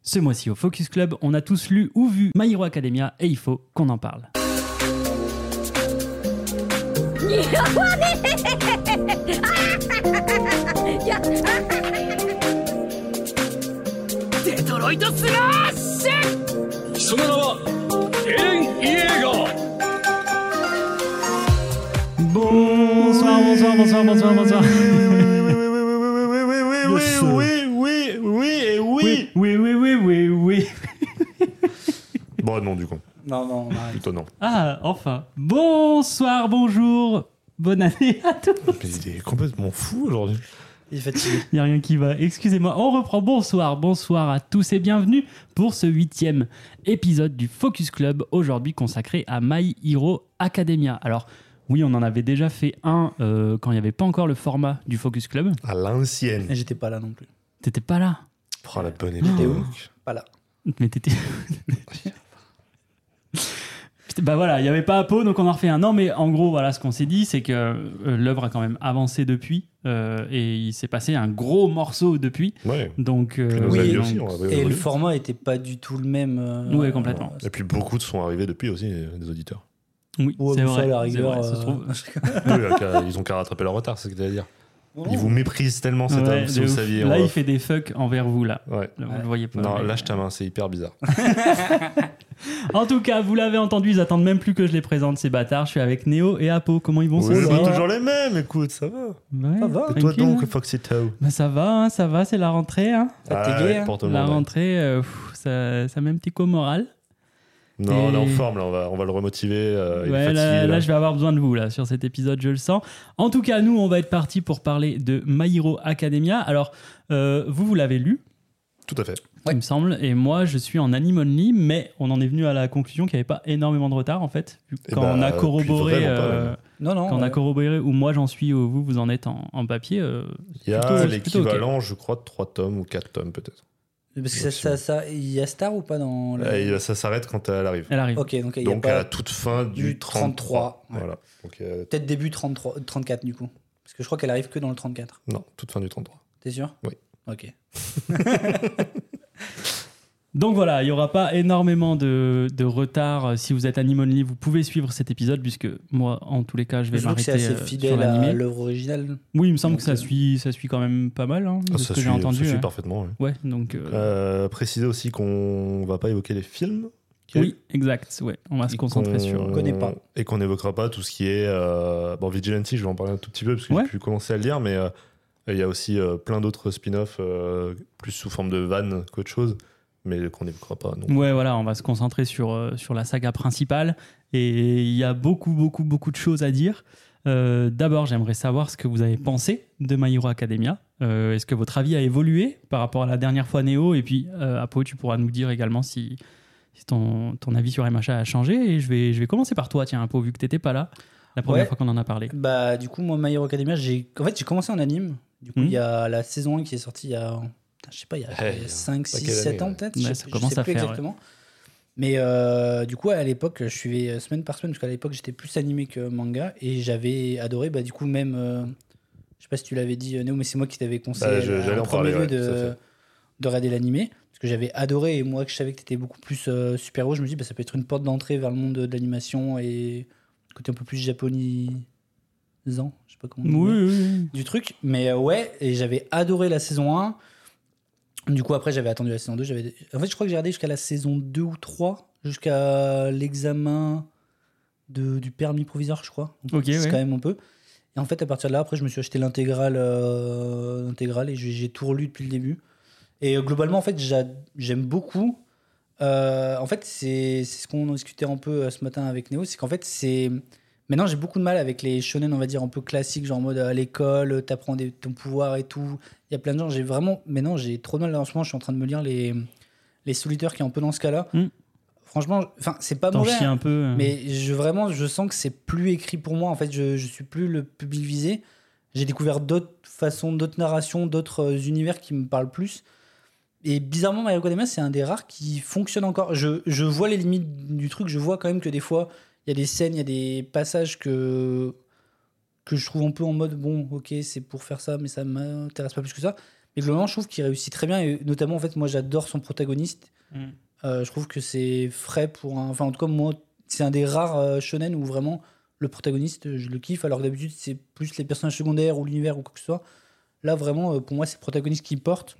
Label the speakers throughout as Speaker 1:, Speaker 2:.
Speaker 1: Ce mois-ci au Focus Club, on a tous lu ou vu My Hero Academia et il faut qu'on en parle. Bonsoir, bonsoir, bonsoir, bonsoir, bonsoir.
Speaker 2: oui, oui, oui, et oui.
Speaker 1: Oui, oui, oui, oui, oui.
Speaker 2: Bon, non, du coup.
Speaker 3: Non, non, on arrête.
Speaker 2: Plutôt non.
Speaker 1: Ah, enfin. Bonsoir, bonjour, bonne année à tous.
Speaker 2: Oh, Mais il est complètement fou aujourd'hui.
Speaker 3: Il est fatigué.
Speaker 1: Il n'y a rien qui va. Excusez-moi, on reprend. Bonsoir, bonsoir à tous et bienvenue pour ce huitième épisode du Focus Club, aujourd'hui consacré à My Hero Academia. Alors, oui, on en avait déjà fait un euh, quand il n'y avait pas encore le format du Focus Club.
Speaker 2: À l'ancienne.
Speaker 3: Et j'étais pas là non plus.
Speaker 1: T'étais pas là.
Speaker 2: Oh, la bonne époque.
Speaker 3: Pas là.
Speaker 1: Mais t'étais. Putain, bah voilà, il n'y avait pas Apo, donc on en refait un. Non, mais en gros, voilà, ce qu'on s'est dit, c'est que euh, l'œuvre a quand même avancé depuis, euh, et il s'est passé un gros morceau depuis.
Speaker 2: Ouais.
Speaker 1: Donc, euh,
Speaker 2: Puis nos
Speaker 3: oui,
Speaker 2: avis
Speaker 3: et
Speaker 2: aussi, hein.
Speaker 1: donc-
Speaker 2: on avait
Speaker 3: Et le
Speaker 2: évolué.
Speaker 3: format était pas du tout le même. euh,
Speaker 1: Ouais, complètement.
Speaker 2: Et puis beaucoup de sont arrivés depuis aussi, euh, des auditeurs.
Speaker 1: oui,
Speaker 3: Ouais,
Speaker 1: c'est
Speaker 3: mais ça,
Speaker 1: vrai.
Speaker 3: à la
Speaker 1: c'est
Speaker 3: rigueur,
Speaker 1: vrai, ça se
Speaker 3: euh,
Speaker 1: trouve.
Speaker 2: Oui, euh, car ils ont qu'à rattraper leur retard, c'est ce que tu dire. Ils vous méprisent tellement cette
Speaker 1: Ouais,
Speaker 2: homme, si
Speaker 1: de
Speaker 2: vous
Speaker 1: ouf.
Speaker 2: saviez.
Speaker 1: là,
Speaker 2: on-
Speaker 1: il fait des fucks envers vous, là.
Speaker 2: Ouais.
Speaker 1: Là, Vous
Speaker 3: Ouais.
Speaker 1: le voyez pas.
Speaker 2: Non,
Speaker 1: mais-
Speaker 2: lâche ta main, c'est hyper bizarre.
Speaker 1: En tout cas, vous l'avez entendu, ils attendent même plus que je les présente, ces bâtards. Je suis avec Néo et Apo. Comment ils vont
Speaker 2: Oui,
Speaker 1: ça
Speaker 2: bah,
Speaker 1: va
Speaker 2: toujours les mêmes, écoute, ça va.
Speaker 1: Ouais,
Speaker 3: Ça va, et
Speaker 2: Et toi
Speaker 1: tranquille,
Speaker 2: donc,
Speaker 1: hein.
Speaker 2: Foxy Toe.
Speaker 1: Bah, ça va, hein, ça va, c'est la rentrée. hein.
Speaker 3: Ah, t'es gay, hein.
Speaker 2: pour tout le
Speaker 1: La
Speaker 2: monde.
Speaker 1: rentrée, euh, pff, ça, ça met un petit coup au moral.
Speaker 2: Non, on est en
Speaker 1: Et-
Speaker 2: forme, là, on va, on va le remotiver. euh, il est
Speaker 1: Ouais,
Speaker 2: fatigué,
Speaker 1: là,
Speaker 2: là.
Speaker 1: là, je vais avoir besoin de vous là sur cet épisode, je le sens. En tout cas, nous, on va être parti pour parler de My Hero Academia. Alors, euh, vous, vous l'avez lu,
Speaker 2: Tout à fait.
Speaker 1: il me semble, et moi, je suis en anime only, mais on en est venu à la conclusion qu'il n'y avait pas énormément de retard en fait, vu-
Speaker 2: Eh
Speaker 1: quand
Speaker 2: ben,
Speaker 1: on a
Speaker 2: puis
Speaker 1: corroboré,
Speaker 2: vraiment pas,
Speaker 1: euh,
Speaker 2: même.
Speaker 3: Non, non.
Speaker 1: quand on a
Speaker 3: ouais.
Speaker 1: corroboré où moi j'en suis, où vous, vous en êtes en, en papier. euh,
Speaker 2: Il y a
Speaker 1: plutôt- c'est plutôt ok.
Speaker 2: l'équivalent, je crois, de 3 tomes ou 4 tomes peut-être.
Speaker 3: Parce que ça, ça, ça- il y a Star ou pas dans le-
Speaker 2: Là, Euh, il- Ça s'arrête quand elle arrive.
Speaker 1: elle arrive.
Speaker 3: Ok, donc il y a
Speaker 2: Donc à
Speaker 3: pas...
Speaker 2: la toute fin du
Speaker 3: du
Speaker 2: 33.
Speaker 3: 33, ouais.
Speaker 2: Voilà. Donc, euh,
Speaker 3: peut-être début 33, 34 du coup. Parce que je crois qu'elle arrive que dans le 34.
Speaker 2: non, toute fin du 33.
Speaker 3: T'es sûr
Speaker 2: Oui.
Speaker 3: Ok.
Speaker 1: Donc voilà, il n'y aura pas énormément de, de retard. Euh, Si vous êtes anime only, vous pouvez suivre cet épisode, puisque moi, en tous les cas, je vais
Speaker 3: Je trouve que
Speaker 1: m'arrêter euh,
Speaker 3: c'est assez
Speaker 1: sur
Speaker 3: fidèle
Speaker 1: l'animé.
Speaker 3: à l'œuvre originale.
Speaker 1: Oui, il me semble que ça
Speaker 3: Donc, euh,
Speaker 1: suit, ça suit quand même pas mal, hein, de
Speaker 2: Ah,
Speaker 1: ce
Speaker 2: ça
Speaker 1: que j'ai
Speaker 2: suit,
Speaker 1: entendu.
Speaker 2: ça suit
Speaker 1: ouais.
Speaker 2: parfaitement. ouais.
Speaker 1: Ouais, donc. euh,
Speaker 2: Euh, préciser aussi qu'on va pas évoquer les films.
Speaker 1: oui, exact. Ouais, on va se concentrer sur. euh,
Speaker 2: On
Speaker 3: connaît pas.
Speaker 2: Et qu'on n'évoquera pas tout ce qui est. euh, bon, Vigilante, je vais en parler un tout petit peu parce que
Speaker 1: Ouais.
Speaker 2: j'ai pu commencer à le lire, mais euh, il y a aussi euh, plein d'autres spin-offs, euh, plus sous forme de vannes qu'autre chose, mais qu'on n'évoquera pas. Non.
Speaker 1: Ouais, voilà, on va se concentrer sur, euh, sur la saga principale. Et il y a beaucoup, beaucoup, beaucoup de choses à dire. Euh, D'abord, j'aimerais savoir ce que vous avez pensé de My Hero Academia. Euh, Est-ce que votre avis a évolué par rapport à la dernière fois, Néo Et puis, euh, Apo, tu pourras nous dire également si, si ton, ton avis sur MHA a changé. Et je vais, je vais commencer par toi, tiens, Apo, vu que t'étais pas là la première
Speaker 3: Ouais.
Speaker 1: fois qu'on en a parlé.
Speaker 3: Bah, du coup, moi, My Hero Academia, j'ai... En fait, j'ai commencé en anime. Du coup,
Speaker 1: Mhm.
Speaker 3: il y a la saison 1 qui est sortie il y a... putain, Je sais pas, il y a
Speaker 2: Hey,
Speaker 3: 5,
Speaker 2: paquet
Speaker 3: 6,
Speaker 2: d'années,
Speaker 3: 7 ans
Speaker 2: ouais.
Speaker 3: peut-être.
Speaker 1: Ouais,
Speaker 3: je sais-
Speaker 1: ça
Speaker 3: je
Speaker 1: commence
Speaker 3: sais
Speaker 1: à
Speaker 3: plus
Speaker 1: faire, ouais.
Speaker 3: exactement. Mais euh, du coup, à l'époque, je suivais semaine par semaine, parce qu'à l'époque, j'étais plus animé que manga. Et j'avais adoré, bah, du coup, même... euh, Je sais pas si tu l'avais dit, euh, Néo, mais c'est moi qui t'avais conseillé
Speaker 2: Bah, je-
Speaker 3: euh,
Speaker 2: j'allais en
Speaker 3: en premier
Speaker 2: parler,
Speaker 3: lieu
Speaker 2: ouais, tout à
Speaker 3: de,
Speaker 2: fait.
Speaker 3: de regarder l'animé. Parce que j'avais adoré, et moi, que je savais que t'étais beaucoup plus euh, super-héros, je me suis dit, bah, ça peut être une porte d'entrée vers le monde de l'animation et côté un peu plus japonisant, je sais pas comment.
Speaker 1: Oui,
Speaker 3: on dit,
Speaker 1: oui, oui.
Speaker 3: Du truc, mais euh, ouais, et j'avais adoré la saison 1. Du coup, après, j'avais attendu la saison 2. J'avais... En fait, je crois que j'ai regardé jusqu'à la saison 2 ou 3, jusqu'à l'examen de, du permis provisoire, je crois.
Speaker 1: Ok,
Speaker 3: c'est
Speaker 1: ouais.
Speaker 3: quand même un peu. Et en fait, à partir de là, après, je me suis acheté l'intégrale, euh, l'intégrale et j'ai, j'ai tout relu depuis le début. Et euh, globalement, en fait, j'a- j'aime beaucoup. Euh, en fait, c'est, c'est ce qu'on en discutait un peu euh, ce matin avec Néo, c'est qu'en fait, c'est... Maintenant, j'ai beaucoup de mal avec les shonen, on va dire, un peu classiques, genre en mode à l'école, euh, t'apprends des- ton pouvoir et tout. Il y a plein de gens, j'ai vraiment... Maintenant, j'ai trop de mal en ce moment, je suis en train de me lire les, les solitaires qui est un peu dans ce cas-là.
Speaker 1: Mm.
Speaker 3: Franchement, enfin, c'est pas
Speaker 1: T'en
Speaker 3: mauvais.
Speaker 1: chies
Speaker 3: hein.
Speaker 1: un peu. euh.
Speaker 3: Mais je, vraiment, je sens que c'est plus écrit pour moi. En fait, je, je suis plus le public visé. J'ai découvert d'autres façons, d'autres narrations, d'autres euh, univers qui me parlent plus. Et bizarrement, Mario Academia, c'est un des rares qui fonctionne encore. Je, je vois les limites du truc. Je vois quand même que des fois, il y a des scènes, il y a des passages que, que je trouve un peu en mode bon, ok, c'est pour faire ça, mais ça m'intéresse pas plus que ça. Mais globalement, je trouve qu'il réussit très bien. Et notamment, en fait, moi, j'adore son protagoniste.
Speaker 1: Mm.
Speaker 3: Euh, je trouve que c'est frais pour un. Enfin, en tout cas, moi, c'est un des rares euh, shonen où vraiment le protagoniste, euh, je le kiffe, alors que d'habitude, c'est plus les personnages secondaires ou l'univers ou quoi que ce soit. Là, vraiment, euh, pour moi, c'est le protagoniste qui porte.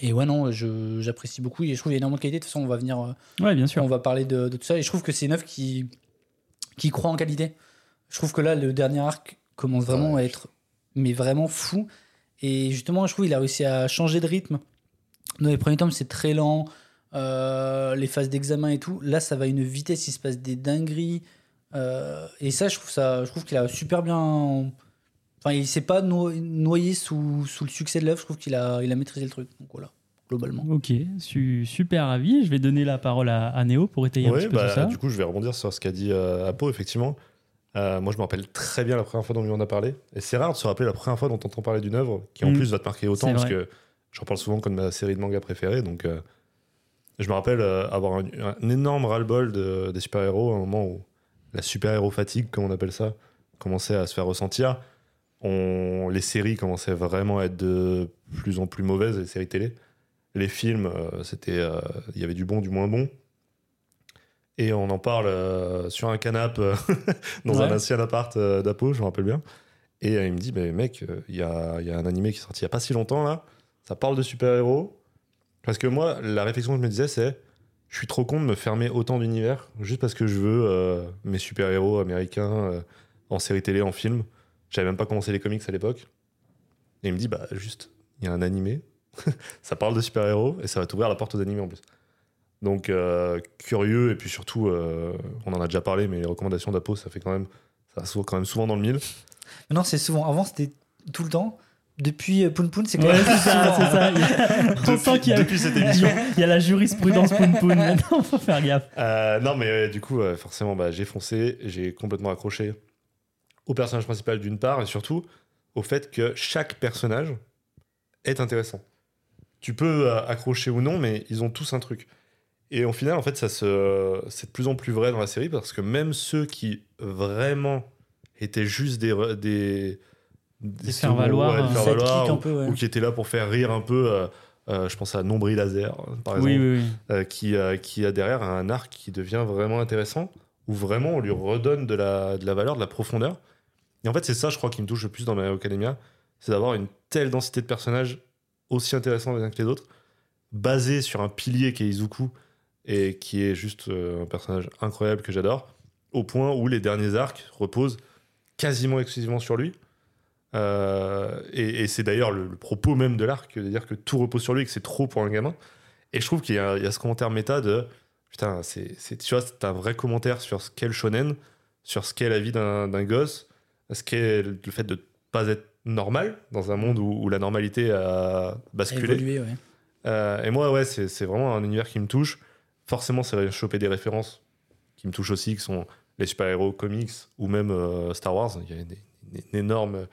Speaker 3: Et ouais, non, je- j'apprécie beaucoup. Et je trouve qu'il y a énormément de qualité. De toute façon, on va venir. euh,
Speaker 1: Ouais, bien sûr.
Speaker 3: on va parler de, de tout ça. Et je trouve que c'est une œuvre qui, qui croit en qualité. Je trouve que là, le dernier arc commence vraiment à être mais vraiment fou. Et justement, je trouve qu'il a réussi à changer de rythme. Dans les premiers tomes, c'est très lent. euh, les phases d'examen et tout. Là, ça va à une vitesse. Il se passe des dingueries. Euh, et ça, je trouve ça, je trouve qu'il a super bien. Enfin, il s'est pas no- noyé sous, sous le succès de l'œuvre. Je trouve qu'il a, il a maîtrisé le truc. Donc voilà, globalement.
Speaker 1: Ok, su- super avis. Je vais donner la parole à, à Néo pour étayer un
Speaker 2: Ouais,
Speaker 1: petit peu
Speaker 2: bah,
Speaker 1: tout ça.
Speaker 2: Du coup, je vais rebondir sur ce qu'a dit euh, Apo, effectivement. Euh, moi, je me rappelle très bien la première fois dont on en a parlé. Et c'est rare de se rappeler la première fois dont on entend parler d'une œuvre qui, en
Speaker 1: Mm.
Speaker 2: plus, va te marquer autant.
Speaker 1: C'est
Speaker 2: Parce
Speaker 1: vrai.
Speaker 2: que j'en parle souvent comme ma série de manga préférée. Donc, euh, je me rappelle euh, avoir un, un énorme ras-le-bol de- des super-héros à un moment où la super-héros fatigue, comme on appelle ça, commençait à se faire ressentir. On, les séries commençaient vraiment à être de plus en plus mauvaises, les séries télé. Les films, euh, c'était, euh, il y avait du bon, du moins bon. Et on en parle euh, sur un canapé dans
Speaker 3: Ouais.
Speaker 2: un ancien appart euh, d'Apo, je me rappelle bien. Et euh, il me dit, mais mec, euh, il y, a, il y a un animé qui est sorti il n'y a pas si longtemps là. Ça parle de super-héros. Parce que moi, la réflexion que je me disais, c'est je suis trop con de me fermer autant d'univers juste parce que je veux euh, mes super-héros américains euh, en série télé, en film. J'avais même pas commencé les comics à l'époque. Et il me dit, bah juste, il y a un animé, ça parle de super-héros et ça va t'ouvrir la porte aux animés en plus. Donc euh, curieux et puis surtout, euh, on en a déjà parlé, mais les recommandations d'Apo, ça fait quand même, ça va souvent- quand même souvent dans le mille.
Speaker 3: Non, c'est souvent. Avant, c'était tout le temps. Depuis euh, Poun Poun, c'est quand
Speaker 1: Ouais,
Speaker 3: même
Speaker 1: c'est ça,
Speaker 3: souvent,
Speaker 1: c'est
Speaker 3: hein.
Speaker 1: ça. Il y a- On sent qu'il y a-
Speaker 2: Depuis cette
Speaker 1: il y, a, il y a la jurisprudence poun poun. Maintenant, faut faire gaffe.
Speaker 2: Euh, non, mais ouais, du coup, euh, forcément, bah, j'ai foncé, j'ai complètement accroché au personnage principal d'une part, et surtout au fait que chaque personnage est intéressant. Tu peux euh, accrocher ou non, mais ils ont tous un truc. Et au final, en fait, ça se, c'est de plus en plus vrai dans la série parce que même ceux qui vraiment étaient juste des re- des des,
Speaker 1: faire
Speaker 2: seconds-
Speaker 1: valoir,
Speaker 2: ouais, des
Speaker 1: euh,
Speaker 2: faire
Speaker 3: Sidekick
Speaker 2: valoir,
Speaker 3: un
Speaker 2: ou,
Speaker 3: peu, ouais.
Speaker 2: ou qui étaient là pour faire rire un peu. euh, euh, je pense à Nombril Laser, par exemple
Speaker 1: Oui, oui, oui.
Speaker 2: euh, qui, euh, qui a derrière un arc qui devient vraiment intéressant, où vraiment on lui redonne de la, de la valeur, de la profondeur. Et en fait, c'est ça, je crois, qui me touche le plus dans My Hero Academia, c'est d'avoir une telle densité de personnages aussi intéressants les uns que les autres, basés sur un pilier qui est Izuku, et qui est juste euh, un personnage incroyable que j'adore, au point où les derniers arcs reposent quasiment exclusivement sur lui. Euh, et et c'est d'ailleurs le, le propos même de l'arc, de dire que tout repose sur lui et que c'est trop pour un gamin. Et je trouve qu'il y, a il y a ce commentaire méta de putain, c'est, c'est, tu vois, c'est un vrai commentaire sur ce qu'est le shonen, sur ce qu'est la vie d'un, d'un gosse, ce qu'est le fait de pas être normal dans un monde où, où la normalité a basculé.
Speaker 3: Évolué, ouais.
Speaker 2: Euh, et moi, ouais, c'est c'est vraiment un univers qui me touche. Forcément, ça va choper des références qui me touchent aussi, qui sont les super-héros comics ou même euh, Star Wars. Il y a une, une énorme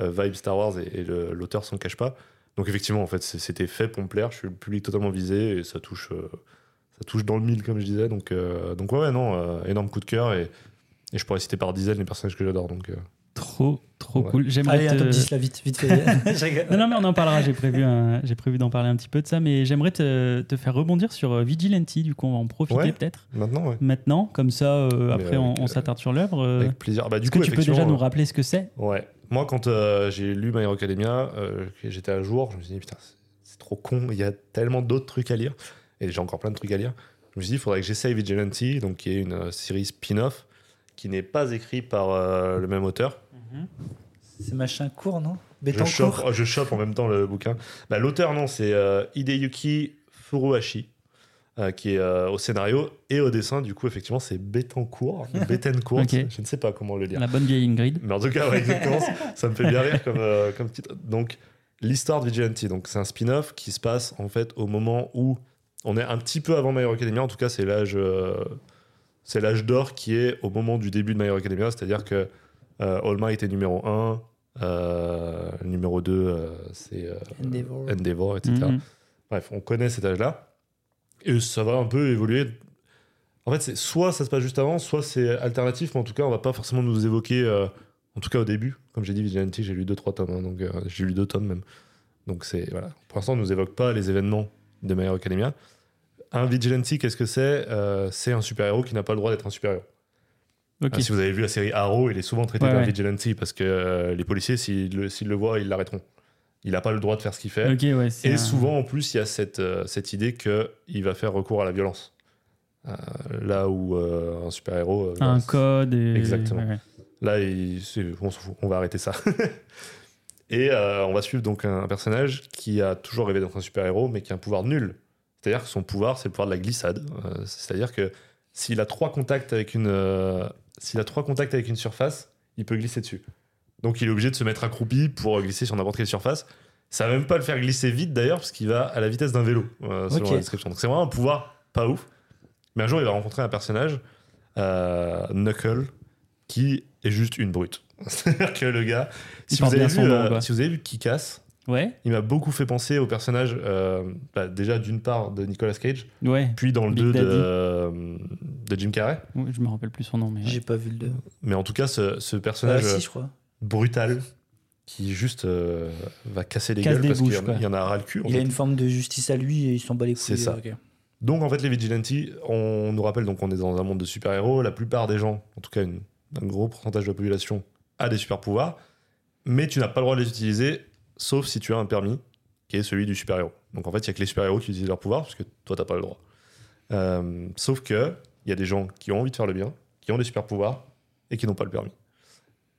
Speaker 2: euh, vibe Star Wars et, et le- l'auteur s'en cache pas. Donc effectivement, en fait, c'est- c'était fait pour me plaire. Je suis le public totalement visé et ça touche, euh, ça touche dans le mille, comme je disais. Donc, euh, donc ouais, ouais, non, euh, énorme coup de cœur et, et je pourrais citer par dizaines les personnages que j'adore. Donc euh,
Speaker 1: Trop, trop
Speaker 2: Ouais.
Speaker 1: cool. J'aimerais
Speaker 3: Allez, un
Speaker 1: te-
Speaker 3: top 10 là, vite, vite fait. Je rigole.
Speaker 1: Non, non, mais on en parlera. J'ai prévu, un- j'ai prévu d'en parler un petit peu de ça, mais j'aimerais te, te faire rebondir sur euh, Vigilante. Du coup, on va en profiter
Speaker 2: Ouais.
Speaker 1: peut-être
Speaker 2: maintenant, ouais, maintenant
Speaker 1: maintenant, comme ça. euh,
Speaker 2: Mais
Speaker 1: après, on,
Speaker 2: avec,
Speaker 1: on s'attarde sur l'œuvre. euh,
Speaker 2: avec plaisir. Bah, du
Speaker 1: Est-ce
Speaker 2: coup,
Speaker 1: que tu peux déjà
Speaker 2: effectivement,
Speaker 1: nous rappeler ce que c'est
Speaker 2: Ouais. Moi, quand euh, j'ai lu My Hero Academia, euh, que j'étais à jour, je me suis dit, putain, c'est- c'est trop con, il y a tellement d'autres trucs à lire. Et j'ai encore plein de trucs à lire. Je me suis dit, il faudrait que j'essaye Vigilante, donc, qui est une euh, série spin-off qui n'est pas écrite par euh, le même auteur. Mm-hmm.
Speaker 3: C'est machin court, non
Speaker 2: Je chope,
Speaker 3: Bétancourt.
Speaker 2: oh, je chope en même temps le bouquin. Bah, L'auteur, non, c'est euh, Hideyuki Furuhashi, euh, qui est euh, au scénario et au dessin. Du coup, effectivement, c'est Betancourt. Betancourt,
Speaker 1: Ok.
Speaker 2: je ne sais pas comment le lire.
Speaker 1: La bonne vieille Ingrid.
Speaker 2: Mais en tout cas, ouais, exactement, ça me fait bien rire comme, euh, comme titre. Donc, l'histoire de Vigilante, donc c'est un spin-off qui se passe en fait au moment où on est un petit peu avant My Hero Academia. En tout cas, c'est l'âge, euh, c'est l'âge d'or qui est au moment du début de My Hero Academia, c'est-à-dire que euh, All Might était numéro 1, euh, numéro 2 c'est euh,
Speaker 3: Endeavor.
Speaker 2: Endeavor, etc.
Speaker 1: Mhm.
Speaker 2: Bref, on connaît cet âge-là. Et ça va un peu évoluer. En fait, c'est soit ça se passe juste avant, soit c'est alternatif, mais en tout cas, on va pas forcément nous évoquer, euh, en tout cas au début. Comme j'ai dit, Vigilante, j'ai lu 2-3 tomes, hein, donc euh, j'ai lu 2 tomes même. Donc c'est voilà. Pour l'instant, on nous évoque pas les événements de My Hero Academia. Un vigilante, qu'est-ce que c'est Euh, C'est un super-héros qui n'a pas le droit d'être un super-héros.
Speaker 1: Ok.
Speaker 2: Ah, si vous avez vu la série Arrow, il est souvent traité
Speaker 1: Ouais,
Speaker 2: d'un
Speaker 1: ouais.
Speaker 2: vigilante parce que euh, les policiers, s'ils le, s'ils le voient, ils l'arrêteront. Il n'a pas le droit de faire ce qu'il fait.
Speaker 1: Ok, ouais, c'est
Speaker 2: Et
Speaker 1: un-
Speaker 2: souvent, en plus, il y a cette, euh, cette idée qu'il va faire recours à la violence. Euh, là où euh, un super-héros. euh,
Speaker 1: un
Speaker 2: voilà,
Speaker 1: code. et-
Speaker 2: Exactement.
Speaker 1: ouais, ouais.
Speaker 2: Là, il- c'est- on s'en fout, on va arrêter ça. et euh, on va suivre donc un personnage qui a toujours rêvé d'être un super-héros, mais qui a un pouvoir nul. C'est-à-dire que son pouvoir, c'est le pouvoir de la glissade. Euh, C'est-à-dire que s'il a trois contacts avec une, euh, s'il a trois contacts avec une surface, il peut glisser dessus. Donc, il est obligé de se mettre accroupi pour glisser sur n'importe quelle surface. Ça va même pas le faire glisser vite d'ailleurs, parce qu'il va à la vitesse d'un vélo, euh, selon
Speaker 3: Ok.
Speaker 2: la description. Donc, c'est vraiment un pouvoir pas ouf. Mais un jour, il va rencontrer un personnage, euh, Knuckle, qui est juste une brute. C'est-à-dire que le gars,
Speaker 1: Il
Speaker 2: si
Speaker 1: porte
Speaker 2: vous, avez
Speaker 1: bien
Speaker 2: vu,
Speaker 1: son nom,
Speaker 2: euh,
Speaker 1: quoi.
Speaker 2: si vous avez vu Kick-Ass,
Speaker 1: Ouais,
Speaker 2: il m'a beaucoup fait penser au personnage, euh, bah, déjà d'une part de Nicolas Cage,
Speaker 1: ouais.
Speaker 2: puis dans le
Speaker 1: Big
Speaker 2: 2 de,
Speaker 1: Daddy.
Speaker 2: euh, de Jim Carrey.
Speaker 1: Ouais, Je me rappelle plus son nom, mais. ouais.
Speaker 3: J'ai pas vu le 2.
Speaker 2: Mais en tout cas, ce, ce
Speaker 3: Ah,
Speaker 2: personnage euh,
Speaker 3: si, je crois.
Speaker 2: brutal qui juste euh, va casser les
Speaker 1: Casse
Speaker 2: gueules
Speaker 1: des
Speaker 2: parce qu'il y,
Speaker 1: bouches,
Speaker 2: en-
Speaker 1: quoi.
Speaker 2: il y en a ras le cul. en
Speaker 3: Il a
Speaker 2: fait.
Speaker 3: une forme de justice à lui et il s'en bat les couilles. euh,
Speaker 2: C'est ça.
Speaker 3: ok.
Speaker 2: Donc en fait, les Vigilantes, on nous rappelle donc on est dans un monde de super-héros. La plupart des gens, en tout cas une- un gros pourcentage de la population, a des super-pouvoirs, mais tu n'as pas le droit de les utiliser, sauf si tu as un permis, qui est celui du super-héros. Donc en fait, il n'y a que les super-héros qui utilisent leurs pouvoirs, parce que toi, t'as pas le droit. Euh, sauf que il y a des gens qui ont envie de faire le bien, qui ont des super-pouvoirs, et qui n'ont pas le permis.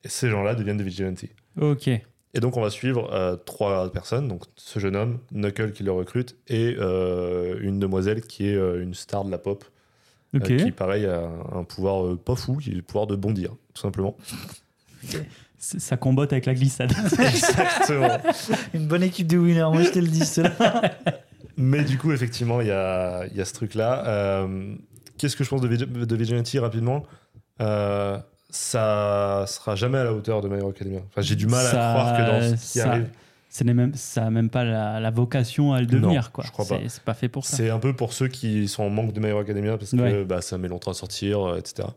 Speaker 2: Et ces gens-là deviennent des Vigilantes.
Speaker 1: Ok.
Speaker 2: Et donc, on va suivre euh, trois personnes. Donc, ce jeune homme, Knuckle qui le recrute, et euh, une demoiselle qui est euh, une star de la pop, euh,
Speaker 1: Ok.
Speaker 2: qui, pareil, a un pouvoir euh, pas fou, qui est le pouvoir de bondir, tout simplement.
Speaker 1: C'est- Ça combote avec la glissade.
Speaker 2: Exactement.
Speaker 3: Une bonne équipe de winners, moi je te le dis, cela.
Speaker 2: Mais du coup, effectivement, il y a, il y a ce truc-là. Euh, Qu'est-ce que je pense de, Vig- de Vigilante rapidement Euh, Ça sera jamais à la hauteur de My Hero Academia. Enfin, Ah, j'ai du mal
Speaker 1: Ça-
Speaker 2: à croire que dans ce qui
Speaker 1: ça-
Speaker 2: arrive,
Speaker 1: Ce n'est même, ça n'a même pas la, la vocation à le devenir,
Speaker 2: Non,
Speaker 1: quoi.
Speaker 2: je crois
Speaker 1: C'est-
Speaker 2: pas.
Speaker 1: C'est pas fait pour ça.
Speaker 2: C'est un peu pour ceux qui sont en manque de My Hero Academia parce que
Speaker 1: Ouais.
Speaker 2: bah, ça met longtemps à sortir, euh, etc.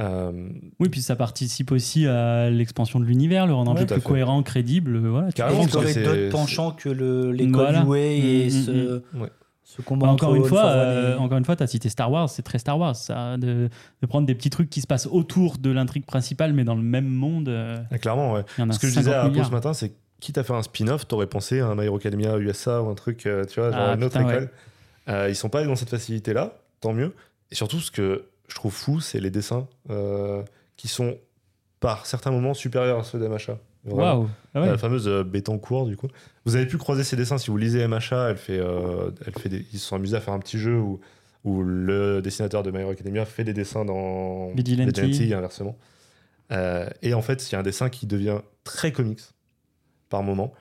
Speaker 2: Euh,
Speaker 1: Oui, puis ça participe aussi à l'expansion de l'univers, le rendre un
Speaker 2: Ouais.
Speaker 1: peu
Speaker 2: Tout à
Speaker 1: plus
Speaker 2: fait.
Speaker 1: cohérent, crédible. euh, Voilà, tu
Speaker 2: Carrément,
Speaker 1: prends-
Speaker 2: parce que
Speaker 3: Explorer
Speaker 2: c'est-
Speaker 3: d'autres
Speaker 2: c'est-
Speaker 3: penchants que le- l'école
Speaker 1: Voilà.
Speaker 3: UA et
Speaker 1: Mm,
Speaker 3: ce,
Speaker 2: mm, mm. Ouais.
Speaker 3: ce combat
Speaker 1: Bah, encore,
Speaker 3: entre
Speaker 1: une
Speaker 3: Old
Speaker 1: fois,
Speaker 3: Forward
Speaker 1: euh,
Speaker 3: et-
Speaker 1: encore une fois, tu as cité Star Wars, c'est très Star Wars, ça, de, de prendre des petits trucs qui se passent autour de l'intrigue principale, mais dans le même monde. euh,
Speaker 2: ah, clairement, ouais.
Speaker 1: il y en a
Speaker 2: Ce que je disais à
Speaker 1: 50
Speaker 2: Apo ce
Speaker 1: milliards.
Speaker 2: matin, c'est quitte à faire un spin-off, t'aurais pensé à un My Hero Academia USA ou un truc, euh, tu vois, genre
Speaker 1: Ah,
Speaker 2: une autre
Speaker 1: putain, ouais.
Speaker 2: école. Euh, ils sont pas allés dans cette facilité-là, tant mieux. Et surtout, ce que je trouve fou, c'est les dessins euh, qui sont par certains moments supérieurs à ceux d'MHA. Vraiment.
Speaker 1: Waouh! Ah ouais.
Speaker 2: La fameuse euh, Bettencourt, du coup. Vous avez pu croiser ces dessins si vous lisez MHA. Elle fait, euh, elle fait des- ils se sont amusés à faire un petit jeu où, où le dessinateur de My Hero Academia fait des dessins dans
Speaker 1: Vigilante.
Speaker 2: et inversement. Euh, et en fait, il y a un dessin qui devient très comics par moment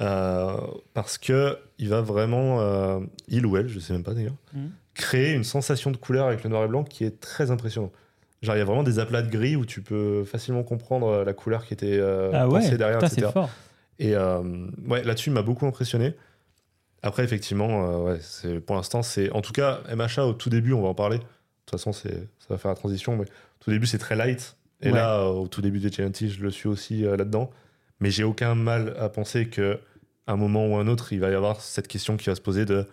Speaker 2: euh, parce que il va vraiment, euh, il ou elle, je sais même pas d'ailleurs,
Speaker 1: Mhm.
Speaker 2: créer une sensation de couleur avec le noir et blanc qui est très impressionnant. Genre, il y a vraiment des aplats de gris où tu peux facilement comprendre la couleur qui était euh,
Speaker 1: Ah ouais,
Speaker 2: pensée derrière,
Speaker 1: putain,
Speaker 2: etc.
Speaker 1: c'est fort.
Speaker 2: Et euh, ouais, là-dessus, il m'a beaucoup impressionné. Après, effectivement, euh, ouais, c'est- pour l'instant, c'est. En tout cas, MHA, au tout début, on va en parler. De toute façon, c'est, ça va faire la transition. Mais au tout début, c'est très light. Et
Speaker 1: Ouais.
Speaker 2: là, euh, au tout début des TNT, je le suis aussi euh, là-dedans. Mais j'ai aucun mal à penser que à un moment ou un autre, il va y avoir cette question qui va se poser de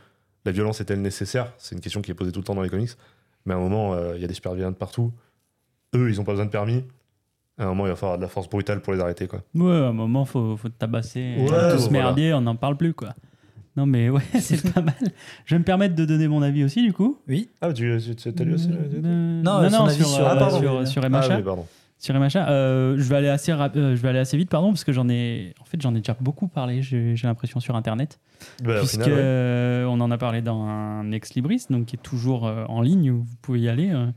Speaker 2: la violence est-elle nécessaire C'est une question qui est posée tout le temps dans les comics. Mais à un moment, euh, il y a des super villains de partout. Eux, ils n'ont pas besoin de permis. À un moment, il va falloir de la force brutale pour les arrêter. Quoi.
Speaker 1: Ouais, à un moment, faut, faut tabasser euh,
Speaker 2: Ouais,
Speaker 1: tout ce
Speaker 2: voilà.
Speaker 1: merdier, on n'en parle plus, quoi. Non, mais ouais, c'est pas mal. Je vais me permettre de donner mon avis aussi, du coup.
Speaker 3: Oui,
Speaker 2: Ah, tu, tu- tu- t'as lu aussi
Speaker 1: Euh,
Speaker 2: le-
Speaker 1: non,
Speaker 3: son avis
Speaker 1: sur,
Speaker 3: sur-
Speaker 1: euh,
Speaker 2: Ah, pardon.
Speaker 1: sur- sur
Speaker 2: Ah
Speaker 1: MHA.
Speaker 2: oui, pardon.
Speaker 1: sur MHA. Euh, je vais aller assez rap- euh, je vais aller assez vite pardon parce que j'en ai en fait j'en ai déjà beaucoup parlé j'ai j'ai l'impression sur internet
Speaker 2: Bah, au
Speaker 1: puisque
Speaker 2: final, ouais.
Speaker 1: euh, on en a parlé dans un ex libris donc qui est toujours euh, en ligne où vous pouvez y aller. euh.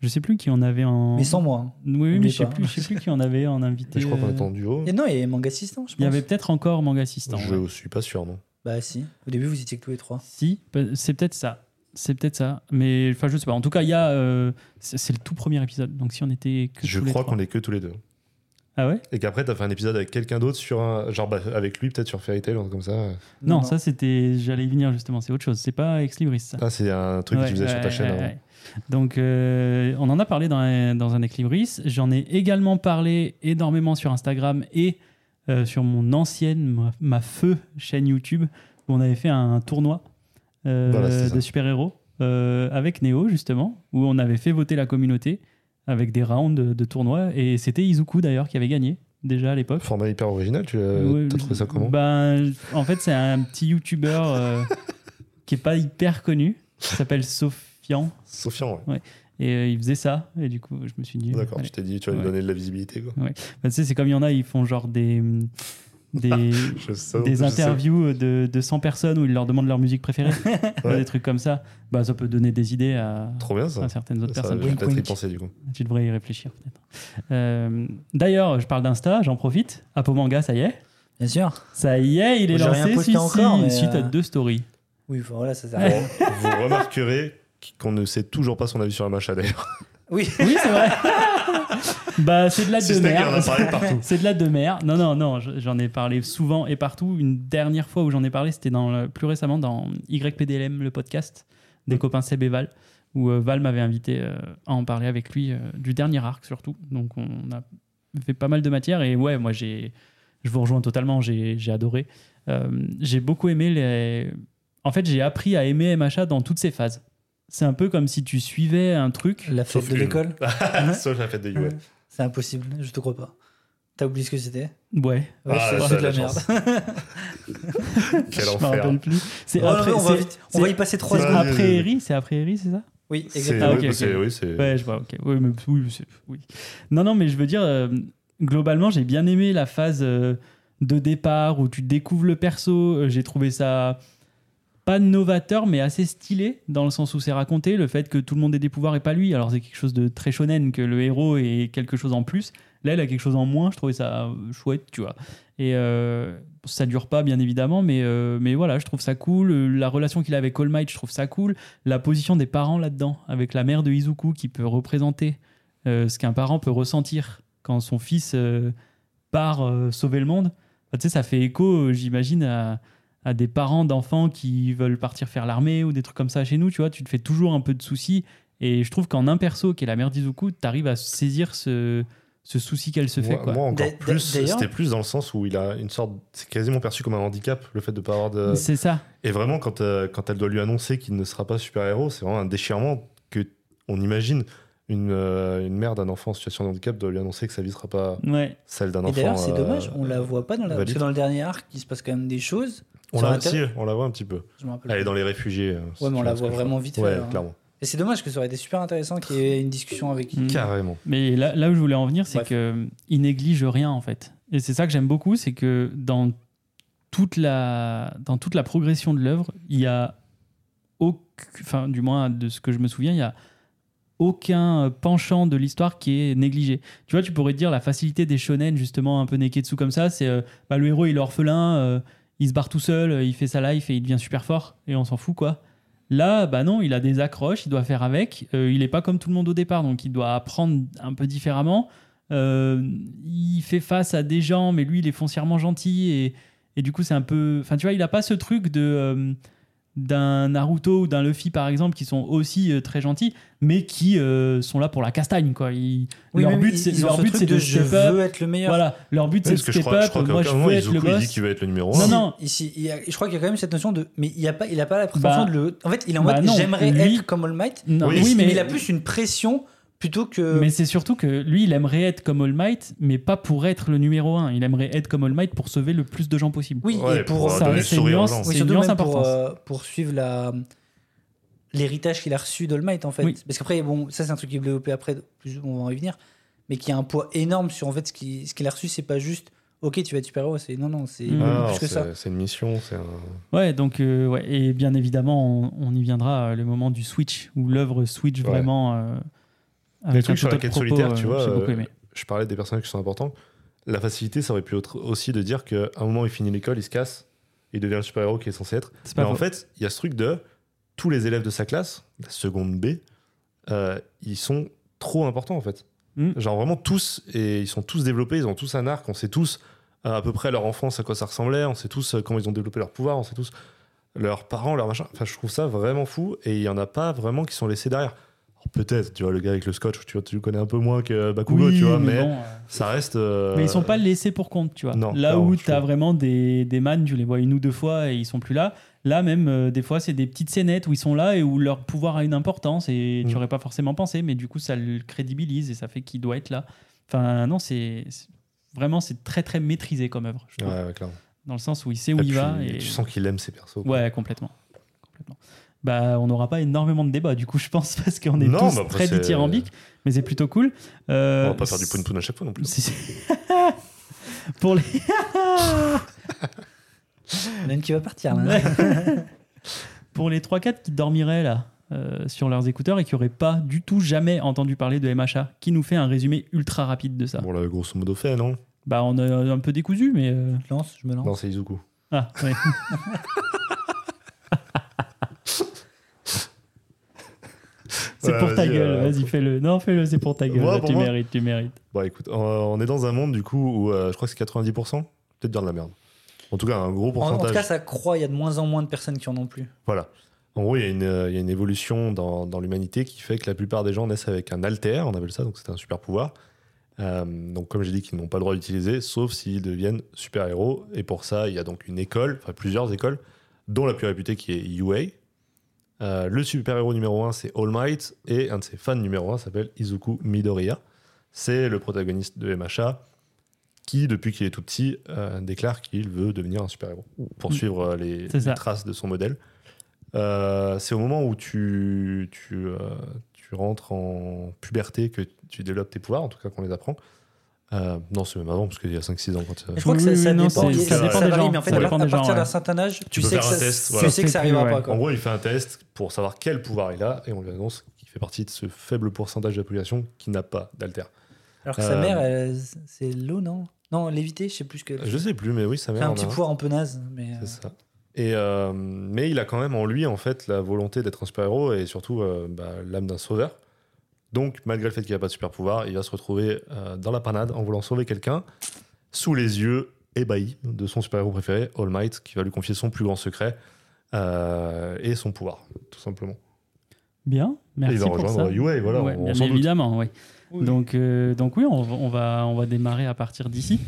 Speaker 1: je sais plus qui en avait en
Speaker 3: mais sans moi. hein.
Speaker 1: Oui, Oui, mais
Speaker 3: N'oubliez
Speaker 1: je sais
Speaker 3: pas.
Speaker 1: plus je sais plus qui en avait en invité.
Speaker 2: je crois qu'on
Speaker 1: euh.
Speaker 2: est en duo.
Speaker 3: Et non, il y avait Manga Assistant, je pense.
Speaker 1: Il y avait peut-être encore Manga Assistant.
Speaker 2: Je
Speaker 1: ouais.
Speaker 2: suis pas sûr, non.
Speaker 3: Bah si, au début vous étiez que tous les trois.
Speaker 1: Si, pe- c'est peut-être ça. C'est peut-être ça. Mais enfin, je sais pas. En tout cas, il y a. euh, c'est c'est le tout premier épisode. Donc si on était que.
Speaker 2: Je
Speaker 1: tous les
Speaker 2: crois
Speaker 1: trois.
Speaker 2: qu'on est que tous les deux.
Speaker 1: Ah ouais
Speaker 2: Et qu'après, t'as fait un épisode avec quelqu'un d'autre sur un. Genre bah, avec lui, peut-être sur Fairy Tail, un truc comme ça.
Speaker 1: non, ça c'était. J'allais y venir justement. C'est autre chose. C'est pas Ex Libris ça.
Speaker 2: Ah, c'est un truc que
Speaker 1: Ouais,
Speaker 2: tu faisais sur ta
Speaker 1: ouais,
Speaker 2: chaîne
Speaker 1: ouais,
Speaker 2: avant.
Speaker 1: ouais. Donc, euh, on en a parlé dans un, dans un Equilibris. J'en ai également parlé énormément sur Instagram et euh, sur mon ancienne, ma, ma feu chaîne YouTube, où on avait fait un tournoi euh,
Speaker 2: Voilà, c'est ça.
Speaker 1: de super-héros euh, avec Neo, justement, où on avait fait voter la communauté avec des rounds de, de tournois. Et c'était Izuku, d'ailleurs, qui avait gagné, déjà à l'époque.
Speaker 2: Format hyper original, tu as
Speaker 1: Ouais,
Speaker 2: Euh, trouvé ça comment
Speaker 1: ben, En fait, c'est un petit YouTuber euh, qui est pas hyper connu, qui s'appelle Sofian.
Speaker 2: Sofian, ouais.
Speaker 1: Et euh, il faisait ça, et du coup, je me suis dit.
Speaker 2: D'accord,
Speaker 1: allez.
Speaker 2: tu t'es dit, tu vas lui
Speaker 1: Ouais.
Speaker 2: donner de la visibilité, quoi.
Speaker 1: Bah, tu sais, c'est comme il y en a, ils font genre des. mm, Des,
Speaker 2: Je sais, je
Speaker 1: des
Speaker 2: sais.
Speaker 1: interviews de, de 100 personnes où ils leur demandent leur musique préférée,
Speaker 2: Ouais.
Speaker 1: des trucs comme ça. Bah, ça peut donner des idées à,
Speaker 2: Trop bien, ça.
Speaker 1: à certaines autres
Speaker 2: Ça,
Speaker 1: personnes.
Speaker 2: je vais
Speaker 3: Wink,
Speaker 2: peut-être y
Speaker 3: wink.
Speaker 2: penser, du coup.
Speaker 1: Tu devrais y réfléchir peut-être. Euh, D'ailleurs, je parle d'Insta, j'en profite. Apo Manga, ça y est.
Speaker 3: Bien sûr.
Speaker 1: Ça y est, il est
Speaker 3: J'ai rien
Speaker 1: lancé
Speaker 3: posté
Speaker 1: celui-ci,
Speaker 3: encore, mais,
Speaker 1: suite à
Speaker 3: euh,
Speaker 1: deux stories.
Speaker 3: Oui, enfin, voilà, ça sert à rien.
Speaker 2: Bon, vous remarquerez qu'on ne sait toujours pas son avis sur la macha, d'ailleurs.
Speaker 3: Oui.
Speaker 1: Oui, c'est vrai. bah, c'est de la
Speaker 2: Si
Speaker 1: de
Speaker 2: ce n'est qu'il en a
Speaker 1: mer.
Speaker 2: parlé partout.
Speaker 1: C'est de la de mer. Non, non, non, je- j'en ai parlé souvent et partout. Une dernière fois où j'en ai parlé, c'était dans le- plus récemment dans YPDLM, le podcast
Speaker 2: Mm.
Speaker 1: des copains Seb et Val, où euh, Val m'avait invité euh, à en parler avec lui, euh, du dernier arc surtout. Donc on a fait pas mal de matière et ouais, moi j'ai, je vous rejoins totalement, j'ai j'ai adoré. Euh, j'ai beaucoup aimé les. En fait, j'ai appris à aimer MHA dans toutes ses phases. C'est un peu comme si tu suivais un truc.
Speaker 3: La fête
Speaker 2: Sauf Ah.
Speaker 3: de
Speaker 2: une.
Speaker 3: l'école.
Speaker 1: Ah
Speaker 2: Sauf la fête de Yue.
Speaker 3: C'est impossible, je te crois pas. T'as oublié ce que c'était
Speaker 1: Ouais,
Speaker 3: Ouais,
Speaker 2: Ah,
Speaker 3: c'est
Speaker 2: ça,
Speaker 3: c'est de la,
Speaker 2: la
Speaker 3: merde.
Speaker 2: chance. Quel
Speaker 1: je me
Speaker 2: enfer.
Speaker 1: rappelle plus. C'est
Speaker 3: Oh, non,
Speaker 1: après-
Speaker 3: mais on, va
Speaker 1: c'est-
Speaker 3: vite. on va y
Speaker 1: c'est-
Speaker 3: passer trois
Speaker 1: C'est
Speaker 2: Ouais,
Speaker 3: secondes.
Speaker 2: ouais,
Speaker 1: après
Speaker 2: ouais.
Speaker 1: Eri, c'est après Eri, c'est ça
Speaker 3: Oui,
Speaker 2: C'est-
Speaker 3: exactement.
Speaker 1: Ah,
Speaker 2: oui,
Speaker 1: ok,
Speaker 2: bah,
Speaker 1: ok.
Speaker 2: c'est- oui, c'est-
Speaker 1: Ouais, je vois, ok. Oui, mais oui, c'est- oui. Non, non, mais je veux dire, euh, globalement, j'ai bien aimé la phase euh, de départ où tu découvres le perso. Euh, J'ai trouvé ça pas novateur, mais assez stylé dans le sens où c'est raconté le fait que tout le monde ait des pouvoirs et pas lui. Alors, c'est quelque chose de très shonen que le héros ait quelque chose en plus. Là, il a quelque chose en moins. Je trouvais ça euh, chouette, tu vois. Et euh, ça dure pas, bien évidemment, mais, euh, mais voilà, je trouve ça cool. Euh, La relation qu'il a avec All Might, je trouve ça cool la position des parents là-dedans, avec la mère de Izuku qui peut représenter euh, ce qu'un parent peut ressentir quand son fils euh, part euh, sauver le monde. Enfin, tu sais, ça fait écho, euh, j'imagine, à, à des parents d'enfants qui veulent partir faire l'armée ou des trucs comme ça chez nous, tu vois. Tu te fais toujours un peu de soucis. Et je trouve qu'en un perso, qui est la mère d'Izuku, t'arrives à saisir ce, ce souci qu'elle se
Speaker 2: moi,
Speaker 1: fait, quoi.
Speaker 2: moi,
Speaker 3: D'a- d'a-
Speaker 2: encore plus,
Speaker 3: d'ailleurs-
Speaker 2: c'était plus dans le sens où il a une sorte. C'est quasiment perçu comme un handicap, le fait de pas avoir de.
Speaker 1: C'est ça.
Speaker 2: Et vraiment, quand, euh, quand elle doit lui annoncer qu'il ne sera pas super-héros, c'est vraiment un déchirement que on imagine. Une, euh, une mère d'un enfant en situation de handicap doit lui annoncer que sa vie ne sera pas
Speaker 1: Ouais.
Speaker 2: celle d'un enfant.
Speaker 3: Et d'ailleurs, c'est
Speaker 2: euh,
Speaker 3: dommage, on la voit pas dans la. Parce
Speaker 2: valide.
Speaker 3: que dans le dernier arc, il se passe quand même des choses.
Speaker 2: On
Speaker 3: sur
Speaker 2: la,
Speaker 3: la tête.
Speaker 2: si, on la voit un petit peu.
Speaker 3: Je me rappelle.
Speaker 2: Elle est
Speaker 3: plus.
Speaker 2: dans les réfugiés. euh, si
Speaker 3: Ouais, mais
Speaker 2: tu
Speaker 3: on la
Speaker 2: ce
Speaker 3: voit
Speaker 2: que je
Speaker 3: vraiment hein. vite fait.
Speaker 2: parle. Ouais,
Speaker 3: alors.
Speaker 2: clairement.
Speaker 3: Et c'est dommage que ça aurait été super intéressant qu'il y ait une discussion avec.
Speaker 1: Mm.
Speaker 2: Carrément.
Speaker 1: Mais là, là où je voulais en venir, c'est
Speaker 3: Bref.
Speaker 1: qu'il néglige rien en fait. Et c'est ça que j'aime beaucoup, c'est que dans toute la, dans toute la progression de l'œuvre, il y a aucun, enfin, du moins de ce que je me souviens, il y a aucun euh, penchant de l'histoire qui est négligé. Tu vois, tu pourrais te dire la facilité des shonen justement un peu neketsu comme ça, c'est euh, bah, le héros il est orphelin, euh, il se barre tout seul, euh, il fait sa life et il devient super fort et on s'en fout quoi. Là, bah non, il a des accroches, il doit faire avec. Euh, il n'est pas comme tout le monde au départ, donc il doit apprendre un peu différemment. Euh, il fait face à des gens, mais lui, il est foncièrement gentil et, et du coup, c'est un peu. Enfin, tu vois, il n'a pas ce truc de euh, d'un Naruto ou d'un Luffy par exemple qui sont aussi euh, très gentils, mais qui euh, sont là pour la castagne quoi. Ils-
Speaker 3: Oui,
Speaker 1: leur
Speaker 3: mais
Speaker 1: but,
Speaker 3: ils-
Speaker 1: c'est
Speaker 3: ils ont
Speaker 1: leur
Speaker 3: ce
Speaker 1: but,
Speaker 3: truc
Speaker 1: c'est de
Speaker 3: je
Speaker 1: step up.
Speaker 3: veux être le meilleur.
Speaker 1: Voilà, leur but c'est
Speaker 2: Ouais,
Speaker 1: de
Speaker 2: parce que je
Speaker 1: step
Speaker 2: crois, je
Speaker 1: up. euh,
Speaker 2: crois qu'à
Speaker 1: Moi,
Speaker 2: aucun
Speaker 1: je
Speaker 2: moment,
Speaker 1: veux être le
Speaker 2: Izuku, il dit
Speaker 1: boss.
Speaker 2: qu'il va être le numéro
Speaker 1: Non,
Speaker 2: 1.
Speaker 3: Si,
Speaker 1: non.
Speaker 3: Ici, il y a- je crois qu'il y a quand même cette notion de. Mais il n'a pas, il a pas la prétention
Speaker 1: Bah,
Speaker 3: de le. En fait, il est en
Speaker 1: bah
Speaker 3: mode
Speaker 1: non,
Speaker 3: j'aimerais
Speaker 1: lui-
Speaker 3: être comme All Might.
Speaker 1: Non,
Speaker 2: Oui,
Speaker 1: oui, mais
Speaker 3: il a plus une pression plutôt
Speaker 2: Euh,
Speaker 3: que.
Speaker 1: Mais c'est surtout que lui, il aimerait être comme All Might, mais pas pour être le numéro un. Il aimerait être comme All Might pour sauver le plus de gens possible.
Speaker 3: oui,
Speaker 2: Ouais,
Speaker 3: et pour.
Speaker 2: pour
Speaker 1: Ça,
Speaker 2: donner le
Speaker 1: c'est
Speaker 2: sourire aux
Speaker 1: nuance.
Speaker 2: gens.
Speaker 1: c'est
Speaker 3: Oui,
Speaker 1: une
Speaker 3: surtout
Speaker 1: nuance
Speaker 3: même pour,
Speaker 1: importante.
Speaker 3: euh, pour suivre la l'héritage qu'il a reçu d'All Might en fait.
Speaker 1: Oui.
Speaker 3: Parce qu'après, bon, ça c'est un truc qui est développé après, plus on va en y venir, mais qui a un poids énorme sur en fait ce qu'il ce qu'il a reçu, c'est pas juste ok tu vas être super héros, c'est non non c'est
Speaker 1: Mm.
Speaker 3: beaucoup
Speaker 2: Ah,
Speaker 3: plus que
Speaker 2: c'est-
Speaker 3: ça.
Speaker 2: C'est une mission, c'est un.
Speaker 1: Ouais, donc, euh, ouais. et bien évidemment, on, on y viendra euh, le moment du switch, où l'œuvre switch
Speaker 2: Ouais.
Speaker 1: vraiment. euh,
Speaker 2: Les
Speaker 1: avec un
Speaker 2: trucs sur
Speaker 1: tout
Speaker 2: la
Speaker 1: autre
Speaker 2: quête
Speaker 1: propos,
Speaker 2: solitaire,
Speaker 1: euh,
Speaker 2: tu vois,
Speaker 1: J'ai beaucoup
Speaker 2: euh,
Speaker 1: aimé.
Speaker 2: Je parlais des personnages qui sont importants. La facilité, ça aurait pu être aussi de dire qu'à un moment, il finit l'école, il se casse, il devient le super-héros qui est censé être.
Speaker 1: C'est
Speaker 2: Mais
Speaker 1: pas
Speaker 2: en
Speaker 1: faux.
Speaker 2: fait, il y a ce truc de tous les élèves de sa classe, la seconde B, euh, ils sont trop importants en fait.
Speaker 1: Mm.
Speaker 2: Genre vraiment tous, et ils sont tous développés, ils ont tous un arc, on sait tous euh, à peu près leur enfance, à quoi ça ressemblait, on sait tous euh, comment ils ont développé leur pouvoir, on sait tous leurs parents, leurs machins. Enfin, je trouve ça vraiment fou, et il y en a pas vraiment qui sont laissés derrière. Alors, Peut-être, tu vois, le gars avec le scotch, tu, tu le connais un peu moins que Bakugo, tu vois, mais,
Speaker 1: bon, euh,
Speaker 2: ça reste. euh,
Speaker 1: mais ils sont pas laissés pour compte, tu vois.
Speaker 2: non,
Speaker 1: Là
Speaker 2: non,
Speaker 1: où
Speaker 2: je
Speaker 1: tu as
Speaker 2: suis-
Speaker 1: vraiment des, des man, tu les vois une ou deux fois et ils sont plus là. Là même, euh, des fois, c'est des petites scénettes où ils sont là et où leur pouvoir a une importance et tu
Speaker 2: Mm.
Speaker 1: aurais pas forcément pensé, mais du coup, ça le crédibilise et ça fait qu'il doit être là. Enfin, non, c'est c'est- vraiment c'est très très maîtrisé comme œuvre, je trouve.
Speaker 2: Ouais, ouais, clairement.
Speaker 1: dans le sens où il sait où
Speaker 2: Et
Speaker 1: il
Speaker 2: puis,
Speaker 1: va. Et...
Speaker 2: Tu sens qu'il aime ses persos. quoi.
Speaker 1: Ouais, complètement. complètement. Bah, on n'aura pas énormément de débats, du coup, je pense, parce qu'on est
Speaker 2: Non,
Speaker 1: tous
Speaker 2: bah après,
Speaker 1: très
Speaker 2: c'est-
Speaker 1: dithyrambiques, mais c'est plutôt cool.
Speaker 2: On
Speaker 1: Euh,
Speaker 2: va pas faire du poun poun à chaque fois non plus.
Speaker 1: c'est- Pour les...
Speaker 3: Il y en a une qui va partir là.
Speaker 1: Pour les 3-4 qui dormiraient là euh, sur leurs écouteurs et qui n'auraient pas du tout jamais entendu parler de MHA, qui nous fait un résumé ultra rapide de ça
Speaker 2: Bon, là, grosso modo fait, non
Speaker 1: Bah, on a un peu décousu, mais. euh,
Speaker 3: Je lance, je me lance.
Speaker 2: Non, c'est Izuku.
Speaker 1: Ah, ouais. c'est
Speaker 2: Ouais,
Speaker 1: pour ta
Speaker 2: vas-y,
Speaker 1: gueule,
Speaker 2: euh,
Speaker 1: vas-y, fais-le. Non, fais-le, c'est pour ta gueule.
Speaker 2: Moi,
Speaker 1: là,
Speaker 2: pour
Speaker 1: tu
Speaker 2: moi
Speaker 1: mérites, tu mérites.
Speaker 2: Bon, écoute, euh, on est dans un monde, du coup, où euh, je crois que c'est 90%, peut-être dire de la merde. En tout cas, un
Speaker 3: En,
Speaker 2: gros
Speaker 3: en
Speaker 2: pourcentage.
Speaker 3: tout cas, ça croît. Il y a de moins en moins de personnes qui en ont plus.
Speaker 2: Voilà. En gros, il y a une, euh, il y a une évolution dans, dans l'humanité qui fait que la plupart des gens naissent avec un alter, on appelle ça, donc c'est un super pouvoir. Euh, donc, comme j'ai dit, qu'ils n'ont pas le droit d'utiliser, sauf s'ils deviennent super-héros. Et pour ça, il y a donc une école, enfin plusieurs écoles, dont la plus réputée qui est UA. Euh, le super-héros numéro 1, c'est All Might, et un de ses fans numéro 1 s'appelle Izuku Midoriya. C'est le protagoniste de MHA qui, depuis qu'il est tout petit, euh, déclare qu'il veut devenir un super-héros pour
Speaker 1: Mm.
Speaker 2: suivre euh, les,
Speaker 1: C'est
Speaker 2: les
Speaker 1: ça.
Speaker 2: traces de son modèle. Euh, c'est au moment où tu, tu, euh, tu rentres en puberté que tu développes tes pouvoirs, en tout cas qu'on les apprend. Euh, non, c'est même avant, parce qu'il y a 5-6 ans quand euh,
Speaker 3: Je crois que
Speaker 1: Oui,
Speaker 3: ça, ça
Speaker 1: oui, non,
Speaker 3: dépend.
Speaker 1: c'est-
Speaker 2: ça
Speaker 3: ça,
Speaker 2: dépend
Speaker 1: des
Speaker 3: varie,
Speaker 1: gens,
Speaker 3: mais en fait,
Speaker 1: ça
Speaker 3: à,
Speaker 1: dépend
Speaker 3: à
Speaker 1: des
Speaker 3: partir
Speaker 1: gens,
Speaker 3: d'un
Speaker 1: ouais.
Speaker 3: certain âge, tu,
Speaker 2: peux
Speaker 3: sais,
Speaker 2: faire
Speaker 3: que
Speaker 2: un
Speaker 3: ça,
Speaker 2: test,
Speaker 3: tu
Speaker 2: voilà.
Speaker 3: sais que ça
Speaker 1: C'est
Speaker 3: arrivera
Speaker 1: plus,
Speaker 3: pas.
Speaker 1: ouais.
Speaker 3: Quoi.
Speaker 2: En gros, il fait un test pour savoir quel pouvoir il a et on lui annonce qu'il fait partie de ce faible pourcentage de la population qui n'a pas d'alter.
Speaker 3: Alors que sa
Speaker 2: Euh,
Speaker 3: mère, elle, c'est l'eau, non Non, l'éviter, je sais plus ce que.
Speaker 2: Je sais plus, mais oui, ça
Speaker 3: C'est
Speaker 2: mère
Speaker 3: un
Speaker 2: en
Speaker 3: petit
Speaker 2: a un.
Speaker 3: pouvoir un peu naze, mais. euh,
Speaker 2: C'est ça. Et, euh, mais il a quand même en lui, en fait, la volonté d'être un super-héros et surtout euh, bah, l'âme d'un sauveur. Donc, malgré le fait qu'il n'a pas de super-pouvoir, il va se retrouver euh, dans la panade en voulant sauver quelqu'un sous les yeux ébahis de son super-héros préféré, All Might, qui va lui confier son plus grand secret euh, et son pouvoir, tout simplement.
Speaker 1: Bien, merci.
Speaker 2: et il va
Speaker 1: pour
Speaker 2: rejoindre
Speaker 1: ça.
Speaker 2: UA, voilà,
Speaker 1: Ouais,
Speaker 2: on,
Speaker 1: bien
Speaker 2: s'en doute.
Speaker 1: évidemment, ouais. Donc, euh, donc oui, on, va- on va, on va démarrer à partir d'ici.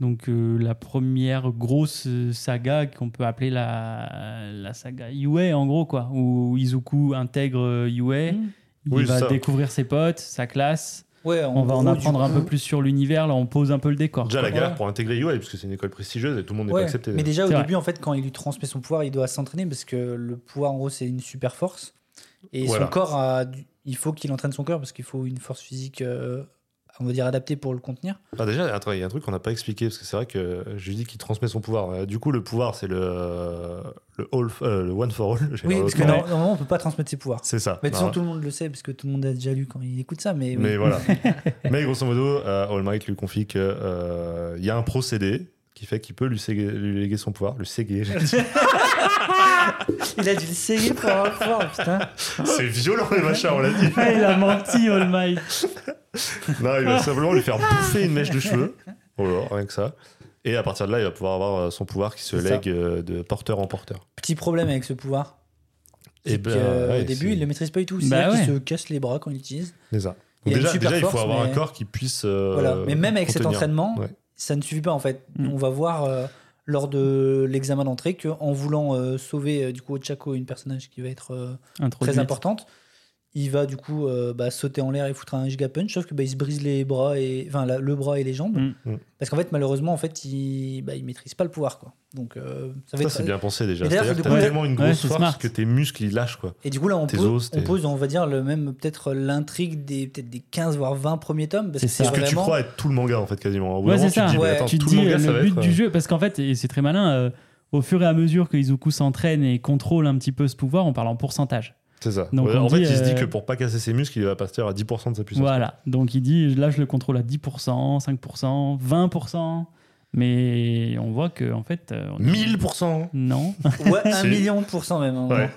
Speaker 1: Donc euh, la première grosse saga qu'on peut appeler la, la saga Yue en gros quoi, où Izuku intègre euh, Yue,
Speaker 3: Mm.
Speaker 1: il
Speaker 2: Oui,
Speaker 1: va
Speaker 2: ça.
Speaker 1: découvrir ses potes, sa classe,
Speaker 3: Ouais,
Speaker 1: on va en
Speaker 3: gros,
Speaker 1: apprendre
Speaker 3: du
Speaker 1: un peu
Speaker 3: coup-
Speaker 1: plus sur l'univers, là on pose un peu le décor.
Speaker 2: Déjà, la
Speaker 1: quoi.
Speaker 2: galère pour intégrer UA, parce que c'est une école prestigieuse et tout le monde n'est
Speaker 3: Ouais,
Speaker 2: pas accepté.
Speaker 3: Mais déjà, au
Speaker 1: C'est
Speaker 3: début, en fait, quand il lui transmet son pouvoir, il doit s'entraîner parce que le pouvoir, en gros, c'est une super force. Et
Speaker 2: Voilà.
Speaker 3: son corps, a du- il faut qu'il entraîne son corps parce qu'il faut une force physique, euh, on va dire, adaptée pour le contenir.
Speaker 2: Ah, déjà, attends, il y a un truc qu'on n'a pas expliqué, parce que c'est vrai que je lui dis qu'il transmet son pouvoir. Euh, Du coup, le pouvoir, c'est le, le, all, euh, le one for all. J'ai
Speaker 3: Oui,
Speaker 2: l'air
Speaker 3: parce que
Speaker 2: de-
Speaker 1: Ouais.
Speaker 3: non- normalement, on peut pas transmettre ses pouvoirs.
Speaker 2: C'est ça.
Speaker 3: Mais de toute façon,
Speaker 2: Voilà.
Speaker 3: tout le monde le sait parce que tout le monde a déjà lu quand il écoute ça. Mais, oui.
Speaker 2: Mais voilà. Mais grosso modo, euh, All Might lui confie qu'il y a un procédé qui fait qu'il peut lui, séguer- lui léguer son pouvoir, lui séguer.
Speaker 3: il a dû le séguer pour avoir le pouvoir, putain.
Speaker 2: c'est violent les machins, on l'a dit.
Speaker 1: Ah, il a menti, All Might.
Speaker 2: Non, il va simplement lui faire
Speaker 3: Ah.
Speaker 2: bouffer une mèche de cheveux. Voilà, rien que ça. Et à partir de là, il va pouvoir avoir euh, son pouvoir qui se
Speaker 3: C'est ça.
Speaker 2: lègue euh, de porteur en porteur.
Speaker 3: Petit problème avec ce pouvoir.
Speaker 2: Et
Speaker 3: c'est
Speaker 2: ben,
Speaker 3: que, euh,
Speaker 2: ouais,
Speaker 3: au début,
Speaker 2: c'est-
Speaker 3: il le maîtrise pas du tout.
Speaker 1: Bah
Speaker 3: C'est-à-dire qu'il
Speaker 1: ouais.
Speaker 3: se casse les bras quand il l'utilise.
Speaker 2: C'est ça.
Speaker 3: Il
Speaker 2: Donc
Speaker 3: a une
Speaker 2: déjà,
Speaker 3: super
Speaker 2: déjà, il faut
Speaker 3: force,
Speaker 2: avoir
Speaker 3: mais-
Speaker 2: un corps qui puisse. euh,
Speaker 3: Voilà. Mais même avec cet
Speaker 2: contenir.
Speaker 3: entraînement,
Speaker 2: Ouais.
Speaker 3: ça ne suffit pas en fait.
Speaker 1: Mm.
Speaker 3: On va voir euh, lors de l'examen d'entrée qu'en voulant euh, sauver euh, du coup Ochako, une personnage qui va être euh,
Speaker 1: Introduite.
Speaker 3: très importante, il va du coup euh, bah, sauter en l'air et foutre un giga punch, sauf que bah, il se brise les bras et enfin la- le bras et les jambes
Speaker 1: Mm.
Speaker 2: Mm.
Speaker 3: parce qu'en fait malheureusement en fait il bah, il maîtrise pas le pouvoir quoi. Donc euh, ça va
Speaker 2: Ça,
Speaker 3: être-
Speaker 2: c'est bien pensé déjà.
Speaker 3: Mais d'ailleurs,
Speaker 2: C'est-à-dire
Speaker 3: du coup,
Speaker 2: que t'as tellement une
Speaker 1: ouais,
Speaker 2: grosse
Speaker 1: c'est
Speaker 2: force
Speaker 1: smart.
Speaker 2: que tes muscles ils lâchent quoi.
Speaker 3: Et du coup là on
Speaker 2: Tes
Speaker 3: pose,
Speaker 2: os,
Speaker 3: on
Speaker 2: tes-
Speaker 3: pose on va dire le même peut-être l'intrigue des peut-être des 15 voire 20 premiers tomes parce
Speaker 1: C'est
Speaker 3: que
Speaker 1: ça.
Speaker 3: c'est
Speaker 2: C'est ce que tu
Speaker 3: vraiment
Speaker 2: crois être tout le manga en fait quasiment. Au bout
Speaker 1: Ouais,
Speaker 2: d'un moment,
Speaker 1: c'est ça.
Speaker 2: Tu te dis, mais
Speaker 3: Ouais.
Speaker 2: attends,
Speaker 1: tu te
Speaker 2: tout
Speaker 1: dis
Speaker 2: le manga,
Speaker 1: euh,
Speaker 2: ça
Speaker 1: le
Speaker 2: va
Speaker 1: but
Speaker 2: être,
Speaker 1: du
Speaker 2: euh,
Speaker 1: jeu, parce qu'en fait, et c'est très malin, euh, au fur et à mesure que Izuku s'entraîne et contrôle un petit peu ce pouvoir, on parle en pourcentage.
Speaker 2: C'est ça.
Speaker 1: Donc,
Speaker 2: Ouais,
Speaker 1: on
Speaker 2: en fait,
Speaker 1: dit,
Speaker 2: il se dit
Speaker 1: euh,
Speaker 2: que pour pas casser ses muscles, il va partir à 10% de sa puissance.
Speaker 1: Voilà. Donc il dit, là, je le contrôle à 10%, 5%, 20%. Mais on voit que, en fait. euh, on est-
Speaker 2: 1000%
Speaker 1: Non.
Speaker 3: ouais, un
Speaker 2: Si.
Speaker 3: million de pourcents même. hein,
Speaker 2: Ouais.
Speaker 3: vraiment.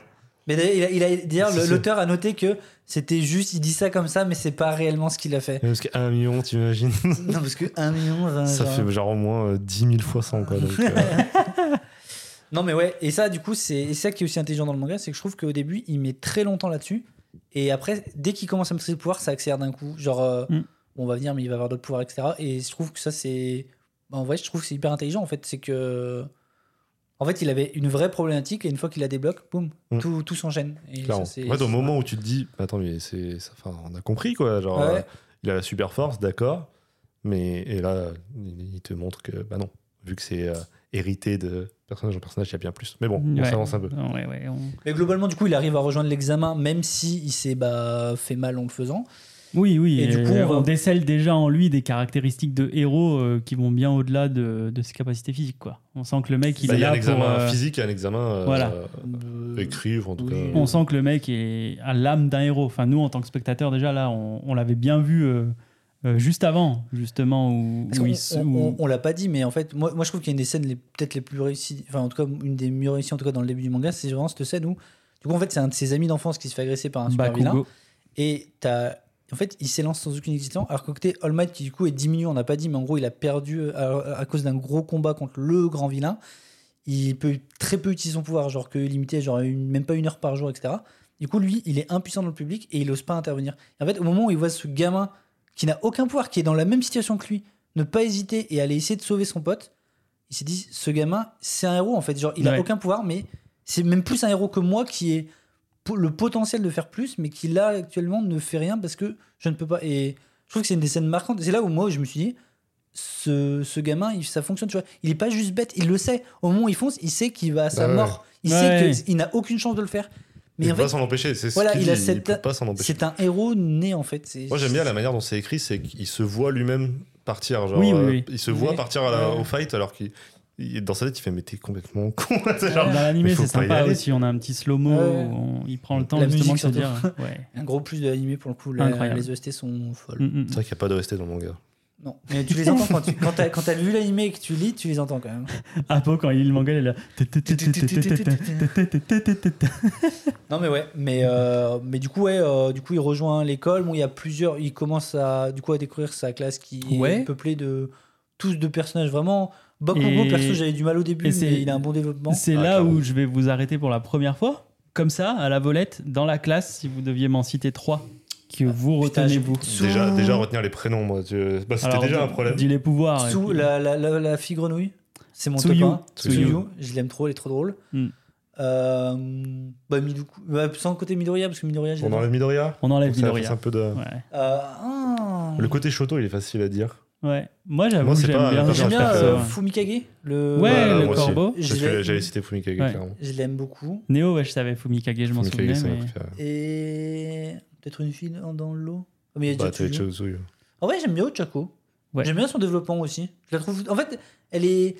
Speaker 3: Mais d'ailleurs, il a- il a, d'ailleurs,
Speaker 2: Si,
Speaker 3: le-
Speaker 2: si.
Speaker 3: l'auteur a noté que c'était juste, il dit ça comme ça, mais c'est pas réellement ce qu'il a fait.
Speaker 2: Parce qu'un million, t'imagines
Speaker 3: non, parce que 1 million. vingt,
Speaker 2: Ça
Speaker 3: genre-
Speaker 2: fait genre au moins euh, 10 000 fois 100 quoi. donc, euh,
Speaker 3: Non, mais ouais, et ça, du coup, c'est et ça qui est aussi intelligent dans le manga, c'est que je trouve qu'au début, il met très longtemps là-dessus. Et après, dès qu'il commence à maîtriser le pouvoir, ça accélère d'un coup. Genre, euh,
Speaker 1: Mm.
Speaker 3: on va venir, mais il va avoir d'autres pouvoirs, etc. Et je trouve que ça, c'est. bah, en vrai, je trouve que c'est hyper intelligent, en fait. C'est que. En fait, il avait une vraie problématique, et une fois qu'il la débloque, boum,
Speaker 2: Mm.
Speaker 3: tout, tout s'enchaîne. Et ça,
Speaker 2: Clairement.
Speaker 3: c'est-
Speaker 2: En fait, au
Speaker 3: c'est-
Speaker 2: moment où tu te dis, attends, mais c'est, ça- enfin, on a compris quoi. Genre,
Speaker 3: Ouais.
Speaker 2: euh, il a la super force, d'accord, mais et là, il, il te montre que, bah non, vu que c'est euh, hérité de personnage en personnage, il y a bien plus. Mais bon, on
Speaker 1: Ouais.
Speaker 2: s'avance un peu.
Speaker 1: Ouais, ouais, on-
Speaker 3: Mais globalement, du coup, il arrive à rejoindre l'examen, même si il s'est bah, fait mal en le faisant.
Speaker 1: Oui, oui.
Speaker 3: Et
Speaker 1: Et
Speaker 3: du coup, on
Speaker 1: on,
Speaker 3: va-
Speaker 1: décèle déjà en lui des caractéristiques de héros euh, qui vont bien au-delà de, de ses capacités physiques. Quoi. On sent que le mec, il
Speaker 2: Bah,
Speaker 1: est
Speaker 2: il y a
Speaker 1: là
Speaker 2: un examen
Speaker 1: pour. euh,
Speaker 2: physique et un examen euh,
Speaker 1: voilà.
Speaker 3: Euh,
Speaker 2: écrit, ou en tout
Speaker 3: Oui.
Speaker 2: cas.
Speaker 1: On sent que le mec est à l'âme d'un héros. Enfin, nous, en tant que spectateurs, déjà là, on, on l'avait bien vu euh, euh, juste avant, justement, où,
Speaker 3: Parce
Speaker 1: où
Speaker 3: qu'on-
Speaker 1: il se-
Speaker 3: on,
Speaker 1: où-
Speaker 3: on- on l'a pas dit, mais en fait, moi, moi je trouve qu'il y a une des scènes les- peut-être les plus réussies, enfin en tout cas une des mieux réussies en tout cas dans le début du manga, c'est vraiment cette scène où du coup en fait c'est un de ses amis d'enfance qui se fait agresser par un
Speaker 1: Bah,
Speaker 3: super vilain
Speaker 1: Bakugo.
Speaker 3: et t'as en fait il s'élance sans aucune existence alors que côté All Might qui du coup est diminué, on n'a pas dit, mais en gros il a perdu euh, à, à cause d'un gros combat contre le grand vilain. Il peut très peu utiliser son pouvoir, genre que limité, genre une- même pas une heure par jour, etc. Du coup, lui, il est impuissant dans le public et il n'ose pas intervenir. Et en fait, au moment où il voit ce gamin qui n'a aucun pouvoir, qui est dans la même situation que lui, ne pas hésiter et aller essayer de sauver son pote, il s'est dit ce gamin, c'est un héros en fait. Genre, il a
Speaker 1: Ouais.
Speaker 3: aucun pouvoir, mais c'est même plus un héros que moi qui est le potentiel de faire plus, mais qui là actuellement ne fait rien parce que je ne peux pas. Et je trouve que c'est une des scènes marquantes. C'est là où moi je me suis dit, ce, ce gamin, il- ça fonctionne, tu vois. Il est pas juste bête, il le sait. Au moment où il fonce, il sait qu'il va à sa
Speaker 2: Bah ouais. bah,
Speaker 3: mort. Il
Speaker 1: Ouais.
Speaker 3: sait qu'il n'a aucune chance de le faire. Mais
Speaker 2: il
Speaker 3: en
Speaker 2: peut
Speaker 3: fait,
Speaker 2: pas s'en empêcher. C'est ce
Speaker 3: voilà,
Speaker 2: qu'il
Speaker 3: il a
Speaker 2: dit,
Speaker 3: cette-
Speaker 2: peut pas s'en empêcher.
Speaker 3: c'est un héros né en fait. C'est-
Speaker 2: Moi, j'aime bien la manière dont c'est écrit, c'est qu'il se voit lui-même partir. Genre,
Speaker 1: Oui, oui,
Speaker 2: euh,
Speaker 1: oui.
Speaker 2: Il se voit
Speaker 3: Oui.
Speaker 2: partir à la-
Speaker 3: Ouais.
Speaker 2: au fight alors qu'il. il- Dans sa tête, il fait, mais t'es complètement con. C'est genre,
Speaker 1: Dans l'animé,
Speaker 2: Mais faut
Speaker 1: c'est
Speaker 2: pas y
Speaker 1: sympa
Speaker 2: aller.
Speaker 1: aussi. On a un petit slow-mo.
Speaker 3: Ouais.
Speaker 1: où on- Il prend le temps
Speaker 3: La
Speaker 1: justement de se
Speaker 3: musique,
Speaker 1: dire. ouais.
Speaker 3: Un gros plus de l'animé pour le coup. la-
Speaker 1: Incroyable.
Speaker 3: les OST sont folles.
Speaker 1: Mm, mm.
Speaker 2: C'est vrai qu'il n'y a pas d'OST dans le manga.
Speaker 3: Non, mais tu les entends quand tu quand t'as, quand t'as vu l'animé et que tu lis, tu les entends quand même.
Speaker 1: Apo, quand il lit le manga, il est là.
Speaker 3: Non mais ouais, mais euh, mais du coup ouais, euh, du coup il rejoint l'école. Bon, il y a plusieurs, il commence à du coup à découvrir sa classe qui est
Speaker 1: Ouais.
Speaker 3: peuplée de tous de personnages vraiment. Bakugo
Speaker 1: Et-
Speaker 3: perso j'avais du mal au début,
Speaker 1: et c'est-
Speaker 3: mais il a un bon développement.
Speaker 1: C'est
Speaker 2: Ah,
Speaker 1: là
Speaker 2: carrément.
Speaker 1: où je vais vous arrêter pour la première fois. Comme ça, à la volette, dans la classe, si vous deviez m'en citer trois, que vous
Speaker 3: Putain, j'ai-
Speaker 1: retenez-vous.
Speaker 3: sous-
Speaker 2: Déjà, déjà retenir les prénoms, moi, tu- bah, c'était
Speaker 1: Alors,
Speaker 2: déjà un
Speaker 1: dis-
Speaker 2: problème.
Speaker 1: Dis les pouvoirs. et
Speaker 3: Sous
Speaker 1: puis-
Speaker 3: la, la, la, la fille grenouille, c'est mon
Speaker 1: Tsuyu.
Speaker 3: top 1.
Speaker 2: Tsuyu.
Speaker 3: je l'aime trop, elle est trop drôle.
Speaker 1: Hmm.
Speaker 3: Euh, bah, Midu- bah, sans côté Midoriya, parce que Midoriya, je
Speaker 2: On
Speaker 3: l'aime.
Speaker 2: enlève Midoriya
Speaker 1: On enlève
Speaker 2: Comme ça, ça fait
Speaker 1: Midoriya.
Speaker 2: un peu de-
Speaker 1: Ouais.
Speaker 3: Euh, ah.
Speaker 2: Le côté Shoto, il est facile à dire.
Speaker 1: Ouais. Moi,
Speaker 2: Moi,
Speaker 1: j'avoue,
Speaker 2: c'est
Speaker 1: j'aime
Speaker 2: pas-
Speaker 1: bien.
Speaker 2: pas
Speaker 3: J'aime
Speaker 2: Enfin,
Speaker 3: bien
Speaker 2: je préfère,
Speaker 1: euh,
Speaker 3: euh, Fumikage, le,
Speaker 1: Ouais,
Speaker 2: Voilà,
Speaker 1: le
Speaker 2: moi aussi.
Speaker 1: corbeau.
Speaker 2: Bah, Parce
Speaker 3: Je
Speaker 2: que
Speaker 3: l'ai-
Speaker 2: J'allais citer Fumikage,
Speaker 1: Ouais.
Speaker 2: clairement.
Speaker 3: je l'aime beaucoup.
Speaker 1: Néo, ouais, je savais Fumikage, je m'en souvenais.
Speaker 2: Fumikage, c'est euh, ma
Speaker 1: mais-
Speaker 2: préférée.
Speaker 3: Et peut-être une fille dans- dans l'eau. Ah, Mais il y a
Speaker 2: Bah,
Speaker 3: déjà
Speaker 2: t'as
Speaker 3: Tsuyu.
Speaker 2: Chozo.
Speaker 3: En vrai, j'aime bien Ochako.
Speaker 1: Ouais.
Speaker 3: J'aime bien son développement aussi. Je la trouve. En fait, elle est.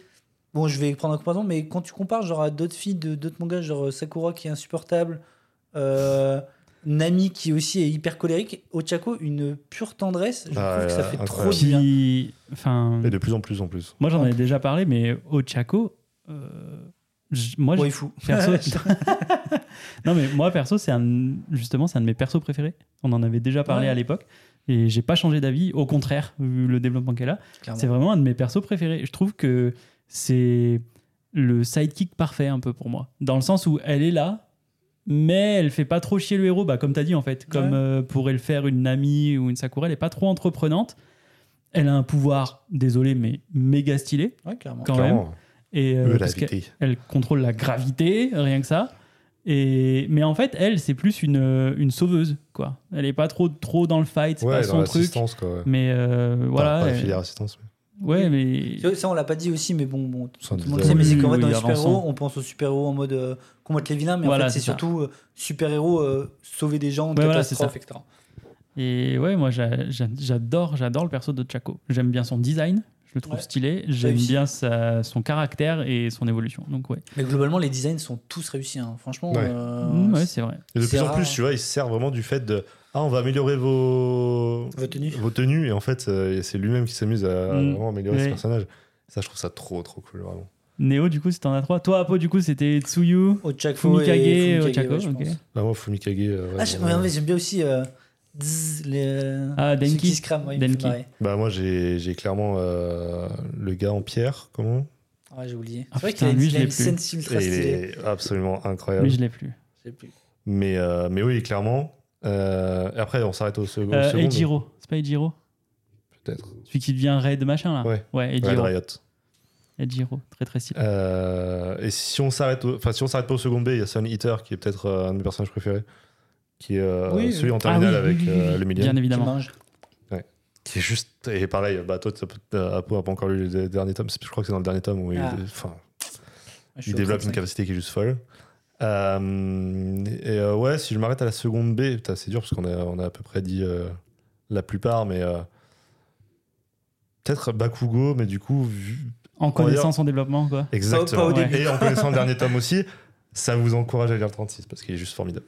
Speaker 3: Bon, je vais prendre un comparaison, mais quand tu compares genre à d'autres filles de d'autres mangas, genre Sakura qui est insupportable, euh, Nami qui aussi est hyper colérique, Ochako une pure tendresse. Je
Speaker 2: Ah,
Speaker 3: trouve que ça
Speaker 2: euh,
Speaker 3: fait trop
Speaker 2: incroyable.
Speaker 3: du bien.
Speaker 1: Puis, enfin,
Speaker 2: Et de plus en plus en plus.
Speaker 1: moi, j'en avais déjà parlé, mais Ochako, euh, j- moi,
Speaker 3: Bon,
Speaker 1: j-
Speaker 3: il faut.
Speaker 1: Perso, non mais moi perso, c'est un justement c'est un de mes persos préférés. On en avait déjà parlé
Speaker 3: Ouais.
Speaker 1: à l'époque et j'ai pas changé d'avis. Au contraire, vu le développement qu'elle a,
Speaker 2: Ah
Speaker 1: c'est vraiment un de mes persos préférés. Je trouve que c'est le sidekick parfait un peu pour moi, dans le sens où elle est là, mais elle fait pas trop chier le héros, bah comme t'as dit en fait, comme
Speaker 3: Ouais.
Speaker 1: euh, pourrait le faire une Nami ou une Sakura. Elle est pas trop entreprenante. Elle a un pouvoir, désolé mais méga stylé
Speaker 3: Ouais, clairement.
Speaker 1: quand même.
Speaker 2: Clairement. hein.
Speaker 1: Et euh,
Speaker 2: Eux, la
Speaker 1: parce que-
Speaker 2: vérité.
Speaker 1: elle contrôle la gravité, rien que ça. Et, mais en fait, elle, c'est plus une, une sauveuse, quoi. Elle est pas trop, trop dans le fight, c'est
Speaker 2: Ouais,
Speaker 1: pas
Speaker 2: dans
Speaker 1: son truc.
Speaker 2: l'assistance, quoi. ouais.
Speaker 1: Mais euh, voilà.
Speaker 2: Pas la
Speaker 1: elle-
Speaker 2: filière assistance. mais-
Speaker 1: ouais, mais.
Speaker 3: Tu vois, Ça, on l'a pas dit aussi, mais bon, bon
Speaker 2: Ça,
Speaker 3: tout le monde
Speaker 2: oui,
Speaker 3: le sait, mais c'est
Speaker 1: oui,
Speaker 3: qu'en fait,
Speaker 1: oui,
Speaker 3: dans les
Speaker 1: avançons.
Speaker 3: super-héros, on pense aux super-héros en mode euh, combattre les vilains, mais en
Speaker 1: Voilà,
Speaker 3: fait, c'est
Speaker 1: c'est ça.
Speaker 3: surtout euh, super-héros euh, sauver des gens,
Speaker 1: Ouais, voilà, c'est
Speaker 3: catastrophe, etc.
Speaker 1: Et ouais, moi, j'a- j'a- j'adore, j'adore le perso de Chaco. J'aime bien son design, je le trouve
Speaker 3: Ouais.
Speaker 1: stylé. J'aime
Speaker 3: Réussi.
Speaker 1: bien sa- son caractère et son évolution. Donc ouais,
Speaker 3: Mais globalement, les designs sont tous réussis, hein. franchement.
Speaker 2: Ouais.
Speaker 3: euh,
Speaker 1: Mm, ouais, c'est vrai.
Speaker 2: Et de
Speaker 3: C'est
Speaker 2: plus en
Speaker 3: rare.
Speaker 2: plus, tu vois, ils se servent vraiment du fait de Ah, on va améliorer vos,
Speaker 3: Vos tenues.
Speaker 2: vos tenues. Et en fait, euh, c'est lui-même qui s'amuse à à
Speaker 1: Mm.
Speaker 2: vraiment améliorer ce
Speaker 1: Ouais.
Speaker 2: personnage. Ça, je trouve ça trop, trop cool, vraiment.
Speaker 1: Néo, du coup, c'était en a trois. Toi, Apo, du coup, c'était Tsuyu.
Speaker 2: Euh,
Speaker 3: Ochako
Speaker 1: Fumikage,
Speaker 3: et
Speaker 1: Ochako,
Speaker 3: ouais, je
Speaker 1: ok.
Speaker 3: pense.
Speaker 2: Là, Bah, moi, Fumikage. euh,
Speaker 3: Ah, je-
Speaker 2: vraiment.
Speaker 3: ouais, mais j'aime bien aussi euh, Dzz, les-
Speaker 1: Ah,
Speaker 3: ceux qui
Speaker 1: Denki.
Speaker 3: se crament, ouais, il me fait
Speaker 1: Denki.
Speaker 3: marrer.
Speaker 2: Bah, moi, j'ai j'ai clairement euh, le gars en pierre, comment
Speaker 3: Ouais, j'ai oublié.
Speaker 1: Ah,
Speaker 3: C'est vrai
Speaker 1: putain,
Speaker 3: qu'il a,
Speaker 1: lui,
Speaker 3: il
Speaker 1: je
Speaker 3: a
Speaker 1: l'ai
Speaker 3: une
Speaker 1: plus.
Speaker 3: scène ultra
Speaker 2: Et il
Speaker 3: stylée.
Speaker 2: est absolument
Speaker 1: Lui,
Speaker 2: incroyable.
Speaker 1: je l'ai plus.
Speaker 3: Je sais plus.
Speaker 2: Mais, euh, mais oui, clairement, Euh, et après, on s'arrête au, sec- au
Speaker 1: Euh,
Speaker 2: second. mais
Speaker 1: Ejiro, c'est pas Ejiro
Speaker 2: Peut-être.
Speaker 1: Celui qui devient raid machin là
Speaker 2: Ouais.
Speaker 1: ouais
Speaker 2: Red
Speaker 1: Ejiro.
Speaker 2: Riot.
Speaker 1: Ejiro, très très stylé.
Speaker 2: Euh, et si on s'arrête, au- enfin si on s'arrête pas au second B, il y a Sun Eater qui est peut-être euh, un de mes personnages préférés, qui est euh,
Speaker 3: Oui,
Speaker 2: celui en
Speaker 1: Ah oui,
Speaker 2: terminale
Speaker 1: oui,
Speaker 2: avec
Speaker 1: oui, oui,
Speaker 2: euh,
Speaker 1: oui,
Speaker 2: le million,
Speaker 1: Bien
Speaker 3: Tu
Speaker 1: évidemment.
Speaker 3: manges.
Speaker 2: qui est juste et pareil. Bah toi, t'as peut- euh, Apo a pas encore lu le dernier tome. Je crois que c'est dans le dernier tome où il,
Speaker 3: Ah.
Speaker 2: enfin,
Speaker 3: Je suis
Speaker 2: il
Speaker 3: au
Speaker 2: développe une
Speaker 3: 35.
Speaker 2: capacité qui est juste folle. Euh, et euh, ouais, si je m'arrête à la seconde B, putain, c'est dur parce qu'on a, on a à peu près dit euh, la plupart, mais euh, peut-être Bakugo, mais du coup, vu-
Speaker 1: En connaissant son développement quoi.
Speaker 2: Exactement.
Speaker 3: Pas- pas
Speaker 1: au début.
Speaker 2: Et en connaissant le dernier tome aussi, ça vous encourage à lire le 36 parce qu'il est juste formidable.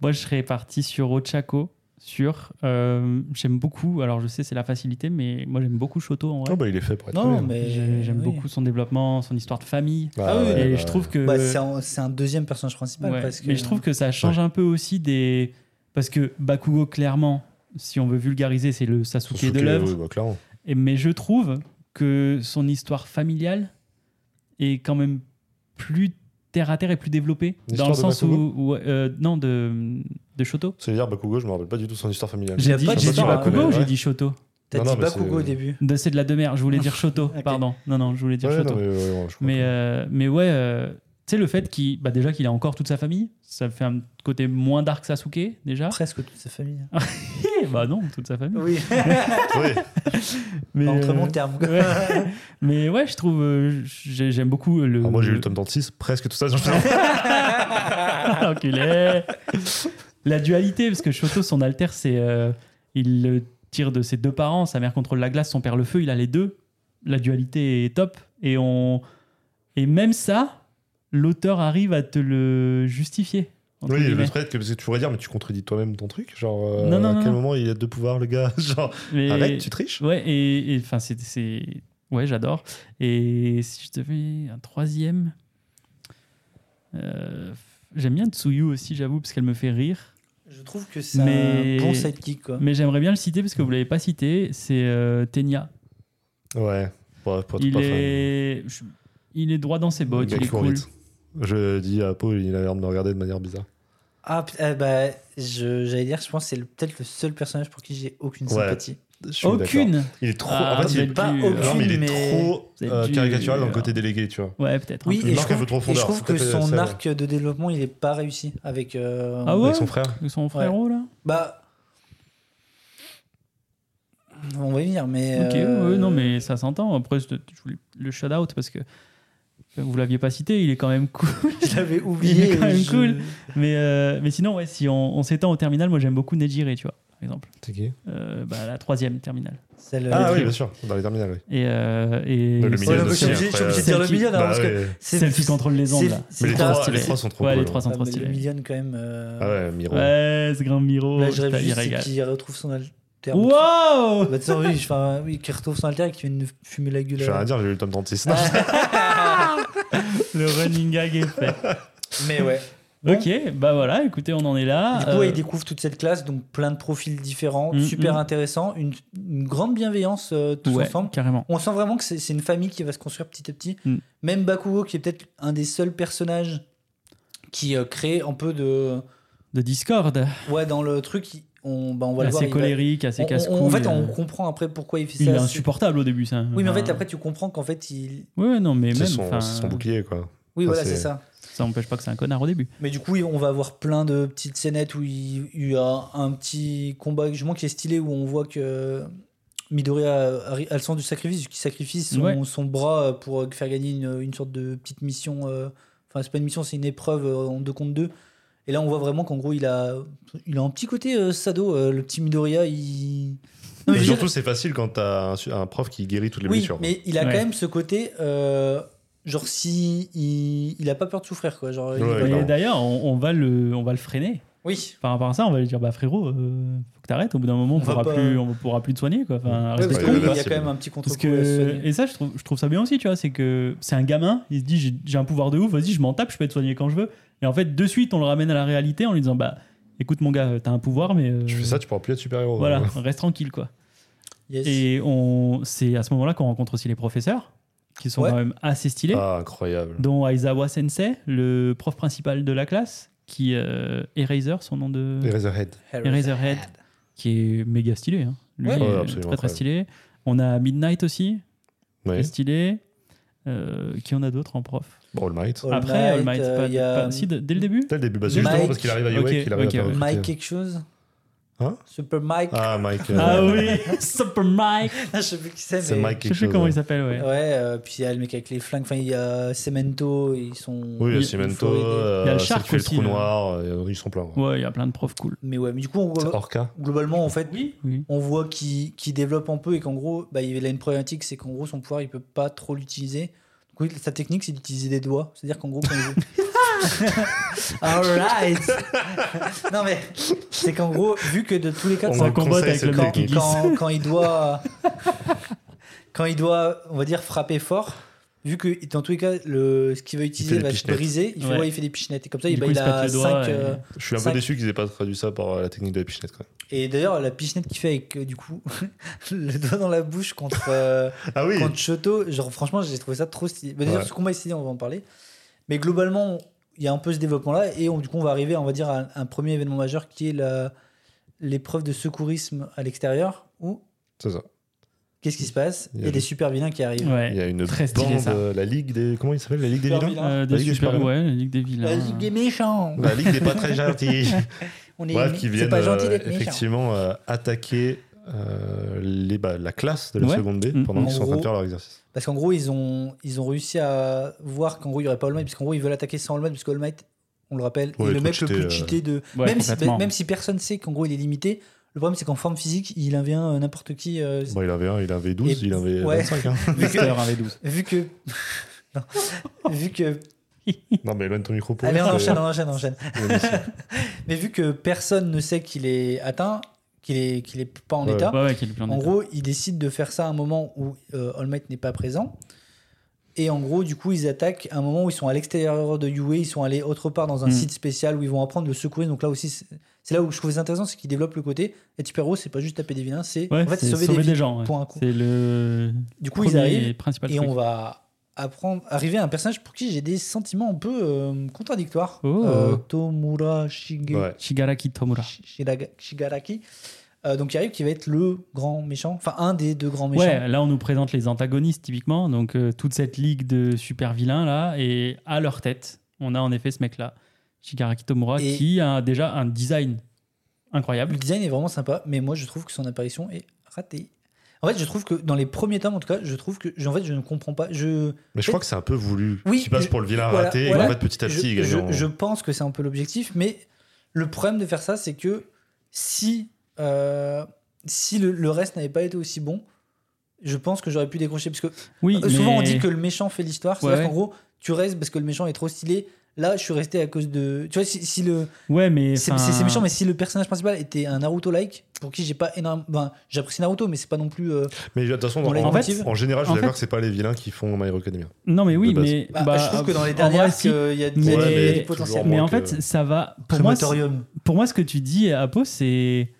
Speaker 1: Moi, je serais parti sur Ochako. Sur, euh, j'aime beaucoup. Alors, je sais, c'est la facilité, mais moi, j'aime beaucoup Shoto en vrai.
Speaker 2: Oh, bah, il est fait pour être
Speaker 3: Non,
Speaker 2: aimé, hein.
Speaker 3: mais
Speaker 1: J'ai- j'aime
Speaker 3: Ah oui.
Speaker 1: beaucoup son développement, son histoire de famille.
Speaker 2: Bah,
Speaker 3: Ah oui,
Speaker 2: ouais,
Speaker 1: et
Speaker 2: bah,
Speaker 1: je trouve que.
Speaker 3: Bah, c'est un, c'est un deuxième personnage principal.
Speaker 1: Ouais,
Speaker 3: parce que...
Speaker 1: Mais je trouve que ça change un peu aussi des. Parce que Bakugo, clairement, si on veut vulgariser, c'est le Sasuke,
Speaker 2: Sasuke,
Speaker 1: de l'œuvre.
Speaker 2: oui, bah, clairement.
Speaker 1: Et- Mais je trouve que son histoire familiale est quand même plus terre à terre et plus développée.
Speaker 2: L'histoire
Speaker 1: dans le
Speaker 2: de
Speaker 1: sens où.
Speaker 2: Bakugo
Speaker 1: où, euh, non, de, de Shoto.
Speaker 2: C'est-à-dire, Bakugo, je me rappelle pas du tout son histoire familiale.
Speaker 1: J'ai
Speaker 3: a
Speaker 1: dit,
Speaker 3: pas de
Speaker 1: j'ai dit
Speaker 3: histoire,
Speaker 1: Bakugo
Speaker 2: mais
Speaker 1: ou j'ai
Speaker 2: ouais.
Speaker 1: dit Shoto
Speaker 3: T'as
Speaker 2: Non, non,
Speaker 3: dit
Speaker 2: mais
Speaker 3: Bakugo
Speaker 2: c'est-
Speaker 3: au début.
Speaker 1: De- C'est de la demeure, je voulais dire Shoto,
Speaker 3: Ok.
Speaker 1: pardon. Non, non, je voulais dire
Speaker 2: Ouais,
Speaker 1: Shoto.
Speaker 2: non, mais, ouais, ouais, je
Speaker 1: mais,
Speaker 2: comprends.
Speaker 1: euh, mais ouais, euh, tu sais, le fait qu'il bah déjà qu'il a encore toute sa famille, ça fait un côté moins dark Sasuke, déjà.
Speaker 3: Presque toute sa famille.
Speaker 1: Eh, bah non, toute sa famille.
Speaker 3: Hein Oui,
Speaker 2: Oui,
Speaker 1: Mais,
Speaker 3: entre
Speaker 1: euh,
Speaker 3: mon terme. quoi.
Speaker 1: ouais. mais ouais, je trouve, euh, j'ai- j'aime beaucoup euh, le.
Speaker 2: Alors, Ah, moi j'ai lu le tome 36, presque tout ça. je-
Speaker 1: Enculé. La dualité, parce que Shoto, son alter, c'est. euh, il le tire de ses deux parents, sa mère contrôle la glace, son père le feu, il a les deux. La dualité est top. Et, on... et même ça, l'auteur arrive à te le justifier. entre
Speaker 2: oui, le
Speaker 1: guillemets.
Speaker 2: fait que, parce que tu pourrais dire, mais tu contredis toi-même ton truc. Genre, euh,
Speaker 1: Non, non,
Speaker 2: à
Speaker 1: non,
Speaker 2: quel
Speaker 1: non.
Speaker 2: moment il a de pouvoir, le gars Genre,
Speaker 1: Mais-
Speaker 2: arrête, tu triches
Speaker 1: Ouais, et et, enfin, c'est- c'est. Ouais, j'adore. Et si je devais un troisième. euh, J'aime bien Tsuyu aussi, j'avoue, parce qu'elle me fait rire.
Speaker 3: Je trouve que c'est
Speaker 1: Mais-
Speaker 3: un bon sidekick. Quoi.
Speaker 1: Mais j'aimerais bien le citer parce que vous l'avez pas cité. C'est euh, Tenya.
Speaker 2: Ouais, bref, pour être
Speaker 1: Il
Speaker 2: pas
Speaker 1: est... je- il est droit dans ses
Speaker 2: fan.
Speaker 1: bottes,
Speaker 2: Le
Speaker 1: il
Speaker 2: mec
Speaker 1: est
Speaker 2: court
Speaker 1: cool.
Speaker 2: vite. Je dis à Pau, il a l'air de me regarder de manière bizarre.
Speaker 3: Ah, put- eh bah, je- j'allais dire, je pense que c'est le- peut-être le seul personnage pour qui j'ai aucune
Speaker 2: Ouais.
Speaker 3: sympathie.
Speaker 2: Je suis d'accord.
Speaker 1: Aucune
Speaker 2: Il est trop.
Speaker 1: Ah,
Speaker 2: en fait, il est
Speaker 1: vous êtes
Speaker 3: pas
Speaker 1: durs.
Speaker 3: aucune.
Speaker 2: Non, mais il est
Speaker 3: mais-
Speaker 2: trop
Speaker 1: C'est
Speaker 2: euh,
Speaker 1: dur.
Speaker 2: caricatural dans le côté délégué, tu vois.
Speaker 1: Ouais, peut-être. un
Speaker 3: Oui,
Speaker 1: peu.
Speaker 2: Il
Speaker 3: et je
Speaker 2: marque un
Speaker 3: trouve,
Speaker 2: peu trop
Speaker 3: et je
Speaker 2: fondeur,
Speaker 3: trouve
Speaker 2: c'est
Speaker 3: que
Speaker 2: peut-être la
Speaker 3: son
Speaker 2: seule.
Speaker 3: arc de développement, il est pas réussi avec. euh,
Speaker 1: Ah ouais
Speaker 2: Avec son frère.
Speaker 1: Son frérot, là
Speaker 3: Bah. On va y venir, mais.
Speaker 1: Ok,
Speaker 3: euh,
Speaker 1: ouais, non, mais ça s'entend. Après, je je voulais le shout-out parce que vous l'aviez pas cité, il est quand même cool.
Speaker 3: Je l'avais oublié.
Speaker 1: Il est quand même
Speaker 3: je-
Speaker 1: cool. Mais, euh, mais sinon, ouais, si on, on s'étend au terminal, moi j'aime beaucoup Nejire, tu vois, par exemple.
Speaker 2: C'est qui
Speaker 1: Euh, bah, la troisième terminale.
Speaker 3: Celle,
Speaker 2: Ah
Speaker 1: Le
Speaker 2: oui,
Speaker 1: trio.
Speaker 2: bien sûr, dans les terminales, oui.
Speaker 1: Et, euh, et
Speaker 2: Le
Speaker 1: c'est-
Speaker 3: Ouais, non, mais
Speaker 2: Milieu
Speaker 3: je suis
Speaker 2: aussi,
Speaker 3: obligé je suis
Speaker 2: après,
Speaker 3: obligé de dire le
Speaker 1: celle qui-
Speaker 3: million,
Speaker 2: Bah
Speaker 3: parce que
Speaker 2: ouais.
Speaker 3: c'est
Speaker 1: celle qui contrôle les ondes,
Speaker 3: c'est-
Speaker 1: là.
Speaker 3: c'est
Speaker 2: Mais les
Speaker 3: grave
Speaker 2: trois,
Speaker 3: stylé.
Speaker 2: les trois sont trop
Speaker 1: Ouais,
Speaker 2: cool,
Speaker 1: les
Speaker 2: hein.
Speaker 1: trois sont
Speaker 3: Ah,
Speaker 1: trop
Speaker 3: mais le
Speaker 1: stylés.
Speaker 3: million, quand même. euh,
Speaker 2: Ah ouais, Miro.
Speaker 1: Ouais, ce grand Miro,
Speaker 3: Là, je
Speaker 1: Oh, putain,
Speaker 3: rêve
Speaker 1: il
Speaker 3: juste
Speaker 1: régale.
Speaker 3: qu'il retrouve son alter.
Speaker 1: Wow
Speaker 3: Bah, tu sais, oui, je- enfin, oui, qui retrouve son alter et qui vient de fumer la gueule.
Speaker 2: Je vais
Speaker 3: à-
Speaker 2: rien dire, j'ai lu le tome 36. Non,
Speaker 1: Le running gag est fait.
Speaker 3: Mais ouais. Bon.
Speaker 1: Ok, bah voilà, écoutez, on en est là.
Speaker 3: Du coup, ouais,
Speaker 1: Euh,
Speaker 3: il découvre toute cette classe, donc plein de profils différents,
Speaker 1: Mm,
Speaker 3: super
Speaker 1: mm.
Speaker 3: intéressants, une, une grande bienveillance euh, tous
Speaker 1: ouais,
Speaker 3: ensemble.
Speaker 1: carrément.
Speaker 3: On sent vraiment que c'est c'est une famille qui va se construire petit à petit.
Speaker 1: Mm.
Speaker 3: Même Bakugo, qui est peut-être un des seuls personnages qui euh, crée un peu de.
Speaker 1: De Discord,
Speaker 3: Ouais, dans le truc, il- on, bah, on va le voir.
Speaker 1: assez
Speaker 3: il va-
Speaker 1: Ah, colérique,
Speaker 3: on-
Speaker 1: assez
Speaker 3: on-
Speaker 1: casse-couille.
Speaker 3: en fait,
Speaker 1: euh,
Speaker 3: on comprend après pourquoi il fait
Speaker 1: Il est
Speaker 3: ça.
Speaker 1: insupportable au début, ça.
Speaker 3: Oui, mais en fait,
Speaker 1: Enfin,
Speaker 3: après, tu comprends qu'en fait, il.
Speaker 1: Ouais, non, mais
Speaker 2: C'est
Speaker 1: même.
Speaker 2: son,
Speaker 1: enfin,
Speaker 2: c'est son bouclier, quoi.
Speaker 3: Oui,
Speaker 2: Ça,
Speaker 3: voilà,
Speaker 2: c'est-
Speaker 3: c'est ça.
Speaker 1: Ça n'empêche pas que c'est un connard au début.
Speaker 3: Mais du coup, on va avoir plein de petites scénettes où il, il y a un petit combat justement qui est stylé où on voit que Midoriya a, a le sens du sacrifice, qui sacrifie son,
Speaker 1: Ouais.
Speaker 3: son bras euh, pour faire gagner une, une sorte de petite mission. euh, Enfin, c'est pas une mission, c'est une épreuve euh, en deux contre deux. Et là, on voit vraiment qu'en gros, il a, il a un petit côté euh, sado. euh, le petit Midoriya, il. Non, mais je
Speaker 2: Et
Speaker 3: veux dire-
Speaker 2: surtout, c'est facile quand t'as un, su- un prof qui guérit toutes les
Speaker 3: oui,
Speaker 2: blessures.
Speaker 3: mais il a
Speaker 1: Ouais.
Speaker 3: quand même ce côté. euh, genre, si il, il a pas peur de souffrir, quoi. Genre, il
Speaker 2: Ouais,
Speaker 3: va-
Speaker 2: non.
Speaker 1: Et d'ailleurs, on, on va le, on va le freiner.
Speaker 3: Oui.
Speaker 1: Par rapport à ça, on va lui dire bah frérot, euh, faut que t'arrêtes. Au bout d'un moment, on,
Speaker 3: On va
Speaker 1: pourra
Speaker 3: pas-
Speaker 1: plus, on pourra plus te soigner quoi. Enfin,
Speaker 3: Ouais, parce
Speaker 1: respecte-nous,
Speaker 3: que oui,
Speaker 2: Ouais,
Speaker 1: quoi.
Speaker 3: il y a
Speaker 2: c'est
Speaker 3: quand même
Speaker 2: bon.
Speaker 3: un petit contre
Speaker 1: Parce que et ça, je trouve, je trouve ça bien aussi, tu vois, c'est que c'est un gamin. Il se dit j'ai- j'ai un pouvoir de ouf, vas-y, je m'en tape, je peux être soigné quand je veux. Et en fait, de suite, on le ramène à la réalité en lui disant bah écoute mon gars, t'as un pouvoir, mais euh,
Speaker 2: Je fais ça, tu pourras plus être super-héros.
Speaker 1: voilà, reste tranquille quoi.
Speaker 3: Yes.
Speaker 1: Et on, c'est à ce moment-là qu'on rencontre aussi les professeurs, qui sont
Speaker 3: Ouais.
Speaker 1: quand même assez stylés.
Speaker 2: Ah, incroyable.
Speaker 1: dont Aizawa Sensei, le prof principal de la classe, qui euh, Eraser, son nom de
Speaker 2: Razorhead.
Speaker 1: Eraserhead, qui est méga stylé. hein. Lui,
Speaker 3: Ouais.
Speaker 1: il
Speaker 2: Ouais,
Speaker 1: est
Speaker 2: absolument
Speaker 1: très très
Speaker 2: incroyable.
Speaker 1: stylé. On a Midnight aussi, qui
Speaker 2: Ouais.
Speaker 1: est stylé. Euh, qui en a d'autres en prof
Speaker 2: All Might.
Speaker 3: All
Speaker 1: Après, All
Speaker 3: Might,
Speaker 1: Might,
Speaker 3: euh,
Speaker 1: pas-
Speaker 3: il y a-
Speaker 1: pas- si, d- dès le début
Speaker 2: Dès le début, bah, c'est justement
Speaker 3: Mike.
Speaker 2: parce qu'il arrive à
Speaker 1: Ok,
Speaker 2: Yoé qu'il arrive
Speaker 1: ok,
Speaker 2: à faire
Speaker 1: ouais.
Speaker 2: recruter.
Speaker 3: Mike quelque chose
Speaker 2: Hein
Speaker 3: Super Mike.
Speaker 2: Ah, Mike. euh,
Speaker 1: Ah oui, Super Mike
Speaker 3: Je sais plus qui c'est.
Speaker 2: C'est
Speaker 3: mais-
Speaker 2: Mike
Speaker 1: Je
Speaker 2: quelque
Speaker 1: sais plus
Speaker 2: chose,
Speaker 1: comment
Speaker 2: ouais.
Speaker 1: il s'appelle, ouais.
Speaker 3: Ouais, euh, puis il y a le mec avec les flingues. Enfin, il y a Cemento, ils sont.
Speaker 2: Oui, il y a
Speaker 1: Il-
Speaker 2: Cimento,
Speaker 1: Il
Speaker 3: Floride.
Speaker 1: y a le
Speaker 2: euh,
Speaker 1: Shark
Speaker 2: Shark fait le
Speaker 1: aussi,
Speaker 2: trou
Speaker 1: là.
Speaker 2: noir, euh, ils sont pleins. ouais.
Speaker 1: Ouais, il y a plein de profs cool.
Speaker 3: Mais ouais, mais du coup, on-
Speaker 2: C'est Orca.
Speaker 3: globalement, en fait,
Speaker 1: Oui, oui.
Speaker 3: on voit qu'il qu'il développe un peu et qu'en gros, bah, il a une problématique, c'est qu'en gros, son pouvoir, il peut pas trop l'utiliser. Du coup, sa technique, c'est d'utiliser des doigts. C'est-à-dire qu'en gros, quand il Alright Non, mais c'est qu'en gros, vu que de tous les cas,
Speaker 2: On
Speaker 1: C'est un
Speaker 2: vous
Speaker 1: combat
Speaker 2: conseille
Speaker 1: avec
Speaker 2: cette
Speaker 1: le mec qui
Speaker 2: technique.
Speaker 1: glisse.
Speaker 3: quand, quand il doit quand il doit on va dire frapper fort vu que dans tous les cas le ce qu'il va utiliser
Speaker 2: des
Speaker 3: va se
Speaker 2: pichenettes.
Speaker 3: briser il fait
Speaker 1: Ouais.
Speaker 3: ouais, il fait des pichenettes et comme ça
Speaker 1: Du
Speaker 3: il, bah,
Speaker 1: coup, il
Speaker 3: il
Speaker 1: se
Speaker 3: a
Speaker 1: pète le doigt
Speaker 3: 5
Speaker 1: et-
Speaker 2: Je suis un peu
Speaker 3: Cinq.
Speaker 2: déçu qu'ils aient pas traduit ça par euh, la technique de la pichenette. Quand même.
Speaker 3: et, d'ailleurs la pichenette qu'il fait avec euh, du coup le doigt dans la bouche contre euh,
Speaker 2: Ah oui
Speaker 3: contre Choto genre franchement j'ai trouvé ça trop stylé Bah, d'ailleurs
Speaker 2: Ouais.
Speaker 3: ce combat est stylé on va en parler mais globalement il y a un peu ce développement là et on- du coup on va arriver on va dire à un, un premier événement majeur qui est la l'épreuve de secourisme à l'extérieur où
Speaker 2: C'est ça.
Speaker 3: Qu'est-ce qui se passe Il y
Speaker 2: Il y
Speaker 3: a
Speaker 2: a
Speaker 3: des super vilains qui arrivent.
Speaker 2: Il
Speaker 1: Ouais.
Speaker 2: y a une
Speaker 1: Très stylé,
Speaker 2: bande,
Speaker 1: ça.
Speaker 2: euh, la ligue des. Comment il s'appelle La ligue des
Speaker 3: Super
Speaker 2: vilains
Speaker 3: vilains.
Speaker 1: Euh, des
Speaker 2: La Ligue des
Speaker 1: super,
Speaker 2: super-héros.
Speaker 1: ouais, la Ligue des vilains.
Speaker 3: La Ligue des méchants
Speaker 2: La ligue des pas très gentils.
Speaker 3: On est,
Speaker 2: Bref, qui
Speaker 3: C'est
Speaker 2: viennent
Speaker 3: pas gentil
Speaker 2: euh,
Speaker 3: d'être méchant.
Speaker 2: effectivement euh, attaquer euh, les, bah, la classe de la
Speaker 1: Ouais.
Speaker 2: seconde B
Speaker 1: Mm.
Speaker 2: pendant
Speaker 3: En
Speaker 2: qu'ils sont en train
Speaker 3: gros.
Speaker 2: de faire leur exercice.
Speaker 3: Parce qu'en gros, ils ont, ils ont réussi à voir qu'en gros, il n'y aurait pas All Might. Parce qu'en gros, ils veulent attaquer sans All Might. Parce que All Might, on le rappelle,
Speaker 2: Ouais,
Speaker 3: est le
Speaker 2: trop
Speaker 3: mec
Speaker 2: cheaté,
Speaker 3: le plus
Speaker 2: euh.
Speaker 3: cheaté de.
Speaker 1: Ouais,
Speaker 3: même, si,
Speaker 1: complètement.
Speaker 3: même si personne sait qu'en gros, il est limité, le problème, c'est qu'en forme physique, il invient euh, n'importe qui. euh,
Speaker 2: Bon, il avait un, il avait 12,
Speaker 3: Et-
Speaker 2: il avait
Speaker 3: ouais.
Speaker 2: 25. hein.
Speaker 3: vu que.
Speaker 1: Mister avec 12.
Speaker 3: Vu que... Non. vu que.
Speaker 2: Non, mais éloigne ton micro pour
Speaker 3: Allez, on
Speaker 2: c'est-
Speaker 3: enchaîne, on enchaîne, on enchaîne.
Speaker 2: Ouais,
Speaker 3: Mais vu que personne ne sait qu'il est atteint, qu'il est, qu'il est pas en
Speaker 2: Ouais.
Speaker 3: état,
Speaker 1: Ouais, ouais, qui est le plus en
Speaker 3: En
Speaker 1: état.
Speaker 3: gros, ils décident de faire ça à un moment où euh, All Might n'est pas présent. Et en gros, du coup, ils attaquent à un moment où ils sont à l'extérieur de UA, ils sont allés autre part dans un
Speaker 1: Mm.
Speaker 3: site spécial où ils vont apprendre le secouer. Donc là aussi, c'est c'est là où je trouvais ça intéressant, c'est qu'ils développent le côté être héros, c'est pas juste taper des vilains, c'est
Speaker 1: Ouais,
Speaker 3: en fait
Speaker 1: c'est
Speaker 3: sauver, des, vies.
Speaker 1: gens. ouais.
Speaker 3: Point, quoi.
Speaker 1: C'est le
Speaker 3: Du coup, ils arrivent
Speaker 1: principal
Speaker 3: et
Speaker 1: truc.
Speaker 3: on va apprendre, arriver à un personnage pour qui j'ai des sentiments un peu euh, contradictoires.
Speaker 1: Oh.
Speaker 3: Euh, Tomura Shige-
Speaker 2: Ouais.
Speaker 1: Shigaraki Tomura.
Speaker 3: Shi- Shiraga- Shigaraki. Euh, donc il arrive qui va être le grand méchant, enfin un des deux grands méchants.
Speaker 1: Ouais, là on nous présente les antagonistes typiquement, donc euh, toute cette ligue de super vilains là, et à leur tête, on a en effet ce mec là, Shigaraki Tomura,
Speaker 3: Et-
Speaker 1: qui a déjà un design incroyable.
Speaker 3: Le design est vraiment sympa, mais moi je trouve que son apparition est ratée. En fait, je trouve que dans les premiers tomes, en tout cas, je trouve que je- en fait, je ne comprends pas. Je,
Speaker 2: Mais je crois que c'est un peu voulu.
Speaker 3: Oui,
Speaker 2: qui passe
Speaker 3: je-
Speaker 2: pour le vilain
Speaker 3: voilà,
Speaker 2: raté
Speaker 3: voilà.
Speaker 2: et en fait petit à
Speaker 3: je,
Speaker 2: petit il gagne.
Speaker 3: je-
Speaker 2: en-
Speaker 3: je pense que c'est un peu l'objectif, mais le problème de faire ça, c'est que si, euh, si le, le reste n'avait pas été aussi bon, je pense que j'aurais pu décrocher. Parce que
Speaker 1: Oui,
Speaker 3: euh, souvent,
Speaker 1: mais-
Speaker 3: on dit que le méchant fait l'histoire.
Speaker 1: Ouais,
Speaker 3: C'est-à-dire
Speaker 1: ouais.
Speaker 3: qu'en gros, tu restes parce que le méchant est trop stylé. Là, je suis resté à cause de. Tu vois, si, si le.
Speaker 1: ouais, mais
Speaker 3: C'est
Speaker 1: enfin,
Speaker 3: c'est- c'est méchant, mais si le personnage principal était un Naruto-like, pour qui j'ai pas énormément. ben, j'apprécie Naruto, mais c'est pas non plus. euh,
Speaker 2: Mais de toute façon,
Speaker 3: On
Speaker 2: en,
Speaker 3: les
Speaker 2: en
Speaker 1: motive.
Speaker 2: fait, en général, je
Speaker 1: En
Speaker 2: suis
Speaker 1: fait-
Speaker 2: d'accord que c'est pas les vilains qui font My Hero Academia.
Speaker 1: non, mais oui,
Speaker 2: de base.
Speaker 1: mais
Speaker 3: Bah,
Speaker 1: bah,
Speaker 3: je trouve que dans les
Speaker 1: en vrai,
Speaker 3: dernières, euh,
Speaker 1: si.
Speaker 3: il y a, il y a
Speaker 1: Mais-
Speaker 3: des-
Speaker 1: mais-
Speaker 3: du potentiel.
Speaker 1: Mais
Speaker 2: Sûrement
Speaker 1: en fait,
Speaker 2: que-
Speaker 1: ça va. Pour moi, c'est-
Speaker 3: Crématorium.
Speaker 1: pour moi, ce que tu dis, Apo, c'est.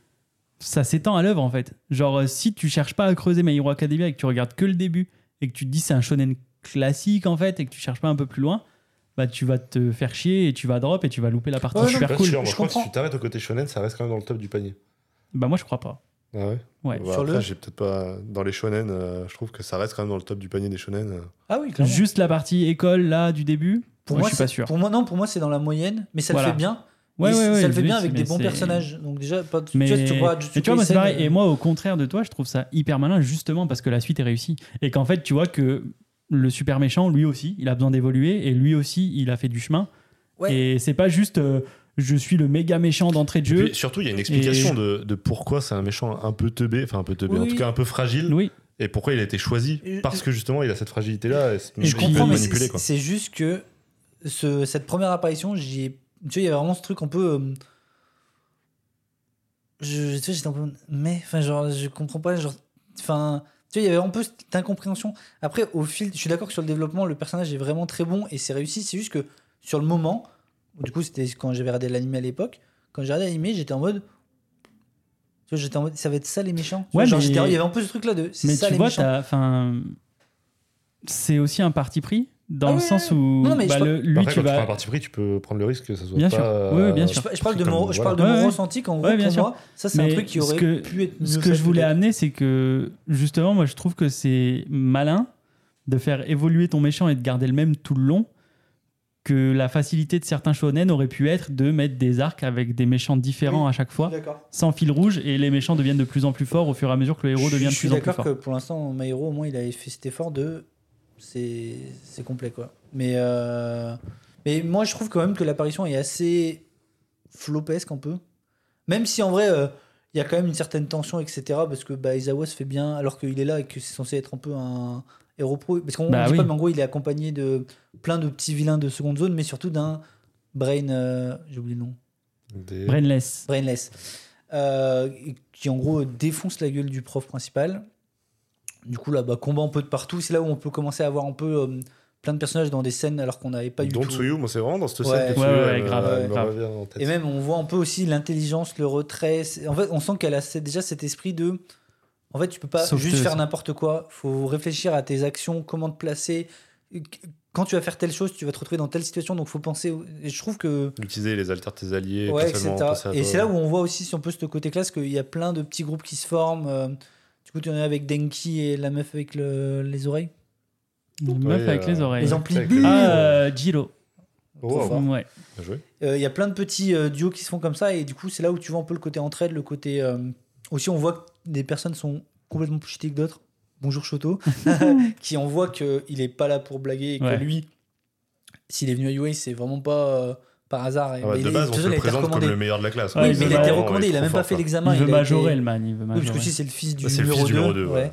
Speaker 1: Ça s'étend à l'œuvre, en fait. Genre, euh, si tu cherches pas à creuser My Hero Academia et que tu regardes que le début et que tu te dis c'est un shonen classique, en fait, et que tu cherches pas un peu plus loin, bah tu vas te faire chier et tu vas drop et tu vas louper la partie
Speaker 3: Ouais, non,
Speaker 2: je suis
Speaker 1: super
Speaker 2: pas
Speaker 1: cool.
Speaker 2: sûr, moi,
Speaker 3: je
Speaker 2: Bah, je, crois que
Speaker 3: comprends.
Speaker 2: si tu t'arrêtes au côté shonen, ça reste quand même dans le top du panier.
Speaker 1: Bah, moi, je crois pas.
Speaker 2: Ah ouais
Speaker 1: Ouais.
Speaker 2: Bah,
Speaker 3: Sur
Speaker 2: après,
Speaker 3: le-
Speaker 2: j'ai peut-être pas. Dans les shonen, euh, je trouve que ça reste quand même dans le top du panier des shonen. euh.
Speaker 3: Ah oui, clairement.
Speaker 1: Juste la partie école, là, du début, pour moi, je suis
Speaker 3: c'est-
Speaker 1: pas sûr.
Speaker 3: Pour moi, non, pour moi, c'est dans la moyenne, mais ça
Speaker 1: Voilà.
Speaker 3: le fait bien.
Speaker 1: Ouais,
Speaker 3: Et
Speaker 1: ouais,
Speaker 3: ça
Speaker 1: ouais,
Speaker 3: le fait
Speaker 1: oui,
Speaker 3: bien avec
Speaker 1: mais
Speaker 3: des bons
Speaker 1: c'est-
Speaker 3: personnages. Donc, déjà, pas de
Speaker 1: Mais,
Speaker 3: tu vois, si tu vois,
Speaker 1: mais
Speaker 3: Jujutsu
Speaker 1: tu vois, moi, c'est
Speaker 3: Kaisen,
Speaker 1: pareil.
Speaker 3: euh,
Speaker 1: Et moi, au contraire de toi, je trouve ça hyper malin, justement, parce que la suite est réussie. Et qu'en fait, tu vois que le super méchant, lui aussi, il a besoin d'évoluer, et lui aussi, il a fait du chemin.
Speaker 3: Ouais.
Speaker 1: Et c'est pas juste euh, je suis le méga méchant d'entrée de
Speaker 2: Et
Speaker 1: jeu.
Speaker 2: puis, surtout, il y a une explication de, de pourquoi c'est un méchant un peu teubé, enfin un peu teubé,
Speaker 3: Oui,
Speaker 2: en tout
Speaker 3: oui.
Speaker 2: cas un peu fragile,
Speaker 1: Oui,
Speaker 2: et pourquoi il a été choisi.
Speaker 1: euh,
Speaker 3: Et-
Speaker 2: Parce que justement, il a cette fragilité-là. Et, c'est-
Speaker 3: Et je
Speaker 2: il peut
Speaker 3: comprends,
Speaker 2: être
Speaker 3: mais
Speaker 2: manipulé,
Speaker 3: c'est-
Speaker 2: quoi.
Speaker 3: c'est juste que ce- cette première apparition, j'y ai- tu vois, il y avait vraiment ce truc un peu. euh, Je, tu vois, j'étais un peu. Mais, enfin, genre, je comprends pas, genre. Enfin, tu vois, il y avait un peu cette incompréhension. Après, au fil, je suis d'accord que sur le développement, le personnage est vraiment très bon et c'est réussi. C'est juste que sur le moment, du coup, c'était quand j'avais regardé l'anime à l'époque, quand j'ai regardé l'anime, j'étais en mode. Tu vois, j'étais en mode, ça va être ça les méchants. Tu vois,
Speaker 1: Ouais,
Speaker 3: genre,
Speaker 1: mais-
Speaker 3: j'étais- il y avait un peu ce truc là de. C'est
Speaker 1: mais
Speaker 3: ça
Speaker 1: tu
Speaker 3: les
Speaker 1: vois,
Speaker 3: méchants.
Speaker 1: t'as- 'fin, c'est aussi un parti pris Dans
Speaker 3: Ah
Speaker 1: le
Speaker 3: oui,
Speaker 1: sens
Speaker 3: oui,
Speaker 1: où
Speaker 3: Non, mais
Speaker 1: bah,
Speaker 3: je
Speaker 1: le- lui,
Speaker 2: Après,
Speaker 1: tu
Speaker 2: quand tu prends
Speaker 1: vas.
Speaker 2: un parti pris, tu peux prendre le risque que ça soit
Speaker 1: Bien
Speaker 2: pas.
Speaker 1: sûr. Oui, oui, bien
Speaker 2: euh,
Speaker 1: sûr.
Speaker 3: Je, je parle de
Speaker 2: Comme,
Speaker 3: mon, je parle de
Speaker 1: voilà.
Speaker 3: mon
Speaker 1: Ouais, ouais.
Speaker 3: ressenti qu'en gros,
Speaker 1: Ouais, bien
Speaker 3: pour
Speaker 1: sûr.
Speaker 3: moi, ça c'est un
Speaker 1: Mais
Speaker 3: truc qui
Speaker 1: ce
Speaker 3: aurait
Speaker 1: que-
Speaker 3: pu être mieux
Speaker 1: Ce que
Speaker 3: fait,
Speaker 1: je voulais
Speaker 3: peut-être.
Speaker 1: amener, c'est que justement, moi, je trouve que c'est malin de faire évoluer ton méchant et de garder le même tout le long. Que la facilité de certains shonen aurait pu être de mettre des arcs avec des méchants différents à chaque fois,
Speaker 3: D'accord.
Speaker 1: sans fil rouge, et les méchants deviennent de plus en plus forts au fur et à mesure que le héros
Speaker 3: Je-
Speaker 1: devient de
Speaker 3: Je suis
Speaker 1: plus en plus
Speaker 3: d'accord
Speaker 1: fort.
Speaker 3: que pour l'instant, My Hero, au moins, il avait fait cet effort de. C'est c'est complet, quoi. Mais, euh, mais moi, je trouve quand même que l'apparition est assez flopesque, un peu. Même si en vrai, euh, il y a quand même une certaine tension, etc. Parce que bah, Izawa se fait bien, alors qu'il est là et que c'est censé être un peu un héros pro. Parce qu'on
Speaker 1: Bah
Speaker 3: ne dit pas,
Speaker 1: oui.
Speaker 3: mais en gros, il est accompagné de plein de petits vilains de seconde zone, mais surtout d'un Brain. euh, J'ai oublié le nom.
Speaker 2: des-
Speaker 1: Brainless.
Speaker 3: Brainless, euh, qui en gros défonce la gueule du prof principal. Du coup, là, bah, combat un peu de partout. C'est là où on peut commencer à avoir un peu euh, plein de personnages dans des scènes alors qu'on n'avait pas du
Speaker 2: Don't
Speaker 3: tout.
Speaker 2: Sue You, moi, c'est vraiment dans cette
Speaker 3: Ouais.
Speaker 2: scène. que
Speaker 1: Ouais,
Speaker 2: Sue You,
Speaker 1: ouais,
Speaker 2: elle me-
Speaker 1: grave,
Speaker 2: elle me
Speaker 1: grave.
Speaker 2: revient en tête.
Speaker 3: Et même, on voit un peu aussi l'intelligence, le retrait. C'est- En fait, on sent qu'elle a c'est déjà cet esprit de. En fait, tu peux pas
Speaker 1: Sauveteuse.
Speaker 3: juste faire n'importe quoi. faut réfléchir à tes actions, comment te placer. Quand tu vas faire telle chose, tu vas te retrouver dans telle situation. Donc, faut penser. au- Et je trouve que.
Speaker 2: Utiliser les altères de tes alliés,
Speaker 3: Ouais,
Speaker 2: potentiellement
Speaker 3: etc.
Speaker 2: penser à
Speaker 3: Et
Speaker 2: toi.
Speaker 3: c'est là où on voit aussi, si on peut, ce côté classe, qu'il y a plein de petits groupes qui se forment. euh, Du coup, tu en as avec Denki et la meuf avec le- les oreilles.
Speaker 1: Une meuf
Speaker 2: Ouais,
Speaker 1: avec
Speaker 2: euh,
Speaker 1: les oreilles.
Speaker 3: les
Speaker 2: ouais,
Speaker 3: amplis
Speaker 2: avec
Speaker 3: bulles.
Speaker 1: Ah, euh, Jiro.
Speaker 2: Oh,
Speaker 3: Trop
Speaker 2: wow,
Speaker 3: fort.
Speaker 1: Ouais.
Speaker 2: bien joué.
Speaker 3: Euh, Il y a plein de petits euh, duos qui se font comme ça. Et du coup, c'est là où tu vois un peu le côté entraide, le côté. euh, Aussi, on voit que des personnes sont complètement plus chutées que d'autres. Bonjour Choto. qui on voit qu'il est pas là pour blaguer et que
Speaker 1: Ouais.
Speaker 3: lui, s'il est venu à UA, c'est vraiment pas euh, par hasard. Et-
Speaker 2: Ah ouais,
Speaker 3: mais il
Speaker 2: de
Speaker 3: est-
Speaker 2: base, on
Speaker 3: toute
Speaker 2: se
Speaker 3: façon, il
Speaker 2: le
Speaker 3: a été
Speaker 2: présente comme
Speaker 3: recommandé.
Speaker 2: le meilleur de la classe.
Speaker 1: Ouais,
Speaker 2: quoi.
Speaker 3: Oui, mais il a été
Speaker 1: vraiment,
Speaker 2: Vraiment,
Speaker 3: recommandé,
Speaker 2: est
Speaker 3: il a
Speaker 2: trop
Speaker 3: même pas
Speaker 2: fort,
Speaker 3: fait
Speaker 2: quoi.
Speaker 3: l'examen.
Speaker 1: Il veut
Speaker 3: a été-
Speaker 1: majorer, le man. Il veut
Speaker 3: Oui, parce
Speaker 1: majorer.
Speaker 3: que si c'est le fils du
Speaker 2: Ah, C'est le
Speaker 3: numéro
Speaker 2: fils du
Speaker 3: 2.
Speaker 2: numéro 2.
Speaker 3: ouais.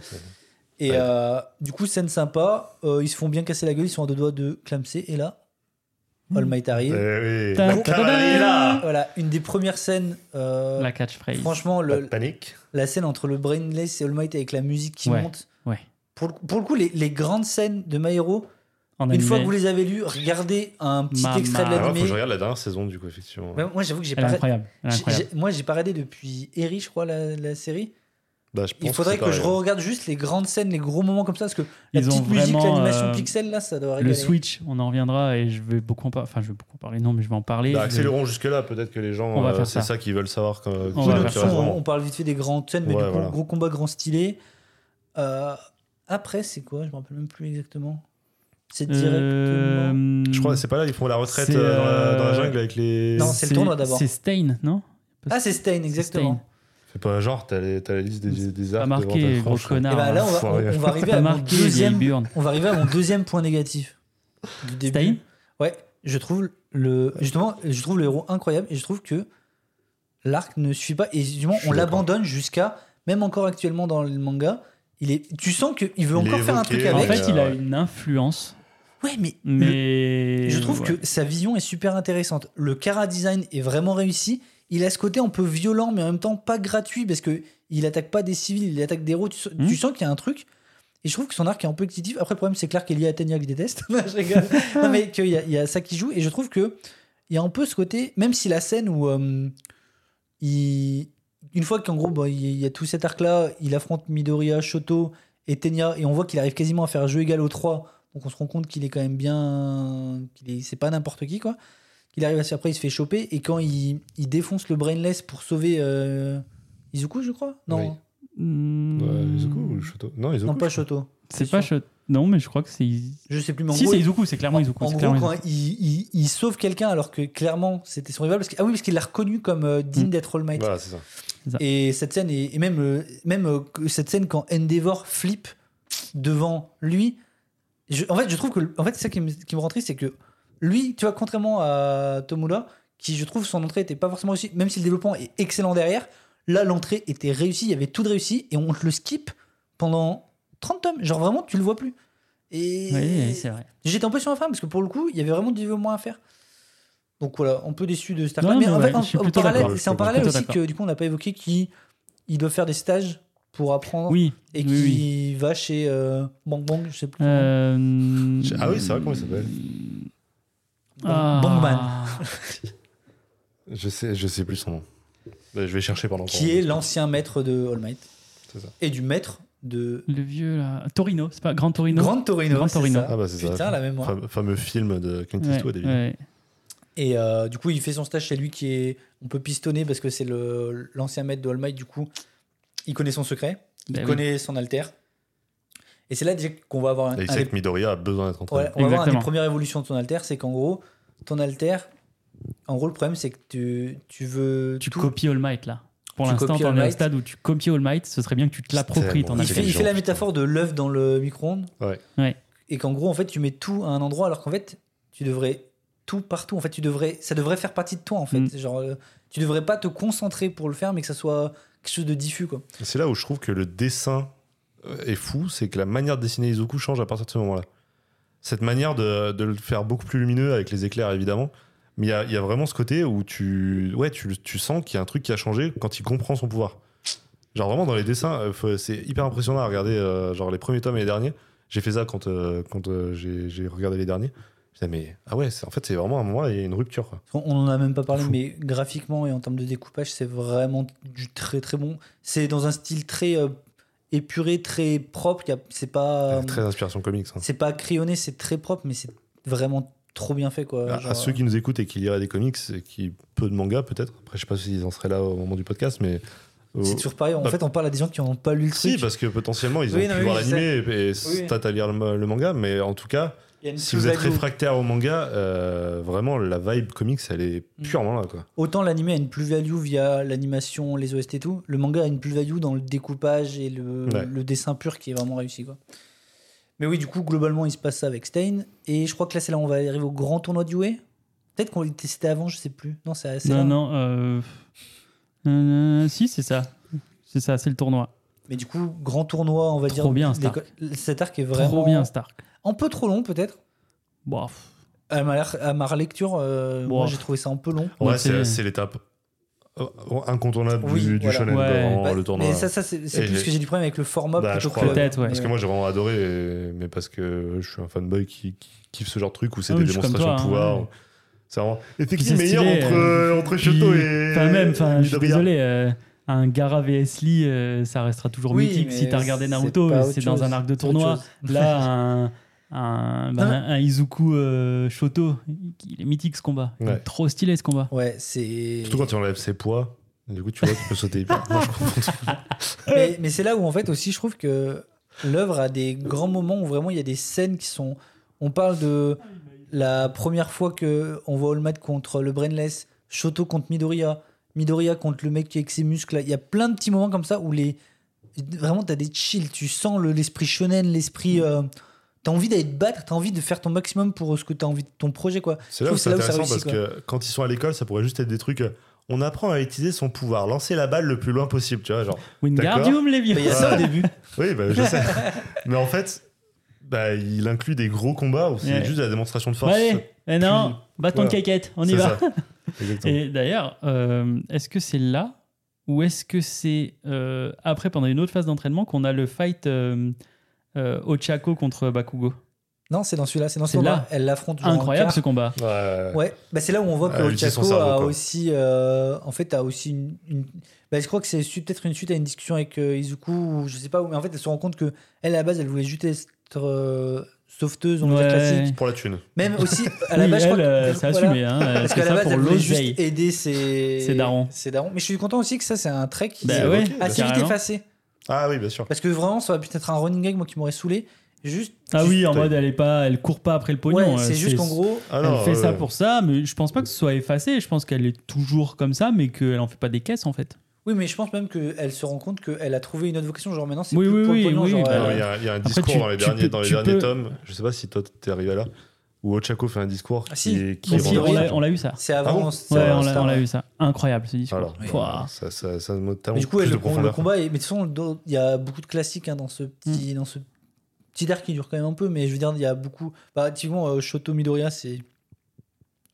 Speaker 3: Et
Speaker 2: Ouais.
Speaker 3: euh, du coup, scène sympa. euh, ils se font bien casser la gueule. Ils sont à deux doigts de clamser. Et là, All Might arrive. Oh,
Speaker 2: Eh oui,
Speaker 1: Ta-
Speaker 2: la
Speaker 1: ta- ta-
Speaker 2: cavalerie est là
Speaker 3: Voilà, une des premières scènes. euh,
Speaker 1: La catchphrase.
Speaker 3: franchement,
Speaker 2: Pas
Speaker 3: le-
Speaker 2: de panique.
Speaker 3: la scène entre le Brainless et All Might avec la musique qui
Speaker 1: Ouais,
Speaker 3: monte.
Speaker 1: ouais.
Speaker 3: Pour le, pour le coup, les, les grandes scènes de My Hero,
Speaker 1: En
Speaker 3: une
Speaker 1: animé.
Speaker 3: fois que vous les avez lues, regardez un petit
Speaker 1: Mama.
Speaker 3: extrait de
Speaker 1: Ah
Speaker 2: Ah ouais, faut que je
Speaker 3: l'animé.
Speaker 2: regarde la dernière saison, du coup, effectivement.
Speaker 3: Ouais, Moi, j'avoue que j'ai
Speaker 1: Elle est
Speaker 3: pas.
Speaker 1: incroyable. Elle est
Speaker 3: j'ai-
Speaker 1: incroyable.
Speaker 3: j'ai- Moi, j'ai pas regardé depuis Eri, je crois, la- la série.
Speaker 2: Bah, je pense
Speaker 3: Il faudrait que,
Speaker 2: c'est
Speaker 3: je
Speaker 2: pareil.
Speaker 3: re-regarde juste les grandes scènes, les gros moments comme ça, parce que la
Speaker 1: Ils ont
Speaker 3: petite musique,
Speaker 1: vraiment,
Speaker 3: l'animation
Speaker 1: euh,
Speaker 3: pixel, là, ça doit
Speaker 1: Le
Speaker 3: régaler.
Speaker 1: Switch, on en reviendra et je vais beaucoup en parler. Enfin, je vais beaucoup en parler, non, mais je vais en parler.
Speaker 2: Bah,
Speaker 1: Je-
Speaker 2: accélérons jusque-là, peut-être que les gens,
Speaker 1: On va
Speaker 2: euh,
Speaker 1: faire ça.
Speaker 2: c'est ça qu'ils veulent savoir. quand-
Speaker 1: On
Speaker 3: Oui,
Speaker 1: va
Speaker 2: qui
Speaker 3: de
Speaker 2: nous
Speaker 1: faire
Speaker 3: toute
Speaker 1: ça.
Speaker 2: intéresse
Speaker 3: façon,
Speaker 2: vraiment.
Speaker 3: on, on parle vite fait des grandes scènes, mais
Speaker 2: Ouais,
Speaker 3: du coup,
Speaker 2: voilà.
Speaker 3: gros combat, grand stylé. Euh, après, c'est quoi Je me rappelle même plus exactement. C'est
Speaker 1: Euh,
Speaker 3: directement.
Speaker 2: Je crois que c'est pas là, ils font la retraite
Speaker 1: C'est,
Speaker 2: euh, dans, la, dans la
Speaker 1: euh,
Speaker 2: jungle avec les.
Speaker 3: Non, c'est le tournoi d'abord.
Speaker 1: C'est Stain, non
Speaker 3: Ah, c'est Stein, exactement.
Speaker 2: C'est pas genre, t'as les- t'as la liste des, des
Speaker 1: Pas
Speaker 2: arcs. devant
Speaker 1: marqué,
Speaker 2: ta
Speaker 1: gros
Speaker 2: tranche.
Speaker 1: connard.
Speaker 3: Et bah là, on va,
Speaker 2: Enfoiré.
Speaker 3: on- on va arriver
Speaker 1: Pas
Speaker 3: à mon
Speaker 1: Ah, marqué, vieille
Speaker 3: deuxième.
Speaker 1: burne.
Speaker 3: On va arriver à mon deuxième point négatif du début.
Speaker 1: Stein
Speaker 3: Ouais, je trouve le justement, je trouve le héros incroyable et je trouve que l'arc ne suit pas et justement
Speaker 2: Je suis
Speaker 3: on
Speaker 2: d'accord.
Speaker 3: l'abandonne jusqu'à même encore actuellement dans le manga, il est tu sens que il veut
Speaker 2: Il est
Speaker 3: encore faire un
Speaker 2: évoqué,
Speaker 3: truc
Speaker 2: en
Speaker 1: En
Speaker 3: avec.
Speaker 1: fait, il a
Speaker 2: ouais.
Speaker 1: une influence,
Speaker 3: Ouais, mais,
Speaker 1: mais.
Speaker 3: le- je trouve
Speaker 1: Ouais.
Speaker 3: que sa vision est super intéressante. Le cara design est vraiment réussi. Il a ce côté un peu violent mais en même temps pas gratuit parce que il attaque pas des civils, il attaque des héros. Tu, sens-
Speaker 1: Mhm.
Speaker 3: tu sens qu'il y a un truc. Et je trouve que son arc est un peu expéditif. Après, le problème, c'est Clark et lié à Tania que je déteste. Non, je rigole. non, mais qu'il y, a- il y a ça qui joue. Et je trouve que il y a un peu ce côté, même si la scène où euh, il, une fois qu'en gros, bon, il il y a tout cet arc-là, il affronte Midoriya, Shoto et Tenya, et on voit qu'il arrive quasiment à faire jeu égal aux trois. Donc on se rend compte qu'il est quand même bien, qu'il est, c'est pas n'importe qui quoi. Qu'il arrive à se après, il se fait choper, et quand il, il défonce le brainless pour sauver euh, Izuku, je crois. Non,
Speaker 2: Oui.
Speaker 1: Hmm,
Speaker 2: Ouais, Izuku ou Shoto Non, Izuku.
Speaker 3: non pas
Speaker 2: je crois.
Speaker 3: Shoto.
Speaker 1: C'est pas. Shot- Non, mais je crois que c'est.
Speaker 3: Je sais plus. Mais en
Speaker 1: Si,
Speaker 3: gros,
Speaker 1: c'est
Speaker 3: il-
Speaker 1: Izuku, c'est clairement Izuku.
Speaker 3: En
Speaker 1: c'est
Speaker 3: gros,
Speaker 1: clairement
Speaker 3: quand
Speaker 1: Izuku.
Speaker 3: il, il- il sauve quelqu'un alors que clairement c'était son rival, parce que, ah oui, parce qu'il l'a reconnu comme euh, digne
Speaker 1: Mm.
Speaker 3: d'être All Might.
Speaker 2: Voilà, c'est ça.
Speaker 3: Et cette scène, est- et même, euh, même euh, que- cette scène quand Endeavor flippe devant lui, je- en fait, je trouve que, en fait, c'est ça qui me, qui me rend triste, c'est que lui, tu vois, contrairement à Tomura, qui je trouve son entrée était pas forcément réussie, même si le développement est excellent derrière, là l'entrée était réussie, il y avait tout de réussi, et on te le skip pendant 30 tomes. Genre vraiment, tu le vois plus. Et
Speaker 1: Oui, c'est vrai.
Speaker 3: J'étais un peu sur ma fin parce que pour le coup, il y avait vraiment du développement à faire. Donc voilà, un peu déçu de Starcraft.
Speaker 1: Non,
Speaker 3: Mais
Speaker 1: mais
Speaker 3: en
Speaker 1: ouais,
Speaker 3: fait, en-
Speaker 1: je suis
Speaker 3: en
Speaker 1: plutôt
Speaker 3: parallèle-
Speaker 2: d'accord.
Speaker 3: c'est en
Speaker 2: Je suis
Speaker 3: parallèle
Speaker 1: plutôt
Speaker 3: aussi que
Speaker 1: d'accord.
Speaker 3: du coup, on n'a pas évoqué qui il doit faire des stages pour apprendre
Speaker 1: Oui.
Speaker 3: et
Speaker 1: oui,
Speaker 3: qui
Speaker 1: oui.
Speaker 3: va chez euh, Bang Bang, je sais plus.
Speaker 1: Euh,
Speaker 2: Ah oui, c'est vrai, comment il s'appelle
Speaker 1: ah.
Speaker 3: Bangman.
Speaker 2: Je sais, je sais plus son nom. Bah, Je vais chercher pendant
Speaker 3: qui est l'ancien maître de All Might
Speaker 2: C'est ça.
Speaker 3: et du maître de
Speaker 1: Le vieux, là. Torino, c'est pas Grand Torino
Speaker 3: Grande Torino.
Speaker 1: Grand
Speaker 3: c'est
Speaker 1: Torino.
Speaker 3: ça.
Speaker 2: Ah bah c'est ça.
Speaker 3: Putain, la mémoire.
Speaker 2: Fameux, fameux film de Clint
Speaker 1: Ouais,
Speaker 2: Eastwood, évidemment.
Speaker 1: ouais.
Speaker 3: Et euh, du coup, il fait son stage chez lui qui est. On peut pistonner parce que c'est le- l'ancien maître de All Might, Du coup, il connaît son secret, il
Speaker 1: Bah oui.
Speaker 3: connaît son alter. Et c'est là déjà qu'on va avoir un,
Speaker 2: Et il
Speaker 3: un
Speaker 2: sait
Speaker 3: des-
Speaker 2: que Midoriya a besoin d'être entraîné.
Speaker 3: ouais, on va avoir une
Speaker 1: Exactement.
Speaker 3: des premières évolutions de ton alter. C'est qu'en gros, ton alter. En gros, le problème, c'est que tu, tu veux.
Speaker 1: Tu
Speaker 3: tout-
Speaker 1: copies All Might, là. Pour
Speaker 3: Tu
Speaker 1: l'instant,
Speaker 3: copies
Speaker 1: t'en
Speaker 3: All
Speaker 1: es au
Speaker 3: Might.
Speaker 1: stade où tu copies All Might, ce serait bien que tu te
Speaker 2: C'est
Speaker 1: l'appropries, ton
Speaker 2: tellement-
Speaker 3: Il
Speaker 2: c'est
Speaker 1: alter.
Speaker 3: fait, il
Speaker 2: intelligent,
Speaker 3: fait la
Speaker 2: putain.
Speaker 3: métaphore de l'œuf dans le micro-ondes.
Speaker 2: Ouais.
Speaker 1: Ouais.
Speaker 3: Et qu'en gros, en fait, tu mets tout à un endroit alors qu'en fait, tu devrais tout partout. En fait, tu devrais, ça devrait faire partie de toi. En fait,
Speaker 1: Mm.
Speaker 3: genre, euh, tu devrais pas te concentrer pour le faire, mais que ça soit quelque chose de diffus, quoi.
Speaker 2: C'est là où je trouve que le dessin euh, est fou, c'est que la manière de dessiner Izuku change à partir de ce moment-là. Cette manière de, de le faire beaucoup plus lumineux avec les éclairs, évidemment. Mais il y a, il y a vraiment ce côté où tu, ouais, tu, tu sens qu'il y a un truc qui a changé quand il comprend son pouvoir. Genre vraiment dans les dessins, euh, faut- c'est hyper impressionnant à regarder euh, genre les premiers tomes et les derniers. J'ai fait ça quand, euh, quand euh, j'ai j'ai regardé les derniers. Je disais, mais ah ouais, c'est- en fait c'est vraiment un moment, il y a une rupture. quoi.
Speaker 3: On on en a même pas parlé,
Speaker 2: Fou.
Speaker 3: mais graphiquement et en termes de découpage, c'est vraiment du très très bon. C'est dans un style très euh, épuré, très propre. Y a- C'est pas, euh,
Speaker 2: Très inspiration comics. hein.
Speaker 3: c'est pas crayonné, c'est très propre, mais c'est vraiment trop bien fait, quoi.
Speaker 2: Bah, À- à
Speaker 3: Genre, euh.
Speaker 2: ceux qui nous écoutent et qui liraient des comics, et qui peu de mangas peut-être. Après, je sais pas s'ils en seraient là au moment du podcast, mais euh,
Speaker 3: C'est toujours pareil. En
Speaker 2: Bah-
Speaker 3: fait, on parle à des gens qui n'ont pas lu le
Speaker 2: si bah,
Speaker 3: truc.
Speaker 2: parce que potentiellement ils ont
Speaker 3: Oui,
Speaker 2: pu
Speaker 3: non, oui,
Speaker 2: voir
Speaker 3: je
Speaker 2: l'animé et, et c'est
Speaker 3: Oui.
Speaker 2: toi, t'as lire le, ma- le manga, mais en tout cas,
Speaker 3: Il y a une
Speaker 2: si vous êtes
Speaker 3: plus-value.
Speaker 2: réfractaire au manga, euh, vraiment la vibe comics, elle est
Speaker 3: Mm.
Speaker 2: purement là quoi.
Speaker 3: Autant l'anime a une plus-value via l'animation, les OST et tout, le manga a une plus-value dans le découpage et le,
Speaker 2: Ouais.
Speaker 3: le dessin pur qui est vraiment réussi. Quoi. Mais oui, du coup, globalement, il se passe ça avec Stein. Et je crois que là, c'est là où on va arriver au grand tournoi du Way. Peut-être qu'on était- c'était avant, je sais plus. Non, c'est c'est là.
Speaker 1: Non, non. euh, euh, si, c'est ça. C'est ça, c'est le tournoi.
Speaker 3: Mais du coup, grand tournoi, on va
Speaker 1: Trop
Speaker 3: dire.
Speaker 1: bien,
Speaker 3: des-
Speaker 1: cet arc.
Speaker 3: Cet arc est vraiment
Speaker 1: Trop bien, Stark.
Speaker 3: un peu trop long, peut-être.
Speaker 1: Bon, pff,
Speaker 3: À ma, à ma lecture, euh,
Speaker 1: Bon.
Speaker 3: moi, j'ai trouvé ça un peu long.
Speaker 2: En vrai,
Speaker 1: Ouais,
Speaker 2: c'est
Speaker 1: c'est-
Speaker 2: c'est l'étape euh, incontournable
Speaker 3: Oui,
Speaker 2: du, du
Speaker 3: voilà.
Speaker 2: shonen,
Speaker 1: Ouais.
Speaker 2: vraiment,
Speaker 3: Bah,
Speaker 2: Oh, le tournoi.
Speaker 3: Mais ça, ça c'est c'est
Speaker 2: Et
Speaker 3: plus
Speaker 2: j'ai-
Speaker 3: que j'ai du problème avec le format
Speaker 2: Bah, je
Speaker 3: plutôt que
Speaker 2: crois,
Speaker 3: le-
Speaker 1: peut-être, ouais.
Speaker 2: Parce que
Speaker 3: Mais-
Speaker 2: moi j'ai vraiment adoré, et- mais parce que je suis un fanboy qui, qui kiffe ce genre de truc où c'est
Speaker 1: Ah
Speaker 2: des
Speaker 1: oui, je suis comme
Speaker 2: démonstrations de
Speaker 1: toi, hein,
Speaker 2: pouvoir.
Speaker 1: ouais.
Speaker 2: C'est vraiment. Et c'est
Speaker 1: Puis
Speaker 2: qui le
Speaker 1: c'est
Speaker 2: meilleur
Speaker 1: stylé,
Speaker 2: entre,
Speaker 1: euh,
Speaker 2: entre Shoto
Speaker 1: Puis-
Speaker 2: et.
Speaker 1: Enfin, même, enfin, je suis
Speaker 2: Midoriya
Speaker 1: désolé, euh, un Gara vs Lee, euh, ça restera toujours
Speaker 3: Oui,
Speaker 1: mythique.
Speaker 3: mais
Speaker 1: Si t'as regardé
Speaker 3: c'est
Speaker 1: Naruto,
Speaker 3: pas
Speaker 1: euh,
Speaker 3: autre
Speaker 1: c'est dans
Speaker 3: chose,
Speaker 1: un arc de
Speaker 3: c'est autre
Speaker 1: tournoi.
Speaker 3: chose.
Speaker 1: Là, hein. un, un, ben, un- un Izuku euh, Shoto, il est mythique ce combat. Il est
Speaker 2: Ouais.
Speaker 1: Trop stylé ce combat.
Speaker 3: Ouais, c'est.
Speaker 2: Surtout quand tu enlèves ses poids, du coup tu vois, tu peux sauter. Moi, je comprends tout.
Speaker 3: Mais, mais c'est là où en fait aussi je trouve que l'œuvre a des grands moments où vraiment il y a des scènes qui sont. On parle de la première fois que on voit All Might contre le Brainless, Shoto contre Midoriya, Midoriya contre le mec avec ses muscles. là. Il y a plein de petits moments comme ça où les vraiment t'as des chills, tu sens le- l'esprit shonen, l'esprit. euh, T'as envie d'aller te battre, t'as envie de faire ton maximum pour ce que t'as envie de ton projet quoi.
Speaker 2: C'est là
Speaker 3: Je
Speaker 2: où
Speaker 3: trouve que c'est
Speaker 2: c'est
Speaker 3: là où ça
Speaker 2: intéressant parce
Speaker 3: réussit,
Speaker 2: que quand ils sont à l'école, ça pourrait juste être des trucs. euh, On apprend à utiliser son pouvoir, lancer la balle le plus loin possible, tu vois. Genre,
Speaker 1: Wingardium
Speaker 3: Mais il y a
Speaker 1: Leviosa.
Speaker 3: ça au début.
Speaker 2: oui, bah, je sais. Mais en fait, bah, il inclut des gros combats où c'est
Speaker 1: Ouais.
Speaker 2: juste de la démonstration de
Speaker 1: Bah,
Speaker 2: force.
Speaker 1: allez, eh non, bâton de
Speaker 2: Voilà.
Speaker 1: caquette, on y
Speaker 2: C'est
Speaker 1: va.
Speaker 2: ça. Exactement.
Speaker 1: Et d'ailleurs, euh, est-ce que c'est là ou est-ce que c'est euh, après, pendant une autre phase d'entraînement, qu'on a le fight euh, euh, Ochako contre Bakugo
Speaker 3: Non, c'est dans celui-là, c'est dans
Speaker 1: C'est
Speaker 3: celui-là.
Speaker 1: là.
Speaker 3: Elle l'affronte. genre en
Speaker 1: Incroyable
Speaker 3: quart.
Speaker 1: ce combat.
Speaker 2: Ouais.
Speaker 3: Ouais, bah c'est là où on voit que
Speaker 2: Ah, elle utilise son
Speaker 3: Ochako
Speaker 2: cerveau,
Speaker 3: a
Speaker 2: quoi.
Speaker 3: aussi, euh, en fait, a aussi une. une- Bah, je crois que c'est su- peut-être une suite à une discussion avec euh, Izuku, ou je sais pas, où, mais en fait, elle se rend compte que elle à la base, elle voulait juste être euh, sauveteuse, on va
Speaker 1: Ouais.
Speaker 3: dire classique.
Speaker 2: Pour la thune.
Speaker 3: Même aussi, à la
Speaker 1: Oui,
Speaker 3: base, je
Speaker 1: elle,
Speaker 3: crois que-
Speaker 1: euh, c'est
Speaker 3: voilà.
Speaker 1: assumé. Hein, elle
Speaker 3: Parce
Speaker 1: fait
Speaker 3: qu'à la
Speaker 1: ça
Speaker 3: base,
Speaker 1: pour
Speaker 3: elle voulait
Speaker 1: l'oseille.
Speaker 3: juste aider ses.
Speaker 1: Ses darons.
Speaker 3: Ses darons. Mais je suis content aussi que ça, c'est un trait qui
Speaker 1: Bah
Speaker 3: s'est
Speaker 2: ouais,
Speaker 3: assez vite
Speaker 1: carrément.
Speaker 3: effacé.
Speaker 2: Ah oui, bien sûr.
Speaker 3: Parce que vraiment, ça va peut-être être un running gag, moi, qui m'aurait saoulé. Juste.
Speaker 1: Ah oui, en
Speaker 2: Juste-
Speaker 1: mode elle est pas, elle court pas après le
Speaker 3: Ouais,
Speaker 1: pognon. euh,
Speaker 3: c'est juste qu'en gros.
Speaker 2: Ah
Speaker 1: Elle
Speaker 2: non,
Speaker 1: fait ça
Speaker 2: ouais.
Speaker 1: pour ça, mais je pense pas que ce soit effacé. Je pense qu'elle est toujours comme ça, mais qu'elle en fait pas des caisses en fait.
Speaker 3: Oui, mais je pense même qu'elle se rend compte qu'elle a trouvé une autre vocation. Genre maintenant, c'est
Speaker 1: Oui,
Speaker 3: plus
Speaker 1: oui,
Speaker 3: pour
Speaker 1: oui,
Speaker 3: le pognon.
Speaker 1: oui,
Speaker 3: genre,
Speaker 1: bah,
Speaker 3: euh,
Speaker 2: Alors, Il y a, il y a un
Speaker 1: Après,
Speaker 2: discours
Speaker 1: tu-
Speaker 2: dans les
Speaker 1: tu
Speaker 2: derniers,
Speaker 1: peux-
Speaker 2: dans les
Speaker 1: tu
Speaker 2: derniers
Speaker 1: peux-
Speaker 2: tomes. Je sais pas si toi t'es arrivé là. Où Ochako fait un discours
Speaker 3: Ah,
Speaker 2: qui,
Speaker 3: si.
Speaker 2: qui
Speaker 1: Mais
Speaker 2: est
Speaker 1: si,
Speaker 2: vraiment-
Speaker 1: on l'a- on l'a eu ça.
Speaker 3: C'est
Speaker 2: Ah
Speaker 3: avant.
Speaker 2: bon
Speaker 3: c'est
Speaker 1: Ouais,
Speaker 3: avant
Speaker 1: on l'a
Speaker 3: Star
Speaker 1: on l'a
Speaker 3: Wars.
Speaker 1: eu ça. Incroyable ce discours.
Speaker 2: Alors,
Speaker 1: Pouah.
Speaker 2: ça, ça, ça me tellement
Speaker 3: Mais du coup, ouais,
Speaker 2: Ah plus
Speaker 3: le,
Speaker 2: de
Speaker 3: com- le
Speaker 2: profondeur.
Speaker 3: combat est. Mais de toute façon, le do- il y a beaucoup de classiques hein, dans ce
Speaker 1: Mm.
Speaker 3: petit. Dans ce petit arc qui dure quand même un peu, mais je veux dire, il y a beaucoup. Bah, typiquement, euh, Shoto Midoriya, c'est.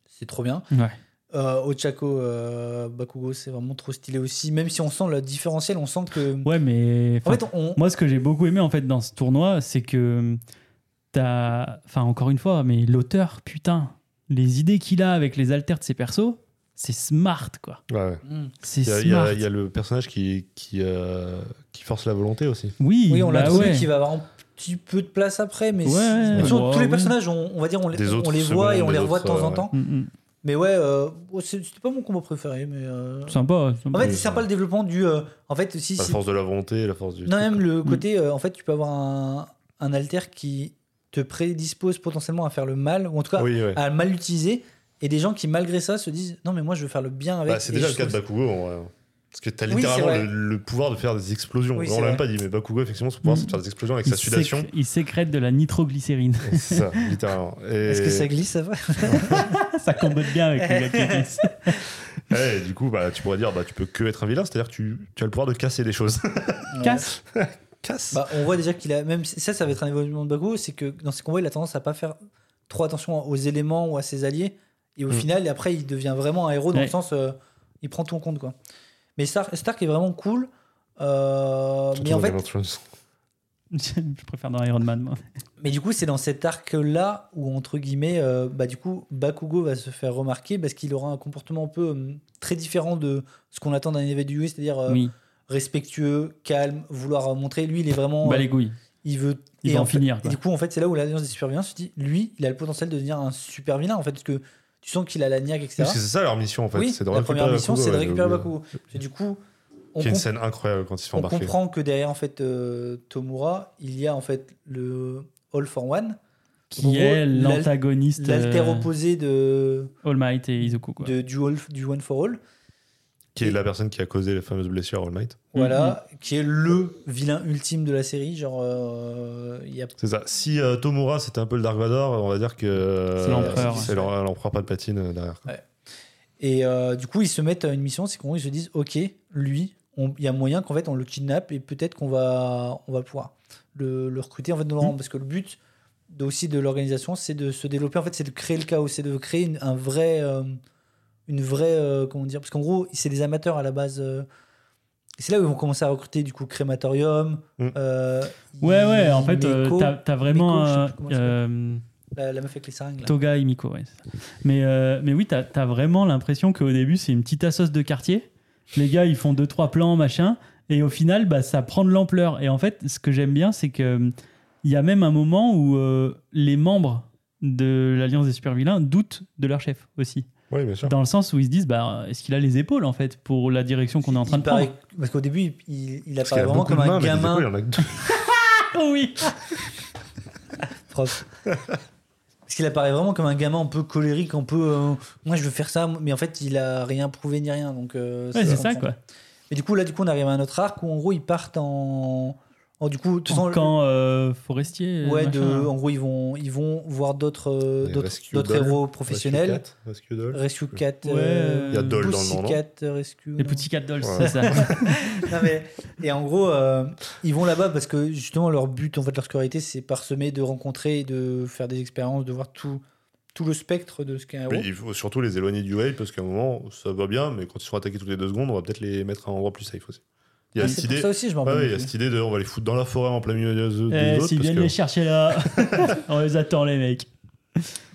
Speaker 3: C'est trop bien.
Speaker 1: Ouais.
Speaker 3: Euh, Ochako euh, Bakugo, c'est vraiment trop stylé aussi. Même si on sent le différentiel, on sent que.
Speaker 1: Ouais, mais
Speaker 3: En
Speaker 1: enfin,
Speaker 3: fait, on.
Speaker 1: Moi, ce que j'ai beaucoup aimé en fait dans ce tournoi, c'est que hum, t'as, enfin encore une fois, mais l'auteur, putain, les idées qu'il a avec les alters de ses persos, c'est smart, quoi.
Speaker 2: Ouais, ouais.
Speaker 3: Mm.
Speaker 1: C'est
Speaker 2: Il y a- il y, a-
Speaker 1: smart.
Speaker 2: il y a le personnage qui, qui, euh, qui force la volonté aussi.
Speaker 1: Oui,
Speaker 3: Oui, on l'a
Speaker 1: bah
Speaker 3: trouvé
Speaker 1: ouais.
Speaker 3: qui va avoir un petit peu de place après, mais
Speaker 1: Ouais,
Speaker 3: c'est-
Speaker 1: ouais,
Speaker 3: mais sinon,
Speaker 1: ouais,
Speaker 3: tous les
Speaker 1: ouais.
Speaker 3: personnages, on, on va dire, on les,
Speaker 2: Des autres
Speaker 3: on les voit et
Speaker 2: secondes,
Speaker 3: on les
Speaker 2: des
Speaker 3: revoit de
Speaker 2: autres,
Speaker 3: temps en
Speaker 2: ouais.
Speaker 3: temps.
Speaker 1: Mm, mm.
Speaker 3: Mais ouais, euh, oh, c'est- c'était pas mon combat préféré, mais. euh,
Speaker 1: Sympa. sympa.
Speaker 3: En fait,
Speaker 2: Oui,
Speaker 3: c'est sympa
Speaker 2: ouais.
Speaker 3: le développement du. euh, en fait, si.
Speaker 2: La
Speaker 3: si-
Speaker 2: force de la volonté, la force du.
Speaker 3: Non,
Speaker 2: truc,
Speaker 3: même
Speaker 2: quoi.
Speaker 3: le côté, euh, en fait, tu peux avoir un, un alter qui te prédispose potentiellement à faire le mal, ou en tout cas
Speaker 2: Oui, ouais.
Speaker 3: à mal l'utiliser, et des gens qui, malgré ça, se disent Non, mais moi, je veux faire le bien avec.
Speaker 2: Bah, c'est
Speaker 3: Et
Speaker 2: déjà
Speaker 3: je
Speaker 2: le cas de
Speaker 3: trouve-
Speaker 2: Bakugo en vrai. Parce que t'as
Speaker 3: Oui,
Speaker 2: littéralement
Speaker 3: c'est vrai.
Speaker 2: le, le pouvoir de faire des explosions.
Speaker 3: Oui,
Speaker 2: on
Speaker 3: c'est
Speaker 2: l'a
Speaker 3: vrai.
Speaker 2: même pas dit, mais Bakugo, effectivement, son pouvoir, c'est de faire des explosions avec
Speaker 1: Mm. il,
Speaker 2: sa sudation.
Speaker 1: sécrète- il sécrète de la nitroglycérine.
Speaker 2: C'est ça, littéralement. Et...
Speaker 3: Est-ce que ça glisse, ça va
Speaker 1: ça combote bien avec le Gatlitis.
Speaker 2: Ouais, et du coup, bah, tu pourrais dire, bah, tu peux que être un vilain, c'est-à-dire que tu, tu as le pouvoir de casser des choses.
Speaker 1: Casse.
Speaker 2: Casse
Speaker 3: Bah, on voit déjà qu'il a même ça, ça va être un évolution de Bakugo, c'est que dans ses combats, il a tendance à pas faire trop attention aux éléments ou à ses alliés, et au
Speaker 2: Mm.
Speaker 3: final, après, il devient vraiment un héros dans
Speaker 1: Ouais.
Speaker 3: le sens, euh, il prend tout en compte quoi. Mais Stark, Stark est vraiment cool, euh,
Speaker 2: Surtout
Speaker 3: mais en
Speaker 2: dans
Speaker 3: fait,
Speaker 2: Game of Thrones.
Speaker 1: Je préfère dans Iron Man, moi.
Speaker 3: mais du coup, c'est dans cet arc là où entre guillemets, euh, bah du coup, Bakugo va se faire remarquer parce qu'il aura un comportement un peu hum, très différent de ce qu'on attend d'un éveillé, c'est-à-dire euh,
Speaker 1: oui.
Speaker 3: respectueux, calme, vouloir montrer. Lui, il est vraiment,
Speaker 1: Bah,
Speaker 3: euh,
Speaker 1: les couilles.
Speaker 3: il veut
Speaker 1: Il
Speaker 3: et
Speaker 1: va en
Speaker 3: en fait-
Speaker 1: finir.
Speaker 3: Et
Speaker 1: quoi.
Speaker 3: du coup, en fait, c'est là où l'Alliance des Super Vilains se dit, lui, il a le potentiel de devenir un super vilain, en fait, parce que tu sens qu'il a la niaque, etc.
Speaker 2: Parce que c'est ça leur mission en fait.
Speaker 3: oui,
Speaker 2: c'est de
Speaker 3: la
Speaker 2: récupérer
Speaker 3: première mission, c'est de
Speaker 2: ouais,
Speaker 3: récupérer
Speaker 2: j'ai oublié.
Speaker 3: Bakugo. Et du coup, on,
Speaker 2: Qui a une
Speaker 3: com-
Speaker 2: scène incroyable quand ils se
Speaker 3: on
Speaker 2: font embarquer.
Speaker 3: comprend que derrière, en fait, euh, Tomura, il y a, en fait, le All for One, en
Speaker 1: Qui
Speaker 3: gros,
Speaker 1: est
Speaker 3: l'al-
Speaker 1: l'antagoniste
Speaker 3: l'alter
Speaker 1: euh,
Speaker 3: opposé de,
Speaker 1: All Might et Izuku. Quoi.
Speaker 3: de- du, all- du One for All,
Speaker 2: Qui est la personne qui a causé les fameuses blessures à All Might.
Speaker 3: voilà,
Speaker 2: Mm-hmm.
Speaker 3: qui est le vilain ultime de la série. Genre, euh, il y a
Speaker 2: C'est ça. Si euh, Tomura c'était un peu le Dark Vador, on va dire que. euh,
Speaker 1: C'est l'empereur.
Speaker 2: C'est l'em- l'empereur pas de patine euh, derrière.
Speaker 3: Et euh, du coup, ils se mettent à une mission, c'est qu'en ils se disent, ok, lui, on- il y a moyen qu'en fait on le kidnappe et peut-être qu'on va, on va pouvoir le, le recruter en fait
Speaker 2: Mm.
Speaker 3: dans le rang. parce que le but de- aussi de l'organisation, c'est de se développer, en fait, c'est de créer le chaos, c'est de créer une, un vrai, euh, une vraie, euh, comment dire, parce qu'en gros, c'est des amateurs à la base. euh, et c'est là où ils vont commencer à recruter du coup crématorium.
Speaker 2: Mm.
Speaker 3: euh,
Speaker 1: Ouais, ouais, en fait, euh,
Speaker 3: Himeko,
Speaker 1: t'as t'as vraiment
Speaker 3: Himeko, je sais
Speaker 1: un-
Speaker 3: plus comment elle
Speaker 1: euh,
Speaker 3: la, la meuf avec les seringues. là.
Speaker 1: Toga et Miko. Ouais, c'est ça. mais, euh, mais oui, t'as as vraiment l'impression qu'au début, c'est une petite assoce de quartier. Les gars, ils font deux, trois plans, machin. Et au final, bah, ça prend de l'ampleur. Et en fait, ce que j'aime bien, c'est que hum, il y a même un moment où euh, les membres de l'Alliance des super-vilains doutent de leur chef aussi.
Speaker 2: Oui, bien sûr.
Speaker 1: Dans le sens où ils se disent, bah, est-ce qu'il a les épaules, en fait, pour la direction qu'on est en train
Speaker 3: Il
Speaker 1: de prendre
Speaker 3: paraît- parce qu'au début, il, il, il
Speaker 2: Parce qu'il y
Speaker 3: apparaît
Speaker 2: a
Speaker 3: vraiment
Speaker 2: beaucoup
Speaker 3: comme
Speaker 2: de
Speaker 3: un
Speaker 2: mains, mais des
Speaker 3: gamin.
Speaker 2: épaules, il y en a que deux.
Speaker 1: Oui
Speaker 3: prof. Parce qu'il apparaît vraiment comme un gamin un peu colérique, un peu. euh, moi, je veux faire ça, mais en fait, il a rien prouvé ni rien. Donc, euh,
Speaker 1: Ouais, c'est
Speaker 3: se
Speaker 1: ça,
Speaker 3: comprend.
Speaker 1: quoi.
Speaker 3: Et du coup, là, du coup, on arrive à un autre arc où, en gros, ils partent en. en du coup, de toute façon,
Speaker 1: En camp euh, forestier.
Speaker 3: ouais,
Speaker 1: machin. hein.
Speaker 3: de, en gros, ils vont, ils vont voir d'autres, euh,
Speaker 2: Les
Speaker 3: d'autres,
Speaker 2: Rescue
Speaker 3: d'autres
Speaker 2: Dolls,
Speaker 3: héros professionnels.
Speaker 2: Rescue Cat, Rescue Doll.
Speaker 3: Rescue Cat.
Speaker 1: Ouais,
Speaker 3: euh,
Speaker 1: Il y a
Speaker 2: Doll dans le nom, non
Speaker 3: Pussycat, Rescue.
Speaker 1: Les
Speaker 3: non.
Speaker 1: petits cat dolls,
Speaker 2: Ouais.
Speaker 1: c'est ça.
Speaker 3: Non, mais- et en gros, euh, ils vont là-bas parce que justement, leur but, en fait, leur scolarité, c'est parsemé de rencontrer, et de faire des expériences, de voir tout, tout le spectre de ce qu'est un héros.
Speaker 2: Mais il faut surtout les éloigner du wave parce qu'à un moment, ça va bien, mais quand ils sont attaqués toutes les deux secondes, on va peut-être les mettre à un endroit plus safe aussi. Il y a
Speaker 3: Ah,
Speaker 2: cette
Speaker 3: c'est pour
Speaker 2: idée.
Speaker 3: ça aussi, je m'en
Speaker 2: Ouais,
Speaker 3: rappelle.
Speaker 2: ouais, il y a cette idée de on va les foutre dans la forêt en plein milieu des,
Speaker 1: Eh,
Speaker 2: des autres.
Speaker 1: S'ils
Speaker 2: Parce
Speaker 1: viennent
Speaker 2: que,
Speaker 1: les chercher là, on les attend, les mecs.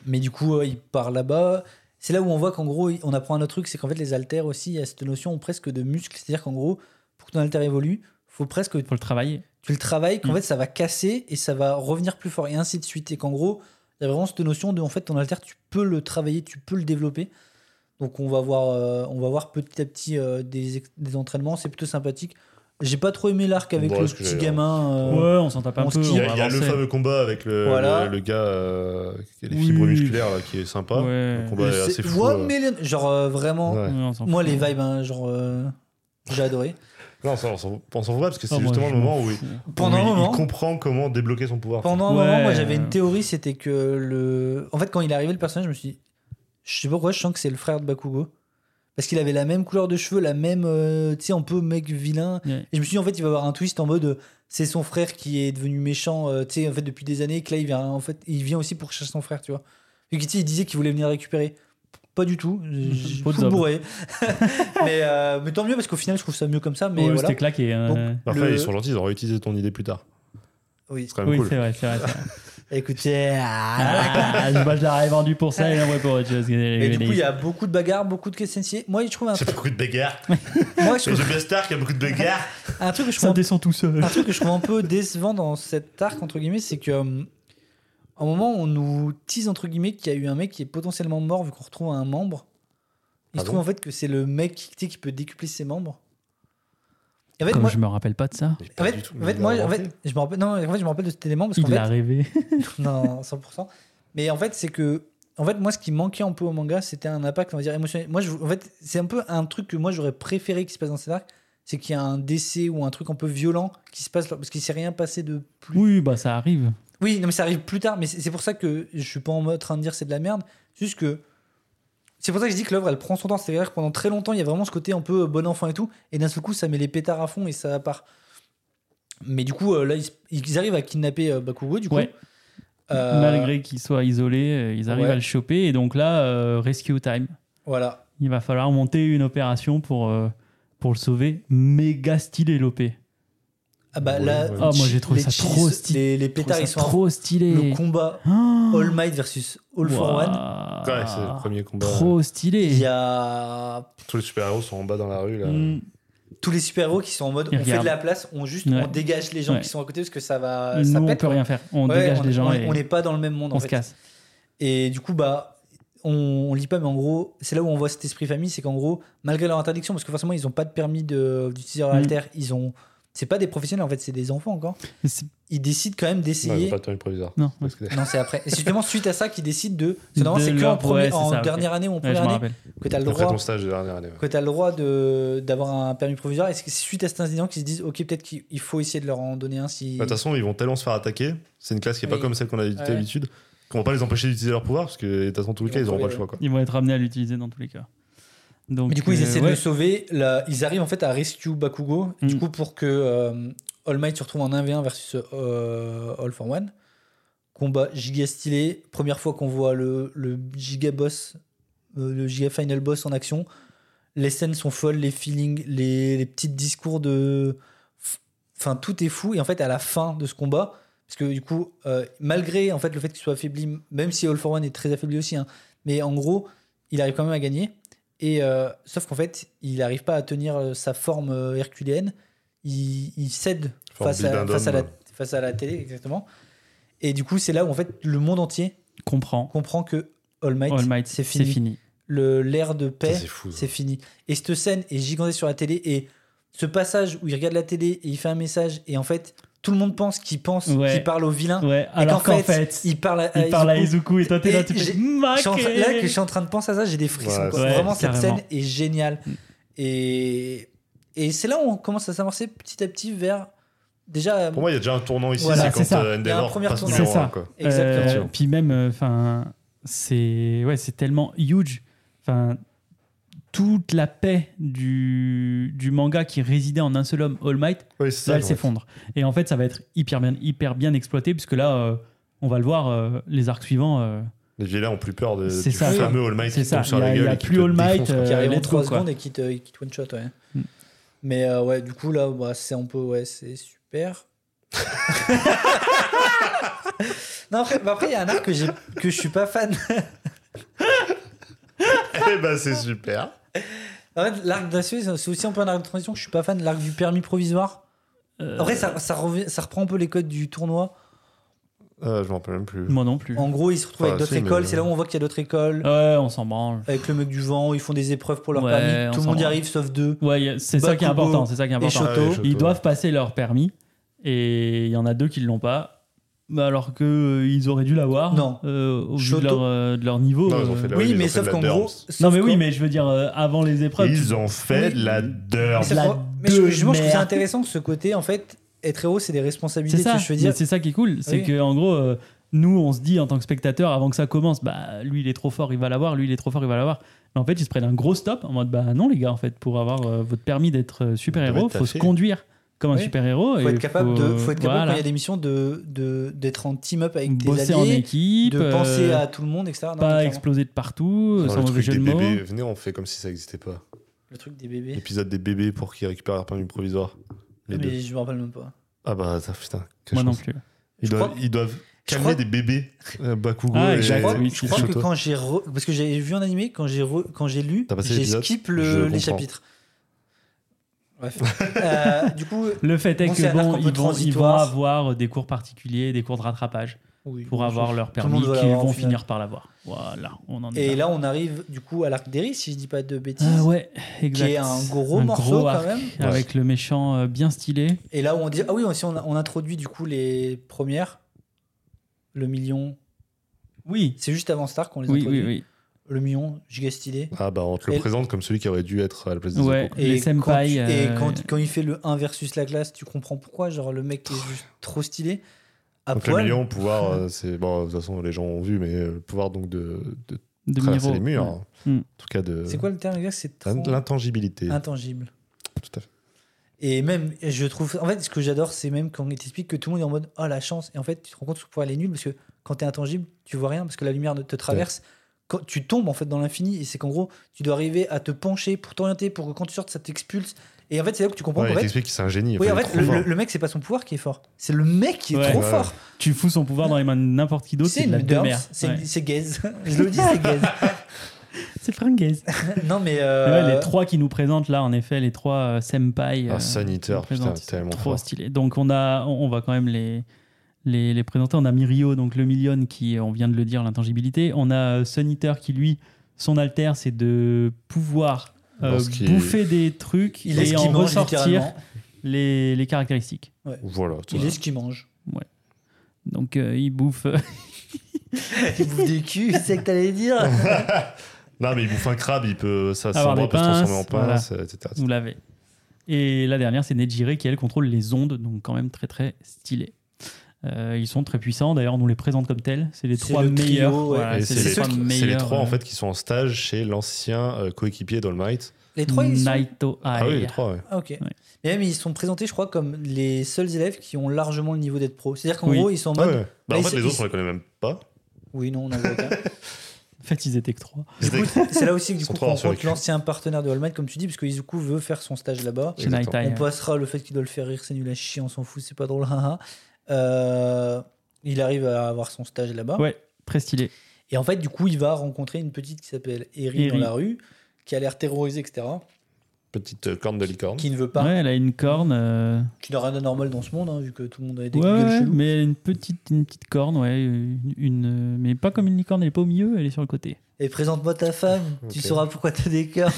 Speaker 3: Mais du coup, euh, ils partent là-bas. C'est là où on voit qu'en gros, on apprend un autre truc, c'est qu'en fait, les haltères aussi, il y a cette notion presque de muscle. C'est-à-dire qu'en gros, pour que ton haltère évolue, faut presque
Speaker 1: Faut le travailler.
Speaker 3: tu le travailles, qu'en
Speaker 1: Mm.
Speaker 3: fait, ça va casser et ça va revenir plus fort, et ainsi de suite. Et qu'en gros, il y a vraiment cette notion de, en fait, ton alter, tu peux le travailler, tu peux le développer. Donc, on va voir, euh, on va voir petit à petit euh, des, ex- des entraînements, c'est plutôt sympathique. J'ai pas trop aimé l'arc avec
Speaker 2: Ouais,
Speaker 3: le
Speaker 2: ce que
Speaker 3: petit
Speaker 2: j'allais dire.
Speaker 3: gamin. euh,
Speaker 1: ouais, on s'en tape un
Speaker 3: on
Speaker 1: peu.
Speaker 3: skie.
Speaker 2: Il y
Speaker 1: on
Speaker 2: a,
Speaker 1: va
Speaker 2: il y a le
Speaker 1: avancer.
Speaker 2: fameux combat avec le,
Speaker 3: Voilà.
Speaker 2: le, le gars euh, qui a les
Speaker 1: Oui.
Speaker 2: fibres musculaires là, qui est sympa.
Speaker 1: Ouais.
Speaker 2: Le combat est
Speaker 3: c'est-
Speaker 2: assez fou.
Speaker 3: One
Speaker 2: euh.
Speaker 3: million- Genre, euh, vraiment,
Speaker 2: Ouais.
Speaker 1: Ouais, on s'en
Speaker 3: moi,
Speaker 1: fout.
Speaker 3: les vibes, hein, genre, euh, j'ai adoré.
Speaker 2: Non, ça, on s'en on s'en fout pas parce que c'est
Speaker 1: Ah, moi,
Speaker 2: justement
Speaker 1: je
Speaker 2: le moment
Speaker 1: m'en
Speaker 2: où il,
Speaker 1: fous.
Speaker 3: Pendant
Speaker 2: où
Speaker 3: un
Speaker 2: il- il
Speaker 3: moment.
Speaker 2: comprend comment débloquer son pouvoir.
Speaker 3: Pendant un
Speaker 1: Ouais.
Speaker 3: moment, moi j'avais une théorie, c'était que le. En fait, quand il est arrivé, le personnage, je me suis dit. Je sais pas pourquoi, je sens que c'est le frère de Bakugo. Parce qu'il avait la même couleur de cheveux, la même. euh, tu sais, un peu mec vilain.
Speaker 1: Ouais.
Speaker 3: Et je me suis dit, en fait, il va avoir un twist en mode. euh, C'est son frère qui est devenu méchant, euh, tu sais, en fait, depuis des années. Que là, il vient, en fait, il vient aussi pour chercher son frère, tu vois. Vu que, tu sais, il disait qu'il voulait venir récupérer. Pas du tout. Je je suis
Speaker 1: Pas de
Speaker 3: full
Speaker 1: zob.
Speaker 3: bourré. mais, euh, mais tant mieux, parce qu'au final, je trouve ça mieux comme ça. Mais
Speaker 1: Ouais,
Speaker 3: voilà.
Speaker 1: C'était claqué. hein.
Speaker 3: Donc,
Speaker 2: Après,
Speaker 3: Le-
Speaker 2: ils sont gentils, ils ont réutilisé ton idée plus tard.
Speaker 3: Oui.
Speaker 2: C'est quand même
Speaker 1: oui,
Speaker 2: Ah, cool.
Speaker 1: c'est vrai, c'est vrai. c'est vrai.
Speaker 3: Écoutez,
Speaker 1: Ah, moi, je l'aurais vendu pour ça et non, ouais, pour autre chose.
Speaker 3: Et du coup, il y a beaucoup de bagarres, beaucoup de questions. Moi, je trouve un
Speaker 2: C'est
Speaker 3: truc,
Speaker 2: beaucoup de bagarres.
Speaker 3: moi, je
Speaker 2: C'est
Speaker 3: trouve
Speaker 2: The Best Arc, il y a beaucoup de bagarres.
Speaker 3: un truc que je trouve
Speaker 1: Ça
Speaker 3: un
Speaker 1: descend tout seul.
Speaker 3: un truc que je trouve un peu décevant dans cet arc entre guillemets c'est que euh, à un moment on nous tease entre guillemets qu'il y a eu un mec qui est potentiellement mort vu qu'on retrouve un membre il
Speaker 2: Ah
Speaker 3: se
Speaker 2: bon
Speaker 3: trouve en fait que c'est le mec qui, tu sais, qui peut décupler ses membres Et en fait
Speaker 1: Comme
Speaker 3: moi
Speaker 1: je me rappelle pas de ça.
Speaker 2: Mais
Speaker 3: en
Speaker 2: pas
Speaker 3: fait,
Speaker 2: du tout,
Speaker 3: en
Speaker 2: mais
Speaker 3: fait,
Speaker 2: il a
Speaker 3: moi, en
Speaker 2: inventé.
Speaker 3: fait, je me rappelle, non, en fait, je me rappelle de cet élément parce qu'en
Speaker 1: Il
Speaker 3: fait,
Speaker 1: a rêvé.
Speaker 3: non, non, 100%. Mais en fait, c'est que, en fait, moi, ce qui manquait un peu au manga, c'était un impact, on va dire, émotionnel. Moi, je, en fait, c'est un peu un truc que moi, j'aurais préféré qu'il se passe dans cet arc, c'est qu'il y a un décès ou un truc un peu violent qui se passe, parce qu'il s'est rien passé de plus. Oui,
Speaker 1: Oui, bah ça arrive.
Speaker 3: non, mais ça arrive plus tard, mais c'est c'est pour ça que je suis pas en mode- en train de dire c'est de la merde, c'est juste que. C'est pour ça que je dis que l'œuvre elle prend son temps, c'est-à-dire que pendant très longtemps il y a vraiment ce côté un peu euh, bon enfant et tout, et d'un seul coup ça met les pétards à fond et ça part. Mais du coup euh, là ils, s- ils arrivent à kidnapper euh, Bakugo du coup.
Speaker 1: Ouais.
Speaker 3: Euh,
Speaker 1: Malgré qu'ils soient isolés, euh, ils arrivent
Speaker 3: ouais.
Speaker 1: à le choper. Et donc là, euh, rescue time.
Speaker 3: Voilà.
Speaker 1: Il va falloir monter une opération pour, euh, pour le sauver. Méga stylé l'OP.
Speaker 3: Ah bah
Speaker 2: Ouais,
Speaker 3: là,
Speaker 2: ouais.
Speaker 1: Ah, moi, j'ai trouvé ça
Speaker 3: cheese-
Speaker 1: trop stylé.
Speaker 3: Les, les pétards, ils sont
Speaker 1: trop
Speaker 3: en-
Speaker 1: stylé.
Speaker 3: le combat
Speaker 1: Oh.
Speaker 3: All Might versus All for
Speaker 1: Waouh.
Speaker 3: One.
Speaker 2: Ouais, c'est le premier euh, combat.
Speaker 1: Ah, Trop stylé.
Speaker 3: Il y a
Speaker 2: Tous les super-héros sont en bas dans la rue. Là.
Speaker 1: Mm.
Speaker 3: euh, tous les super héros qui sont en mode
Speaker 1: Ils
Speaker 3: on fait de
Speaker 1: regardent.
Speaker 3: la place, on juste
Speaker 1: Ouais.
Speaker 3: on dégage les gens
Speaker 1: Ouais.
Speaker 3: qui sont à côté parce que ça va ça
Speaker 1: Nous, on
Speaker 3: pète.
Speaker 1: peut
Speaker 3: quoi.
Speaker 1: rien faire. On
Speaker 3: Ouais,
Speaker 1: dégage
Speaker 3: on-
Speaker 1: les gens
Speaker 3: on-
Speaker 1: et
Speaker 3: On n'est pas dans le même monde
Speaker 1: on
Speaker 3: en
Speaker 1: se
Speaker 3: fait.
Speaker 1: casse.
Speaker 3: Et du coup bah on, on lit pas mais en gros c'est là où on voit cet esprit famille, c'est qu'en gros malgré leur interdiction parce que forcément ils ont pas de permis de d'utiliser leur
Speaker 1: Mm.
Speaker 3: alter, ils ont c'est pas des professionnels en fait, c'est des enfants encore.
Speaker 1: C'est-
Speaker 3: Ils décident quand même
Speaker 2: Non, ils ont
Speaker 3: d'essayer
Speaker 2: pas le temps improviseur.
Speaker 1: Non, ouais.
Speaker 2: Parce que-
Speaker 3: Non, c'est après. Et c'est justement suite à ça qu'ils décident de. Parce que normalement,
Speaker 1: De
Speaker 3: c'est que
Speaker 1: leur-
Speaker 3: en, premier-
Speaker 1: ouais, c'est
Speaker 3: en
Speaker 1: ça, ok.
Speaker 3: dernière année ou en
Speaker 1: Ouais, je
Speaker 3: première
Speaker 1: me
Speaker 3: année
Speaker 1: rappelle.
Speaker 3: que tu as le
Speaker 2: Après
Speaker 3: droit,
Speaker 2: ton stage de dernière année. ouais.
Speaker 3: que t'as le droit de, d'avoir un permis provisoire. Et c'est suite à cet incident qu'ils se disent Ok, peut-être qu'il il faut essayer de leur en donner un si.
Speaker 2: Bah, De toute façon, ils vont tellement se faire attaquer. C'est une classe qui est
Speaker 3: Oui.
Speaker 2: pas comme celle qu'on a évitée
Speaker 3: Ouais.
Speaker 2: d'habitude. Qu'on va pas les empêcher d'utiliser leur pouvoir parce que de toute façon, tous les
Speaker 3: Ils
Speaker 2: cas, ils
Speaker 3: vont
Speaker 2: n'auront pas le
Speaker 3: trouver,
Speaker 2: choix. Quoi.
Speaker 1: Ils vont être amenés à l'utiliser dans tous les cas. Donc,
Speaker 3: Mais du coup, ils
Speaker 1: euh,
Speaker 3: essaient de
Speaker 1: ouais.
Speaker 3: le sauver. Là, ils arrivent en fait à rescue Bakugo. Du
Speaker 1: Mm.
Speaker 3: coup, pour que euh, All Might se retrouve en 1v1 versus euh, All for One. Combat giga stylé. Première fois qu'on voit le, le giga boss, euh, le giga final boss en action. Les scènes sont folles, les feelings, les, les petits discours de. Enfin, tout est fou. Et en fait, à la fin de ce combat, parce que du coup, euh, malgré en fait le fait qu'il soit affaibli, même si All for One est très affaibli aussi, hein, mais en gros, il arrive quand même à gagner. Et euh, sauf qu'en fait, il n'arrive pas à tenir euh, sa forme euh, herculéenne. Il, il cède
Speaker 2: Forme
Speaker 3: face à,
Speaker 2: bidindome.
Speaker 3: face, à la, face à la télé, exactement. Et du coup, c'est là où en fait le monde entier
Speaker 1: comprend.
Speaker 3: comprend que All Might,
Speaker 1: All Might,
Speaker 3: c'est
Speaker 1: c'est
Speaker 3: fini.
Speaker 1: fini.
Speaker 3: le l'air de
Speaker 2: Putain,
Speaker 3: paix,
Speaker 2: C'est fou.
Speaker 3: c'est
Speaker 2: ça.
Speaker 3: fini. Et cette scène est gigantesque sur la télé. Et ce passage où il regarde la télé et il fait un message, et en fait, tout le monde pense qu'il pense,
Speaker 1: Ouais.
Speaker 3: qu'il parle au vilain.
Speaker 1: Ouais,
Speaker 3: Et
Speaker 1: alors qu'en fait,
Speaker 3: il parle à,
Speaker 1: il parle à
Speaker 3: Izuku.
Speaker 1: Izuku et toi t'es là,
Speaker 3: Euh, Et
Speaker 1: tu
Speaker 3: j'ai-
Speaker 1: fais Hmm,
Speaker 3: Je suis en train- Là que je
Speaker 1: maquer.
Speaker 3: suis en train de penser à ça, j'ai des frissons.
Speaker 2: Ouais,
Speaker 3: quoi.
Speaker 1: ouais,
Speaker 3: Vraiment, cette
Speaker 1: carrément.
Speaker 3: scène est géniale.
Speaker 1: Mm.
Speaker 3: Et, et c'est là où on commence à s'amorcer petit à petit vers. Déjà, euh,
Speaker 2: Pour moi, il y a déjà un tournant ici.
Speaker 3: Voilà,
Speaker 1: c'est
Speaker 2: c'est quand
Speaker 1: ça.
Speaker 2: euh,
Speaker 3: Il y a un
Speaker 2: Endeavor
Speaker 3: premier
Speaker 2: passe
Speaker 3: tournant.
Speaker 2: numéro
Speaker 1: C'est ça.
Speaker 2: un, quoi.
Speaker 1: Euh,
Speaker 3: exactement.
Speaker 2: Exactement.
Speaker 1: puis même, enfin, c'est ouais, c'est tellement huge. Enfin, toute la paix du, du manga qui résidait en un seul homme, All Might, là,
Speaker 2: Oui, c'est ça.
Speaker 1: elle
Speaker 2: ouais.
Speaker 1: s'effondre. Et en fait, ça va être hyper bien, hyper bien exploité, puisque là, euh, on va le voir, euh, les arcs suivants. euh,
Speaker 2: Les vilains ont plus peur de,
Speaker 1: C'est
Speaker 2: du
Speaker 1: ça.
Speaker 2: fameux All Might
Speaker 1: C'est
Speaker 2: qui
Speaker 1: ça.
Speaker 2: tombe sur
Speaker 1: Il y a-
Speaker 2: la
Speaker 1: il y
Speaker 2: gueule.
Speaker 1: a
Speaker 2: et qui
Speaker 1: plus
Speaker 2: te
Speaker 1: All Might,
Speaker 2: défonce, quoi.
Speaker 1: euh,
Speaker 3: qui arrive en
Speaker 1: let's
Speaker 3: 3
Speaker 1: go, quoi.
Speaker 3: secondes et qui te, qui te one-shot. Ouais.
Speaker 1: Mm.
Speaker 3: Mais euh, ouais, du coup, là, bah, c'est un peu. Ouais, c'est super. non, après, bah, après, il y a un arc que, j'ai- que je suis pas fan.
Speaker 1: euh.
Speaker 2: Eh ben, c'est super.
Speaker 3: En fait, l'arc d'acier, c'est aussi un peu un arc de transition que je suis pas fan. L'arc du permis provisoire.
Speaker 1: euh,
Speaker 3: Après, ça, ça, revient- ça reprend un peu les codes du tournoi.
Speaker 2: Euh, Je m'en rappelle même plus.
Speaker 1: Moi non plus.
Speaker 3: En gros, ils se retrouvent
Speaker 2: Ah,
Speaker 3: avec d'autres
Speaker 2: si, mais-
Speaker 3: écoles. C'est là où on voit qu'il y a d'autres écoles.
Speaker 1: Ouais, on s'en branle.
Speaker 3: Avec le mec du vent, ils font des épreuves pour leur
Speaker 1: Ah. Ouais,
Speaker 3: permis.
Speaker 1: on
Speaker 3: Tout le
Speaker 1: s'en
Speaker 3: monde y
Speaker 1: branle.
Speaker 3: arrive sauf deux.
Speaker 1: Ouais, y a- c'est ça qui est
Speaker 3: Bakugo
Speaker 1: important. C'est ça qui est
Speaker 3: Bah, Et
Speaker 1: important.
Speaker 3: Shoto.
Speaker 2: ouais, Ah, je-
Speaker 1: Ils doivent passer leur permis et il y en a deux qui ne l'ont pas, bah, alors qu'ils auraient dû l'avoir
Speaker 3: Non.
Speaker 1: euh, au vu de
Speaker 3: Shoto.
Speaker 1: leur, euh, de leur niveau.
Speaker 2: Non, ils ont
Speaker 1: euh.
Speaker 2: fait de la-
Speaker 3: oui,
Speaker 2: Bah ils ont
Speaker 3: mais
Speaker 2: fait de
Speaker 3: sauf
Speaker 2: la
Speaker 3: qu'en
Speaker 2: derme.
Speaker 3: gros.
Speaker 1: Non,
Speaker 3: sauf
Speaker 1: mais oui,
Speaker 3: qu'en-
Speaker 1: mais je veux dire, euh, avant les épreuves,
Speaker 2: Ils ont fait
Speaker 3: Oui.
Speaker 2: de la derme.
Speaker 3: Mais, ça,
Speaker 1: la
Speaker 3: faut- mais je-
Speaker 1: deux
Speaker 3: justement, je trouve ça
Speaker 1: merde.
Speaker 3: intéressant que ce côté, en fait, être héros, c'est des
Speaker 1: c'est
Speaker 3: responsabilités. tu
Speaker 1: ça.
Speaker 3: vois, Je veux dire,
Speaker 1: Mais C'est ça qui est cool, c'est
Speaker 3: Oui.
Speaker 1: que en gros, euh, nous, on se dit en tant que spectateur, avant que ça commence, bah lui, il est trop fort, il va l'avoir. Lui, il est trop fort, il va l'avoir. Mais en fait, ils se prennent un gros stop en mode, bah non, les gars, en fait, pour avoir euh, votre permis d'être euh, super-héros,
Speaker 2: Devez
Speaker 1: faut se
Speaker 2: taffer.
Speaker 1: conduire comme un
Speaker 3: Oui.
Speaker 1: super-héros.
Speaker 3: faut
Speaker 1: et
Speaker 3: être capable de, faut être capable
Speaker 1: voilà,
Speaker 3: quand il y a des missions de de- d'être en team up avec tes
Speaker 1: bosser en
Speaker 3: alliés,
Speaker 1: équipe,
Speaker 3: de penser
Speaker 1: euh,
Speaker 3: à tout le monde, etc. Non,
Speaker 1: pas
Speaker 3: clairement.
Speaker 1: exploser de partout,
Speaker 2: Dans
Speaker 1: sans
Speaker 2: le
Speaker 1: mauvais
Speaker 2: truc
Speaker 1: jeu
Speaker 2: des
Speaker 1: de mots.
Speaker 2: bébés, venez, on fait comme si ça n'existait pas.
Speaker 3: Le truc des bébés. Ah,
Speaker 2: L'épisode des bébés pour qu'ils récupèrent leur permis provisoire. Les deux.
Speaker 3: Mais je me rappelle même pas.
Speaker 2: Ah bah, ça, putain. quelle
Speaker 1: Moi euh, non
Speaker 2: chance.
Speaker 1: plus.
Speaker 2: Ils
Speaker 3: Je
Speaker 2: doivent,
Speaker 3: crois-
Speaker 2: ils doivent calmer
Speaker 3: crois-
Speaker 2: des bébés, euh, Bakugo.
Speaker 1: Ah,
Speaker 2: et-
Speaker 3: Je
Speaker 1: exact,
Speaker 3: crois,
Speaker 1: oui,
Speaker 3: je
Speaker 1: tu-
Speaker 3: crois
Speaker 1: sur
Speaker 3: que
Speaker 2: toi.
Speaker 3: quand j'ai re- parce que j'ai vu en animé quand j'ai re- quand j'ai lu
Speaker 2: T'as passé
Speaker 3: j'ai
Speaker 2: l'épisode
Speaker 3: skip
Speaker 2: Je
Speaker 3: le, les
Speaker 2: comprends.
Speaker 3: chapitres. Bref. Euh, du coup
Speaker 1: Le fait est
Speaker 3: Bon, c'est
Speaker 1: que
Speaker 3: un arc
Speaker 1: bon,
Speaker 3: un peu
Speaker 1: ils vont, ils vont
Speaker 3: transitoire.
Speaker 1: avoir des cours particuliers, des cours de rattrapage
Speaker 3: oui,
Speaker 1: pour
Speaker 3: je-
Speaker 1: avoir leur permis
Speaker 3: monde doit
Speaker 1: qu'ils
Speaker 3: l'avoir,
Speaker 1: vont
Speaker 3: au final.
Speaker 1: finir par l'avoir. Voilà, on en est
Speaker 3: Et là on arrive du coup à l'arc d'Eris si je dis pas de bêtises.
Speaker 1: Ah ouais,
Speaker 3: Qui
Speaker 1: exact.
Speaker 3: est un gros morceau, quand
Speaker 1: arc
Speaker 3: même.
Speaker 1: Avec le méchant euh, bien stylé.
Speaker 3: Et là où on dit ah oui aussi on, a- on introduit du coup les premières le million
Speaker 1: Oui,
Speaker 3: c'est juste avant Star qu'on les
Speaker 1: oui,
Speaker 3: introduit
Speaker 1: oui, oui.
Speaker 3: le million giga stylé.
Speaker 2: Ah bah on te le
Speaker 3: Et-
Speaker 2: présente comme celui qui aurait dû être à la place des
Speaker 1: Ouais.
Speaker 2: autres.
Speaker 1: Les
Speaker 3: quand,
Speaker 1: senpai,
Speaker 3: tu- et
Speaker 1: euh,
Speaker 3: quand, quand il fait le 1 versus la classe, tu comprends pourquoi. Genre, le mec qui est juste trop stylé. À
Speaker 2: Donc le
Speaker 3: poil.
Speaker 2: million, pouvoir, euh, c'est bon. De toute façon, les gens ont vu, mais euh, le pouvoir donc de, de
Speaker 1: De Miro.
Speaker 2: traverser Ah, les murs, hein.
Speaker 1: Ouais.
Speaker 2: en
Speaker 1: Mm.
Speaker 2: tout cas de
Speaker 3: C'est quoi le Ah. terme exact C'est trop
Speaker 2: l'in- l'intangibilité.
Speaker 3: intangible.
Speaker 2: Tout à fait.
Speaker 3: Et même, je trouve. En fait, ce que j'adore, c'est même quand il t'explique que tout le monde est en mode Oh la chance. Et en fait, tu te rends compte que ce pouvoir, elle est nulle parce que quand t'es intangible, tu vois rien parce que la lumière ne te traverse. Quand tu tombes en fait dans l'infini et c'est qu'en gros, tu dois arriver à te pencher pour t'orienter pour que quand tu sortes, ça t'expulse. Et en fait, c'est là que tu comprends.
Speaker 2: Ouais,
Speaker 3: qu'en
Speaker 2: il
Speaker 3: fait-
Speaker 2: t'explique que c'est un génie.
Speaker 3: oui, en
Speaker 2: enfin, il est
Speaker 3: fait,
Speaker 2: trop
Speaker 3: le,
Speaker 2: fort.
Speaker 3: le- le mec, c'est pas son pouvoir qui est fort. C'est le mec qui est
Speaker 1: Ouais.
Speaker 3: trop
Speaker 2: Ouais.
Speaker 3: fort.
Speaker 1: Tu fous son pouvoir dans les mains de n'importe qui d'autre, c'est de la
Speaker 3: une dump,
Speaker 1: demeure.
Speaker 3: C'est
Speaker 1: Ouais.
Speaker 3: c'est gaze. Je le dis, c'est gaze.
Speaker 1: C'est fringaise.
Speaker 3: non, mais. euh,
Speaker 1: Ouais, les trois qui nous présentent là, en effet, les trois euh, senpai.
Speaker 2: Ah,
Speaker 1: euh,
Speaker 2: Saniteur,
Speaker 1: nous présentent,
Speaker 2: putain,
Speaker 1: ils sont
Speaker 2: tellement
Speaker 1: trop
Speaker 2: fort.
Speaker 1: stylé. Donc on a, on on va quand même les, les, les présenter. On a Mirio, donc le million qui, euh, on vient de le dire, l'intangibilité. On a euh, Saniteur qui lui, son alter, c'est de pouvoir euh,
Speaker 2: Dans ce qui est-
Speaker 1: bouffer des trucs
Speaker 3: il est
Speaker 1: et
Speaker 3: ce
Speaker 1: en
Speaker 3: qu'il mange,
Speaker 1: ressortir
Speaker 3: littéralement.
Speaker 1: les, les caractéristiques.
Speaker 2: Voilà. tout
Speaker 3: Il
Speaker 2: ça.
Speaker 3: est ce qu'il mange.
Speaker 1: Donc euh, il bouffe.
Speaker 3: Il bouffe des culs, c'est ce que t'allais dire.
Speaker 2: Non, mais il bouffe un crabe, il peut, ça,
Speaker 1: Ah, Avoir
Speaker 2: son bras
Speaker 1: des
Speaker 2: peut se transformer en
Speaker 1: pinces,
Speaker 2: pince, etc. etc.
Speaker 1: Vous l'avez. Et la dernière, c'est Nejire qui, elle, contrôle les ondes, donc quand même très très stylé. Euh, ils sont très puissants, d'ailleurs on nous les présente comme tels, c'est les
Speaker 3: C'est
Speaker 1: trois
Speaker 3: le trio,
Speaker 1: meilleurs.
Speaker 3: ouais.
Speaker 1: Voilà,
Speaker 2: Et
Speaker 1: c'est
Speaker 2: c'est
Speaker 1: les
Speaker 2: les-
Speaker 1: trois
Speaker 2: C'est les
Speaker 1: meilleurs,
Speaker 2: trois en
Speaker 1: euh,
Speaker 2: fait qui sont en stage chez l'ancien euh, coéquipier d'All Might.
Speaker 3: Les trois, ils sont.
Speaker 1: Naito
Speaker 2: Ah,
Speaker 1: Ai.
Speaker 2: oui, les trois, ouais.
Speaker 3: Ah, ok. Et même, ils sont présentés, je crois, comme les seuls élèves qui ont largement le niveau d'être pro. C'est-à-dire qu'en
Speaker 1: Oui.
Speaker 3: gros, ils sont en
Speaker 2: Ah
Speaker 3: mode.
Speaker 2: ouais. Bah, en
Speaker 3: ils-
Speaker 2: fait, les
Speaker 3: ils-
Speaker 2: autres, on les connaît même pas.
Speaker 3: Oui, non, on en voit aucun.
Speaker 1: En fait, ils étaient que trois.
Speaker 3: Du coup, c'est là aussi que
Speaker 2: Ils
Speaker 3: du
Speaker 2: sont
Speaker 3: coup,
Speaker 2: trop
Speaker 3: on
Speaker 2: sur les
Speaker 3: rencontre
Speaker 2: culs.
Speaker 3: l'ancien partenaire de All Might, comme tu dis, parce que Izuku veut faire son stage là-bas.
Speaker 1: Chez Naito Ai,
Speaker 3: On
Speaker 1: ouais.
Speaker 3: passera le fait qu'il doit le faire rire, c'est nul à chier, on s'en fout, c'est pas drôle. haha. Euh, il arrive à avoir son stage là-bas.
Speaker 1: Ouais, très stylé.
Speaker 3: Et en fait, du coup, il va rencontrer une petite qui s'appelle Eri dans
Speaker 1: Eri.
Speaker 3: la rue, qui a l'air terrorisée, etc.,
Speaker 2: Petite euh, corne de licorne.
Speaker 3: qui ne veut pas,
Speaker 1: Ouais, elle a une corne. euh,
Speaker 3: qui n'a rien de normal dans ce monde, hein, vu que tout le monde a des
Speaker 1: Ouais,
Speaker 3: gueules
Speaker 1: ouais,
Speaker 3: cheloues.
Speaker 1: mais elle a une petite, une petite corne, ouais. Une, une- Mais pas comme une licorne, elle est pas au milieu, elle est sur le côté.
Speaker 3: Et présente-moi ta femme, tu
Speaker 2: Ok.
Speaker 3: sauras pourquoi t'as des cœurs.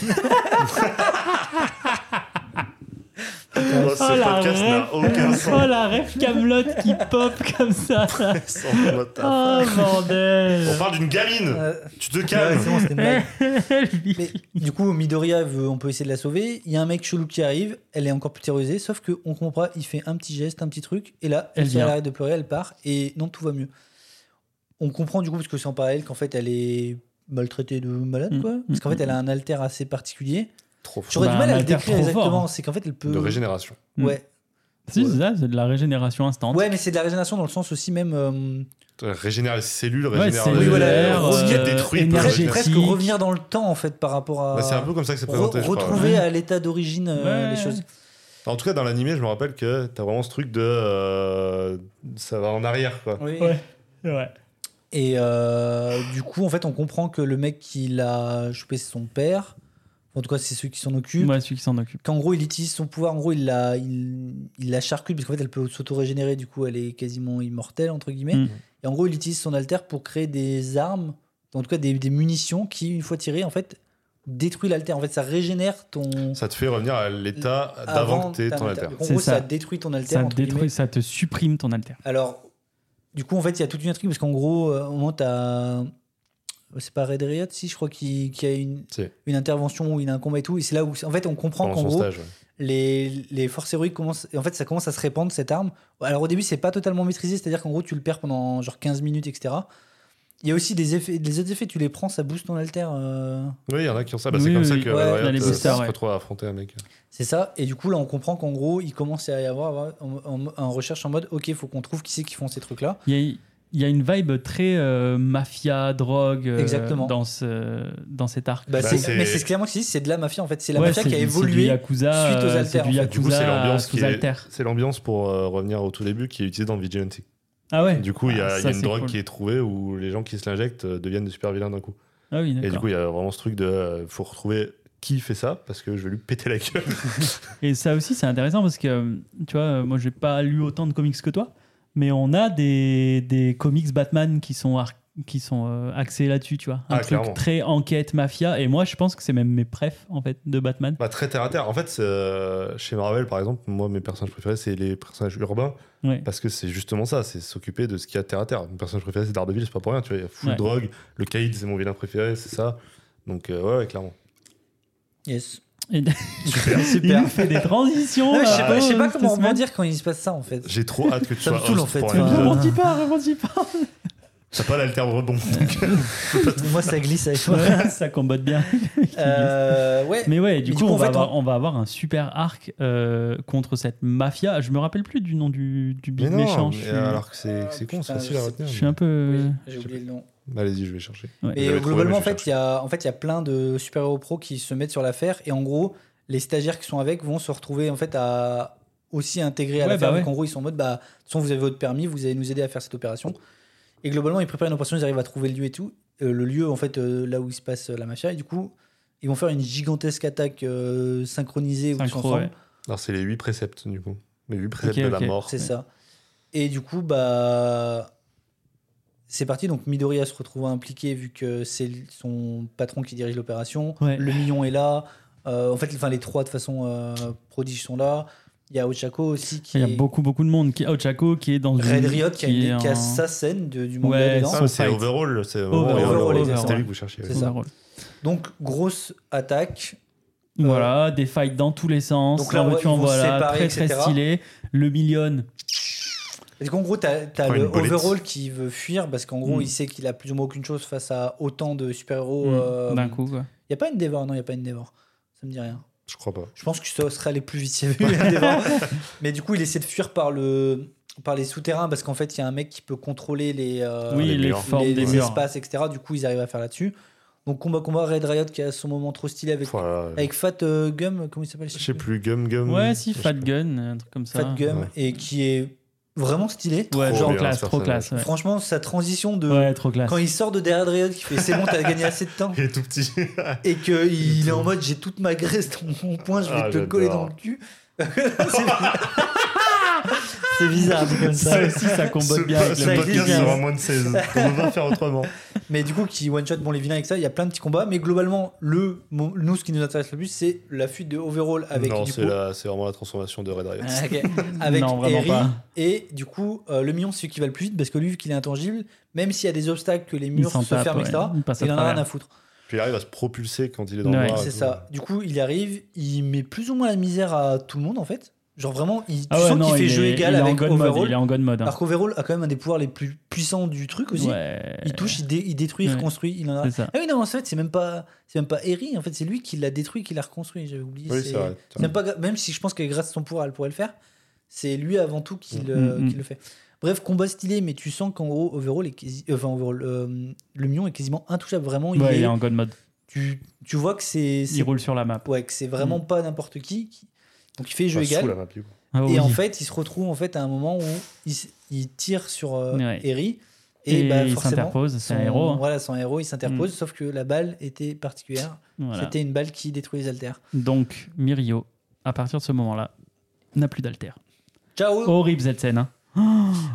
Speaker 2: Oh, ce
Speaker 1: Oh, la
Speaker 2: podcast
Speaker 1: ref.
Speaker 2: n'a aucun
Speaker 1: Oh
Speaker 2: sens.
Speaker 1: la rêve Camelot qui pop comme ça.
Speaker 2: Sans mot à-
Speaker 1: Oh bordel.
Speaker 2: On parle d'une gamine.
Speaker 3: Euh,
Speaker 2: Tu te
Speaker 3: ouais,
Speaker 2: calmes.
Speaker 3: c'est bon, c'était une blague.
Speaker 1: Lui.
Speaker 3: Mais du coup, Midoriya, veut- on peut essayer de la sauver. Il y a un mec chelou qui arrive, elle est encore plus terrorisée, sauf qu'on comprend, il fait un petit geste, un petit truc, et là,
Speaker 1: Elle
Speaker 3: elle,
Speaker 1: vient.
Speaker 3: arrête de pleurer, elle part, et non, tout va mieux. On comprend du coup, parce que c'est en parallèle, qu'en fait, elle est maltraitée de malade,
Speaker 1: Mm,
Speaker 3: quoi. Parce qu'en
Speaker 1: mm,
Speaker 3: fait, elle a un alter assez particulier.
Speaker 2: Trop fort.
Speaker 3: J'aurais
Speaker 1: Bah,
Speaker 3: du mal
Speaker 1: un
Speaker 3: à le
Speaker 1: alter
Speaker 3: décrire
Speaker 1: trop
Speaker 3: exactement,
Speaker 1: fort. hein.
Speaker 3: c'est qu'en fait, elle peut.
Speaker 2: De régénération.
Speaker 1: Mm.
Speaker 3: Ouais.
Speaker 1: Si, c'est ça, c'est de la régénération instantanée.
Speaker 3: Ouais, mais c'est de la régénération dans le sens aussi même. euh,
Speaker 2: Euh, Régénère les cellules,
Speaker 1: Ouais,
Speaker 2: régénère
Speaker 1: c'est
Speaker 2: les-
Speaker 3: Oui, voilà,
Speaker 1: l'air,
Speaker 3: on se dit,
Speaker 1: euh,
Speaker 2: détruit,
Speaker 3: presque-
Speaker 2: énergétique.
Speaker 3: presque revenir dans le temps, en fait, par rapport à.
Speaker 2: Ouais, Bah, c'est un peu comme ça que c'est
Speaker 3: re-
Speaker 2: présenté. je crois, ouais.
Speaker 3: retrouver à l'état d'origine euh,
Speaker 1: Ouais.
Speaker 3: les choses.
Speaker 2: En tout cas, dans l'animé, je me rappelle que t'as vraiment ce truc de. euh, ça va en arrière, quoi.
Speaker 3: Oui.
Speaker 1: Ouais. Ouais.
Speaker 3: Et euh, du coup, en fait, on comprend que le mec qui l'a chopé, c'est son père. En tout cas, c'est ceux qui s'en occupent.
Speaker 1: Ouais, celui qui s'en occupe.
Speaker 3: Qu'en gros, il utilise son pouvoir. En gros, il la, il, il la charcute parce qu'en fait, elle peut s'auto-régénérer. Du coup, elle est quasiment immortelle, entre guillemets.
Speaker 1: Mm.
Speaker 3: Et en gros, il utilise son alter pour créer des armes, en tout cas des, des munitions qui, une fois tirées, en fait, détruit l'alter. En fait, ça régénère ton.
Speaker 2: Ça te fait revenir à l'état d'avant que t'aies
Speaker 3: ta
Speaker 2: ton
Speaker 3: alter.
Speaker 2: alter.
Speaker 3: Donc, En
Speaker 1: C'est
Speaker 3: gros,
Speaker 1: ça.
Speaker 3: ça. détruit ton alter.
Speaker 1: Ça,
Speaker 3: entre
Speaker 1: détruit,
Speaker 3: guillemets.
Speaker 1: ça te supprime ton alter.
Speaker 3: Alors, du coup, en fait, il y a toute une intrigue parce qu'en gros, euh, au moment, t'as. C'est pas Red Riot, si, je crois, qui, qui a une,
Speaker 2: Si.
Speaker 3: une intervention où il a un combat et tout. Et c'est là où, en fait, on comprend
Speaker 2: Pendant
Speaker 3: qu'en
Speaker 2: son
Speaker 3: gros,
Speaker 2: stage. ouais.
Speaker 3: les, les forces héroïques commencent. En fait, ça commence à se répandre, cette arme. Alors, au début, c'est pas totalement maîtrisé, c'est-à-dire qu'en gros, tu le perds pendant genre 15 minutes, etc. Il y a aussi des effets, des autres effets, tu les prends, ça booste ton alter. euh,
Speaker 2: Oui, il y en a qui ont ça. Bah, c'est
Speaker 1: Oui,
Speaker 2: comme ça
Speaker 1: oui,
Speaker 2: que
Speaker 3: ouais,
Speaker 2: Red Riot,
Speaker 1: les
Speaker 2: euh,
Speaker 1: boosters,
Speaker 2: se
Speaker 1: ouais.
Speaker 2: retrouve à affronter un mec.
Speaker 3: C'est ça. Et du coup, là, on comprend qu'en gros, il commence à y avoir en, en- en recherche en mode ok, faut qu'on trouve qui c'est qui font ces trucs-là.
Speaker 1: Il y a, il y a une vibe très euh, mafia, drogue euh,
Speaker 3: Exactement.
Speaker 1: dans, ce, dans cet arc.
Speaker 3: Bah,
Speaker 2: Bah,
Speaker 3: c'est-
Speaker 2: c'est-
Speaker 3: mais c'est clairement ce qu'ils disent, c'est de la mafia en fait. C'est la
Speaker 1: Ouais,
Speaker 3: mafia
Speaker 1: c'est
Speaker 3: qui a
Speaker 1: du- C'est
Speaker 3: évolué.
Speaker 1: du Yakuza,
Speaker 3: suite aux
Speaker 1: euh,
Speaker 3: haltères,
Speaker 1: c'est du
Speaker 3: en fait.
Speaker 1: Yakuza
Speaker 2: Du coup, c'est l'ambiance
Speaker 1: sous
Speaker 2: qui est-
Speaker 1: haltères.
Speaker 2: C'est l'ambiance pour euh, revenir au tout début qui est utilisée dans Vigilante.
Speaker 1: Ah ouais
Speaker 2: Du coup, il y
Speaker 1: Ah,
Speaker 2: a, il y a
Speaker 1: ça,
Speaker 2: une
Speaker 1: c'est
Speaker 2: drogue
Speaker 1: cool.
Speaker 2: qui est trouvée où les gens qui se l'injectent euh, deviennent des super vilains d'un coup.
Speaker 1: Ah oui,
Speaker 2: Et du
Speaker 1: d'accord.
Speaker 2: coup, il y a vraiment ce truc de euh, faut retrouver qui fait ça parce que je vais lui péter la gueule.
Speaker 1: Et ça aussi, c'est intéressant parce que, euh, tu vois, euh, moi, j'ai pas lu autant de comics que toi, mais on a des, des comics Batman qui sont, ar- qui sont euh, axés là-dessus, tu vois. Un
Speaker 2: Ah,
Speaker 1: truc
Speaker 2: clairement.
Speaker 1: très enquête, mafia. Et moi, je pense que c'est même mes prefs, en fait, de Batman.
Speaker 2: Bah, très terre à terre. En fait, c'est, euh, chez Marvel, par exemple, moi, mes personnages préférés, c'est les personnages urbains.
Speaker 1: Ouais.
Speaker 2: Parce que c'est justement ça, c'est s'occuper de ce qu'il y a terre à terre. Mon personnage préféré, c'est Daredevil, c'est pas pour rien. Tu vois, il y a full
Speaker 1: Ouais.
Speaker 2: drogue. Le Kaïd, c'est mon vilain préféré, c'est ça. Donc, euh, ouais, ouais, clairement.
Speaker 3: Yes.
Speaker 1: Et-
Speaker 3: Super,
Speaker 1: Il nous fait des transitions.
Speaker 3: Non, mais je
Speaker 1: là,
Speaker 3: sais pas, je sais pas
Speaker 1: euh,
Speaker 3: comment
Speaker 1: cette semaine.
Speaker 3: rebondir quand il se passe ça en fait.
Speaker 2: J'ai trop hâte que tu
Speaker 3: Ça
Speaker 2: sois
Speaker 3: me saoule,
Speaker 2: host
Speaker 3: en fait.
Speaker 2: pour un
Speaker 3: Enfin,
Speaker 2: épisode.
Speaker 1: Rebondis pas, rebondis pas.
Speaker 2: T'as pas l'alter rebond.
Speaker 3: Moi ça glisse avec moi.
Speaker 1: Ouais, ça combatte bien.
Speaker 3: Euh, ouais.
Speaker 1: Mais ouais, du,
Speaker 3: Mais
Speaker 1: coup, on,
Speaker 3: en
Speaker 1: va
Speaker 3: fait,
Speaker 1: avoir, on va avoir un super arc euh, contre cette mafia. Je me rappelle plus du nom du, du
Speaker 2: Mais
Speaker 1: big
Speaker 2: non,
Speaker 1: méchant. Je
Speaker 2: mais
Speaker 1: suis, Ah,
Speaker 2: alors que c'est c'est con, c'est
Speaker 3: Putain,
Speaker 2: facile à
Speaker 3: je-
Speaker 2: retenir.
Speaker 1: je suis un peu.
Speaker 3: Oui, j'ai oublié le nom.
Speaker 2: Bah, Allez-y, je vais chercher.
Speaker 3: Et
Speaker 2: J'avais trouvé,
Speaker 3: globalement,
Speaker 2: mais
Speaker 3: en
Speaker 2: je
Speaker 3: fait, il y a, en fait, il y a plein de super-héros pros qui se mettent sur l'affaire. Et en gros, les stagiaires qui sont avec vont se retrouver en fait à aussi intégrer à
Speaker 1: Ouais,
Speaker 3: l'affaire.
Speaker 1: bah
Speaker 3: Donc
Speaker 1: ouais.
Speaker 3: en gros, ils sont en mode, bah, de toute façon, vous avez votre permis, vous allez nous aider à faire cette opération. Et globalement, ils préparent une opération, ils arrivent à trouver le lieu et tout. Euh, le lieu, en fait, euh, là où il se passe euh, la mafia. Et du coup, ils vont faire une gigantesque attaque euh, synchronisée. où ils sont
Speaker 1: Synchro,
Speaker 3: ensemble.
Speaker 1: ouais.
Speaker 2: Alors, c'est les 8 préceptes, du coup. Les 8 préceptes
Speaker 1: Ok,
Speaker 2: de la
Speaker 1: ok.
Speaker 2: mort.
Speaker 3: C'est ça. Et du coup, bah. C'est parti. Donc Midoriya se retrouve impliqué vu que c'est l- son patron qui dirige l'opération.
Speaker 1: Ouais.
Speaker 3: Le million est là. Euh, en fait, enfin, les trois de façon euh, prodige sont là. Il y a Ochako aussi qui
Speaker 1: Il y a
Speaker 3: est-
Speaker 1: beaucoup, beaucoup de monde. Qui... Ochako qui est dans une.
Speaker 3: Red Riot qui a une
Speaker 1: est en-
Speaker 3: qui a sa scène de- du monde
Speaker 1: Ouais,
Speaker 3: dedans.
Speaker 1: ça,
Speaker 2: Ah, mais c'est
Speaker 1: Fight.
Speaker 2: overall. C'est
Speaker 1: Overall,
Speaker 2: overall,
Speaker 1: overall.
Speaker 2: C'était lui que vous cherchiez.
Speaker 3: C'est ça.
Speaker 1: Overall.
Speaker 3: Donc grosse attaque.
Speaker 1: Voilà, des fights dans tous les sens.
Speaker 3: Donc
Speaker 1: Donc
Speaker 3: là,
Speaker 1: là,
Speaker 3: on va-
Speaker 1: tu en
Speaker 3: ils vont se
Speaker 1: voilà,
Speaker 3: séparer,
Speaker 1: très très
Speaker 3: etc.
Speaker 1: stylé. Le million,
Speaker 3: Parce qu'en gros, t'as as
Speaker 2: Prends
Speaker 3: le
Speaker 2: une boulette.
Speaker 3: overall qui veut fuir parce qu'en gros,
Speaker 1: Mm.
Speaker 3: il sait qu'il a plus ou moins aucune chose face à autant de super-héros.
Speaker 1: mm,
Speaker 3: euh,
Speaker 1: d'un coup. quoi.
Speaker 3: Il n'y a pas une dévore, non, il n'y a pas une dévore. Ça me dit rien.
Speaker 2: Je crois pas.
Speaker 3: Je pense que ça serait allé plus vite s'il y avait eu un débat. Mais du coup, il essaie de fuir par, le, par les souterrains parce qu'en fait, il y a un mec qui peut contrôler les, euh,
Speaker 1: oui,
Speaker 2: les
Speaker 1: les,
Speaker 2: murs.
Speaker 1: formes
Speaker 3: les-
Speaker 1: des
Speaker 3: les
Speaker 1: murs.
Speaker 3: espaces, etc. Du coup, ils arrivent à faire là-dessus. Donc, combat, combat, Red Riot qui a son moment trop stylé avec,
Speaker 2: Voilà.
Speaker 3: avec Fat euh, Gum, comment il s'appelle
Speaker 2: Je sais plus, Gum Gum.
Speaker 1: Ouais, si,
Speaker 2: Je sais
Speaker 1: Fat
Speaker 2: pas.
Speaker 1: Gun, un truc comme ça.
Speaker 3: Fat Gum,
Speaker 2: Ouais.
Speaker 3: et qui est vraiment stylé.
Speaker 1: Ouais,
Speaker 2: Trop
Speaker 1: genre
Speaker 2: bien,
Speaker 1: classe,
Speaker 2: ce
Speaker 1: trop
Speaker 2: personnage.
Speaker 1: classe. Ouais,
Speaker 3: Franchement, sa transition de.
Speaker 1: Ouais, trop classe.
Speaker 3: Quand il sort de derrière Red Riot, qui fait c'est bon, t'as gagné assez de temps,
Speaker 2: Il est tout petit.
Speaker 3: et qu'il est en mode j'ai toute ma graisse dans mon poing, je vais
Speaker 2: Ah,
Speaker 3: te le coller
Speaker 2: j'adore.
Speaker 3: dans le cul. C'est- C'est bizarre, dit comme ça.
Speaker 1: Ça aussi, ça combote
Speaker 2: Ce,
Speaker 1: bien avec
Speaker 2: ce
Speaker 1: le
Speaker 3: ça
Speaker 2: podcast
Speaker 3: existe.
Speaker 2: sera moins de 16. On ne peut pas faire autrement.
Speaker 3: Mais du coup, qui one-shot bon, les vilains avec ça, il y a plein de petits combats. Mais globalement, le, mo- nous, ce qui nous intéresse le plus, c'est la fuite de Overall avec
Speaker 2: non,
Speaker 3: du
Speaker 2: c'est
Speaker 3: coup.
Speaker 2: la- c'est vraiment la transformation de Red Riot.
Speaker 3: Ah, ok. Avec
Speaker 1: Non, vraiment
Speaker 3: Eri.
Speaker 1: pas.
Speaker 3: Et du coup, euh, le million, c'est celui qui va le plus vite parce que lui, vu qu'il est intangible, même s'il y a des obstacles, que les
Speaker 1: Il
Speaker 3: murs
Speaker 1: s'en
Speaker 3: se
Speaker 1: tape,
Speaker 3: ferment,
Speaker 1: ouais,
Speaker 3: etc.,
Speaker 1: il passe à
Speaker 3: il en a rien
Speaker 1: travers.
Speaker 3: à foutre.
Speaker 2: Puis il arrive à se propulser quand il est dans
Speaker 1: Ouais.
Speaker 2: le bras.
Speaker 3: c'est ça. Du coup, il arrive, il met plus ou moins la misère à tout le monde en fait. Genre vraiment, il, tu
Speaker 1: Ah ouais,
Speaker 3: sens
Speaker 1: non,
Speaker 3: qu'il fait
Speaker 1: il
Speaker 3: jeu
Speaker 1: est-
Speaker 3: égal
Speaker 1: il est en
Speaker 3: avec
Speaker 1: god mode,
Speaker 3: Overall.
Speaker 1: Il est en god mode. hein.
Speaker 3: Alors qu'Overall a quand même un des pouvoirs les plus puissants du truc aussi.
Speaker 1: Ouais,
Speaker 3: Il touche, il, dé- il détruit, il
Speaker 1: Ouais.
Speaker 3: reconstruit, il en a.
Speaker 1: C'est ça.
Speaker 3: Ah oui, non, en fait, c'est même pas, c'est même pas Eri, en fait, c'est lui qui l'a détruit, qui l'a reconstruit, j'avais oublié.
Speaker 2: Oui,
Speaker 3: c'est-
Speaker 2: c'est vrai.
Speaker 3: c'est même, pas, gra- même si je pense que grâce à son pouvoir, elle pourrait le faire, c'est lui avant tout qui le,
Speaker 1: Mhm.
Speaker 3: qui le fait. Bref, combat stylé, mais tu sens qu'en gros, Overall est quasi- euh, enfin, Overall, euh, le Mion est quasiment intouchable, vraiment. il
Speaker 1: Ouais,
Speaker 3: est-
Speaker 1: il est en god mode.
Speaker 3: tu, tu vois que c'est c'est-
Speaker 1: Il roule sur la map.
Speaker 3: ouais, que c'est vraiment pas n'importe qui, qui- Donc il fait jeu
Speaker 2: Enfin, sous
Speaker 3: égal.
Speaker 2: la map, du coup.
Speaker 1: Ah
Speaker 3: Et
Speaker 1: oui.
Speaker 3: en fait, il se retrouve en fait, à un moment où il, s- il tire sur euh,
Speaker 1: Ouais.
Speaker 3: Eri. Et,
Speaker 1: Et
Speaker 3: bah,
Speaker 1: il
Speaker 3: forcément,
Speaker 1: s'interpose, c'est
Speaker 3: son-
Speaker 1: un héros. hein. Mm.
Speaker 3: Voilà, son héros, il s'interpose, sauf que la balle était particulière.
Speaker 1: Voilà.
Speaker 3: C'était une balle qui détruit les haltères.
Speaker 1: Donc, Mirio, à partir de ce moment-là, n'a plus d'alter.
Speaker 3: Ciao
Speaker 1: Horrible cette scène. hein.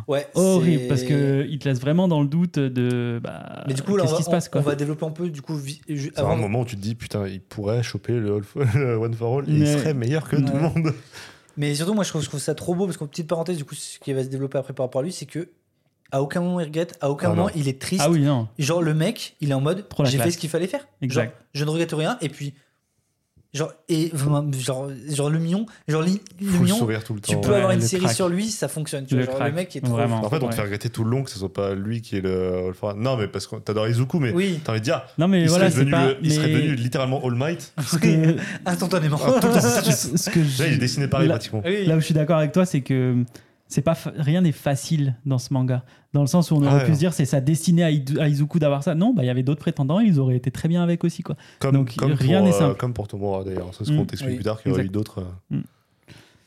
Speaker 3: Ouais,
Speaker 1: Horrible,
Speaker 3: Oh, c'est-
Speaker 1: parce que il te laisse vraiment dans le doute de. Bah,
Speaker 3: Mais du coup, là, on
Speaker 1: qu'est-ce
Speaker 3: va,
Speaker 1: qui se passe
Speaker 3: on-
Speaker 1: quoi
Speaker 3: on va développer un peu, du coup, vi- ju-
Speaker 2: C'est
Speaker 3: avant.
Speaker 2: un moment où tu te dis, putain, il pourrait choper le, all for- le One for All et il
Speaker 1: Mais-
Speaker 2: serait meilleur que
Speaker 1: Ouais.
Speaker 2: tout le monde.
Speaker 3: Mais surtout, moi, je trouve, je trouve ça trop beau, parce qu'en petite parenthèse, du coup, ce qui va se développer après par rapport à lui, c'est que à aucun moment il regrette, à aucun
Speaker 2: Ah
Speaker 3: moment
Speaker 2: non.
Speaker 3: il est triste.
Speaker 1: Ah oui, non.
Speaker 3: Genre, le mec, il est en mode,
Speaker 1: Trop la
Speaker 3: j'ai fait
Speaker 1: classe.
Speaker 3: ce qu'il fallait faire.
Speaker 1: Exact.
Speaker 3: Genre, je ne regrette rien, et puis. Genre, et, genre, genre le million, genre, li- le
Speaker 2: Faut le
Speaker 3: million,
Speaker 2: sourire tout le
Speaker 3: tu
Speaker 2: temps.
Speaker 3: peux
Speaker 1: Ouais,
Speaker 3: avoir une
Speaker 1: le
Speaker 3: série
Speaker 1: crack.
Speaker 3: sur lui, ça fonctionne. Tu
Speaker 1: Le
Speaker 3: vois, genre,
Speaker 1: crack,
Speaker 3: le mec est trop.
Speaker 1: vraiment.
Speaker 2: En fait, on te
Speaker 1: Ouais.
Speaker 2: fait regretter tout le long que ce soit pas lui qui est le All for All. Non, mais parce que t'adores Izuku, mais
Speaker 3: Oui,
Speaker 2: t'as envie de dire,
Speaker 1: Non, mais
Speaker 2: il,
Speaker 1: voilà,
Speaker 2: serait
Speaker 1: c'est
Speaker 2: devenu,
Speaker 1: pas.
Speaker 2: le- il serait
Speaker 1: mais
Speaker 2: devenu littéralement All Might.
Speaker 1: ce que-
Speaker 3: instantanément.
Speaker 1: Ah, ce- ce que je-
Speaker 2: Là, il est dessiné pareil
Speaker 1: là-
Speaker 2: pratiquement.
Speaker 3: Oui.
Speaker 1: Là où je suis d'accord avec toi, c'est que c'est pas fa- rien n'est facile dans ce manga. Dans le sens où on aurait
Speaker 2: Ah ouais.
Speaker 1: pu se dire c'est sa destinée à, Idu- à Izuku d'avoir ça. Non, bah il y avait d'autres prétendants, ils auraient été très bien avec aussi quoi.
Speaker 2: Comme,
Speaker 1: Donc,
Speaker 2: comme
Speaker 1: rien
Speaker 2: pour,
Speaker 1: n'est
Speaker 2: euh,
Speaker 1: simple.
Speaker 2: comme pour Tomora d'ailleurs. Ça, c'est ce
Speaker 1: Mm.
Speaker 2: qu'on t'explique
Speaker 3: Oui.
Speaker 2: plus tard qu'il y aurait eu
Speaker 1: Exact.
Speaker 2: d'autres. euh,
Speaker 1: Mm.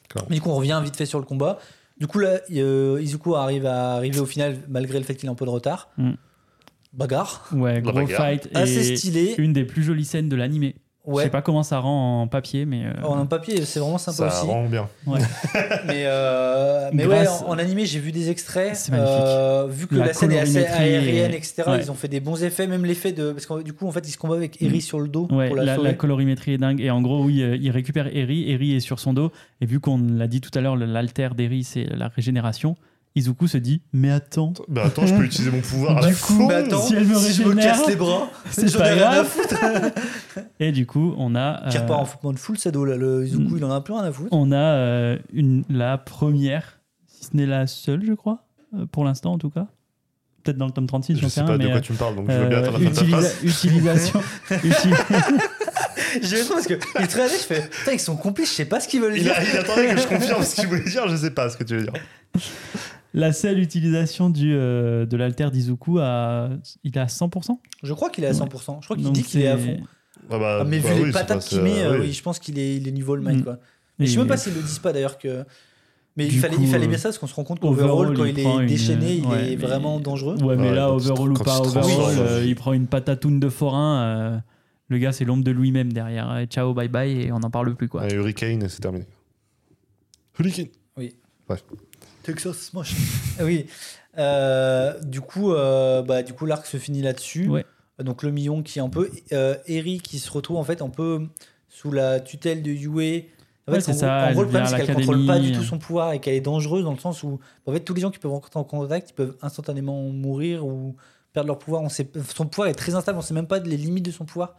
Speaker 2: clairement.
Speaker 3: Mais du coup, on revient vite fait sur le combat. Du coup, là, euh, Izuku arrive à arriver au final, malgré le fait qu'il est un peu de retard.
Speaker 1: Mm.
Speaker 3: Bagarre.
Speaker 1: Ouais,
Speaker 2: La
Speaker 1: gros
Speaker 2: bagarre.
Speaker 1: fight.
Speaker 3: Assez
Speaker 1: et
Speaker 3: Ah, stylé.
Speaker 1: une des plus jolies scènes de l'animé. Je
Speaker 3: Ouais.
Speaker 1: sais pas comment ça rend en papier, mais. euh,
Speaker 3: En papier, c'est vraiment sympa
Speaker 2: Ça
Speaker 3: aussi.
Speaker 2: rend bien.
Speaker 3: Mais, euh, mais ouais,
Speaker 1: Grâce-
Speaker 3: en, en animé, j'ai vu des extraits.
Speaker 1: C'est magnifique.
Speaker 3: Euh, vu que
Speaker 1: La
Speaker 3: la, scène est assez
Speaker 1: colorimétrie
Speaker 3: aérienne,
Speaker 1: est-
Speaker 3: etc.,
Speaker 1: Ouais. Mm.
Speaker 3: ils ont fait des bons effets, même l'effet de. Parce que du coup, en fait, ils se combattent avec Eri sur le dos
Speaker 1: Ouais,
Speaker 3: pour la,
Speaker 1: la,
Speaker 3: sauver.
Speaker 1: la colorimétrie est dingue. Et en gros, oui, euh, il récupère Eri. Eri est sur son dos. Et vu qu'on l'a dit tout à l'heure, le- l'alter d'Eri, c'est la régénération. Izuku se dit Mais attends,
Speaker 2: Bah attends, je peux utiliser mon pouvoir à
Speaker 1: Du
Speaker 2: la
Speaker 1: coup,
Speaker 2: fond.
Speaker 3: Mais attends,
Speaker 1: Si elle me
Speaker 3: si je me
Speaker 1: régénère,
Speaker 3: casse les bras,
Speaker 1: c'est
Speaker 3: j'en ai
Speaker 1: pas
Speaker 3: rien à
Speaker 1: grave.
Speaker 3: foutre.
Speaker 1: Et du coup, on a.
Speaker 3: Qui
Speaker 1: euh, Mm.
Speaker 3: repart en foutement de full sado, là. Le Izuku, il en a un peu rien à foutre.
Speaker 1: on a euh, une, la première, si ce n'est la seule, je crois, euh, pour l'instant en tout cas. Peut-être dans le tome 36,
Speaker 2: Je
Speaker 1: j'en
Speaker 2: sais
Speaker 1: rien,
Speaker 2: pas de
Speaker 1: mais,
Speaker 2: quoi
Speaker 1: euh,
Speaker 2: tu me parles, donc je veux bien attendre la fin de ta
Speaker 1: utilisa-
Speaker 2: phrase.
Speaker 1: utilisation. uti-
Speaker 3: J'ai vu ça parce que il traînait, je fais Putain, ils sont complices, je sais pas ce qu'ils veulent
Speaker 2: Il,
Speaker 3: dire.
Speaker 2: a- il attendait que je confirme ce que tu voulais dire, je sais pas ce que tu veux dire.
Speaker 1: la seule utilisation du, euh, de l'alter d'Izuku, à, il est à 100%.
Speaker 3: Je crois qu'il est à 100%. Je crois qu'il
Speaker 1: Donc
Speaker 3: Oh, dit qu'il est à
Speaker 1: c'est-
Speaker 3: fond.
Speaker 2: Ah bah,
Speaker 3: mais
Speaker 2: bah
Speaker 3: vu
Speaker 2: oui,
Speaker 3: les
Speaker 2: c'est
Speaker 3: patates
Speaker 2: pas-
Speaker 3: qu'il
Speaker 2: euh,
Speaker 3: met, euh,
Speaker 2: oui.
Speaker 3: oui, je pense qu'il est, il est niveau all might,
Speaker 1: Mm.
Speaker 3: quoi. Mais je sais
Speaker 1: Et-
Speaker 3: même pas s'ils le disent pas d'ailleurs que. Mais il
Speaker 1: Du
Speaker 3: fallait,
Speaker 1: coup,
Speaker 3: il fallait
Speaker 1: euh,
Speaker 3: bien ça parce qu'on se rend compte
Speaker 1: overall,
Speaker 3: qu'overall, quand
Speaker 1: il
Speaker 3: il,
Speaker 1: prend
Speaker 3: est
Speaker 1: une-
Speaker 3: déchaîné, il
Speaker 1: ouais,
Speaker 3: est
Speaker 1: mais-
Speaker 3: vraiment dangereux.
Speaker 1: Ouais, mais
Speaker 2: Ouais,
Speaker 1: là,
Speaker 2: quand
Speaker 1: overall
Speaker 2: il-
Speaker 1: ou
Speaker 2: quand
Speaker 1: pas
Speaker 2: il se
Speaker 1: overall,
Speaker 2: transforme.
Speaker 1: euh, il prend une patatoune de forain. euh, le gars, c'est l'ombre de lui-même derrière. Et ciao, bye bye, et on n'en parle plus. quoi.
Speaker 2: Un hurricane, et c'est terminé. Hurricane
Speaker 3: Texas Smash. oui. Euh, du coup, euh, bah, du coup, l'arc se finit là-dessus.
Speaker 1: Ouais.
Speaker 3: Donc le million qui est un peu euh, Eri qui se retrouve en fait un peu sous la tutelle de Yue. En
Speaker 1: Ouais,
Speaker 3: fait,
Speaker 1: c'est
Speaker 3: en gros-
Speaker 1: ça,
Speaker 3: en gros,
Speaker 1: elle
Speaker 3: le problème,
Speaker 1: vient à
Speaker 3: c'est qu'elle contrôle pas du
Speaker 1: l'académie.
Speaker 3: tout son pouvoir et qu'elle est dangereuse dans le sens où en fait tous les gens qui peuvent rentrer en contact, ils peuvent instantanément mourir ou perdre leur pouvoir. On sait, son pouvoir est très instable. On sait même pas les limites de son pouvoir.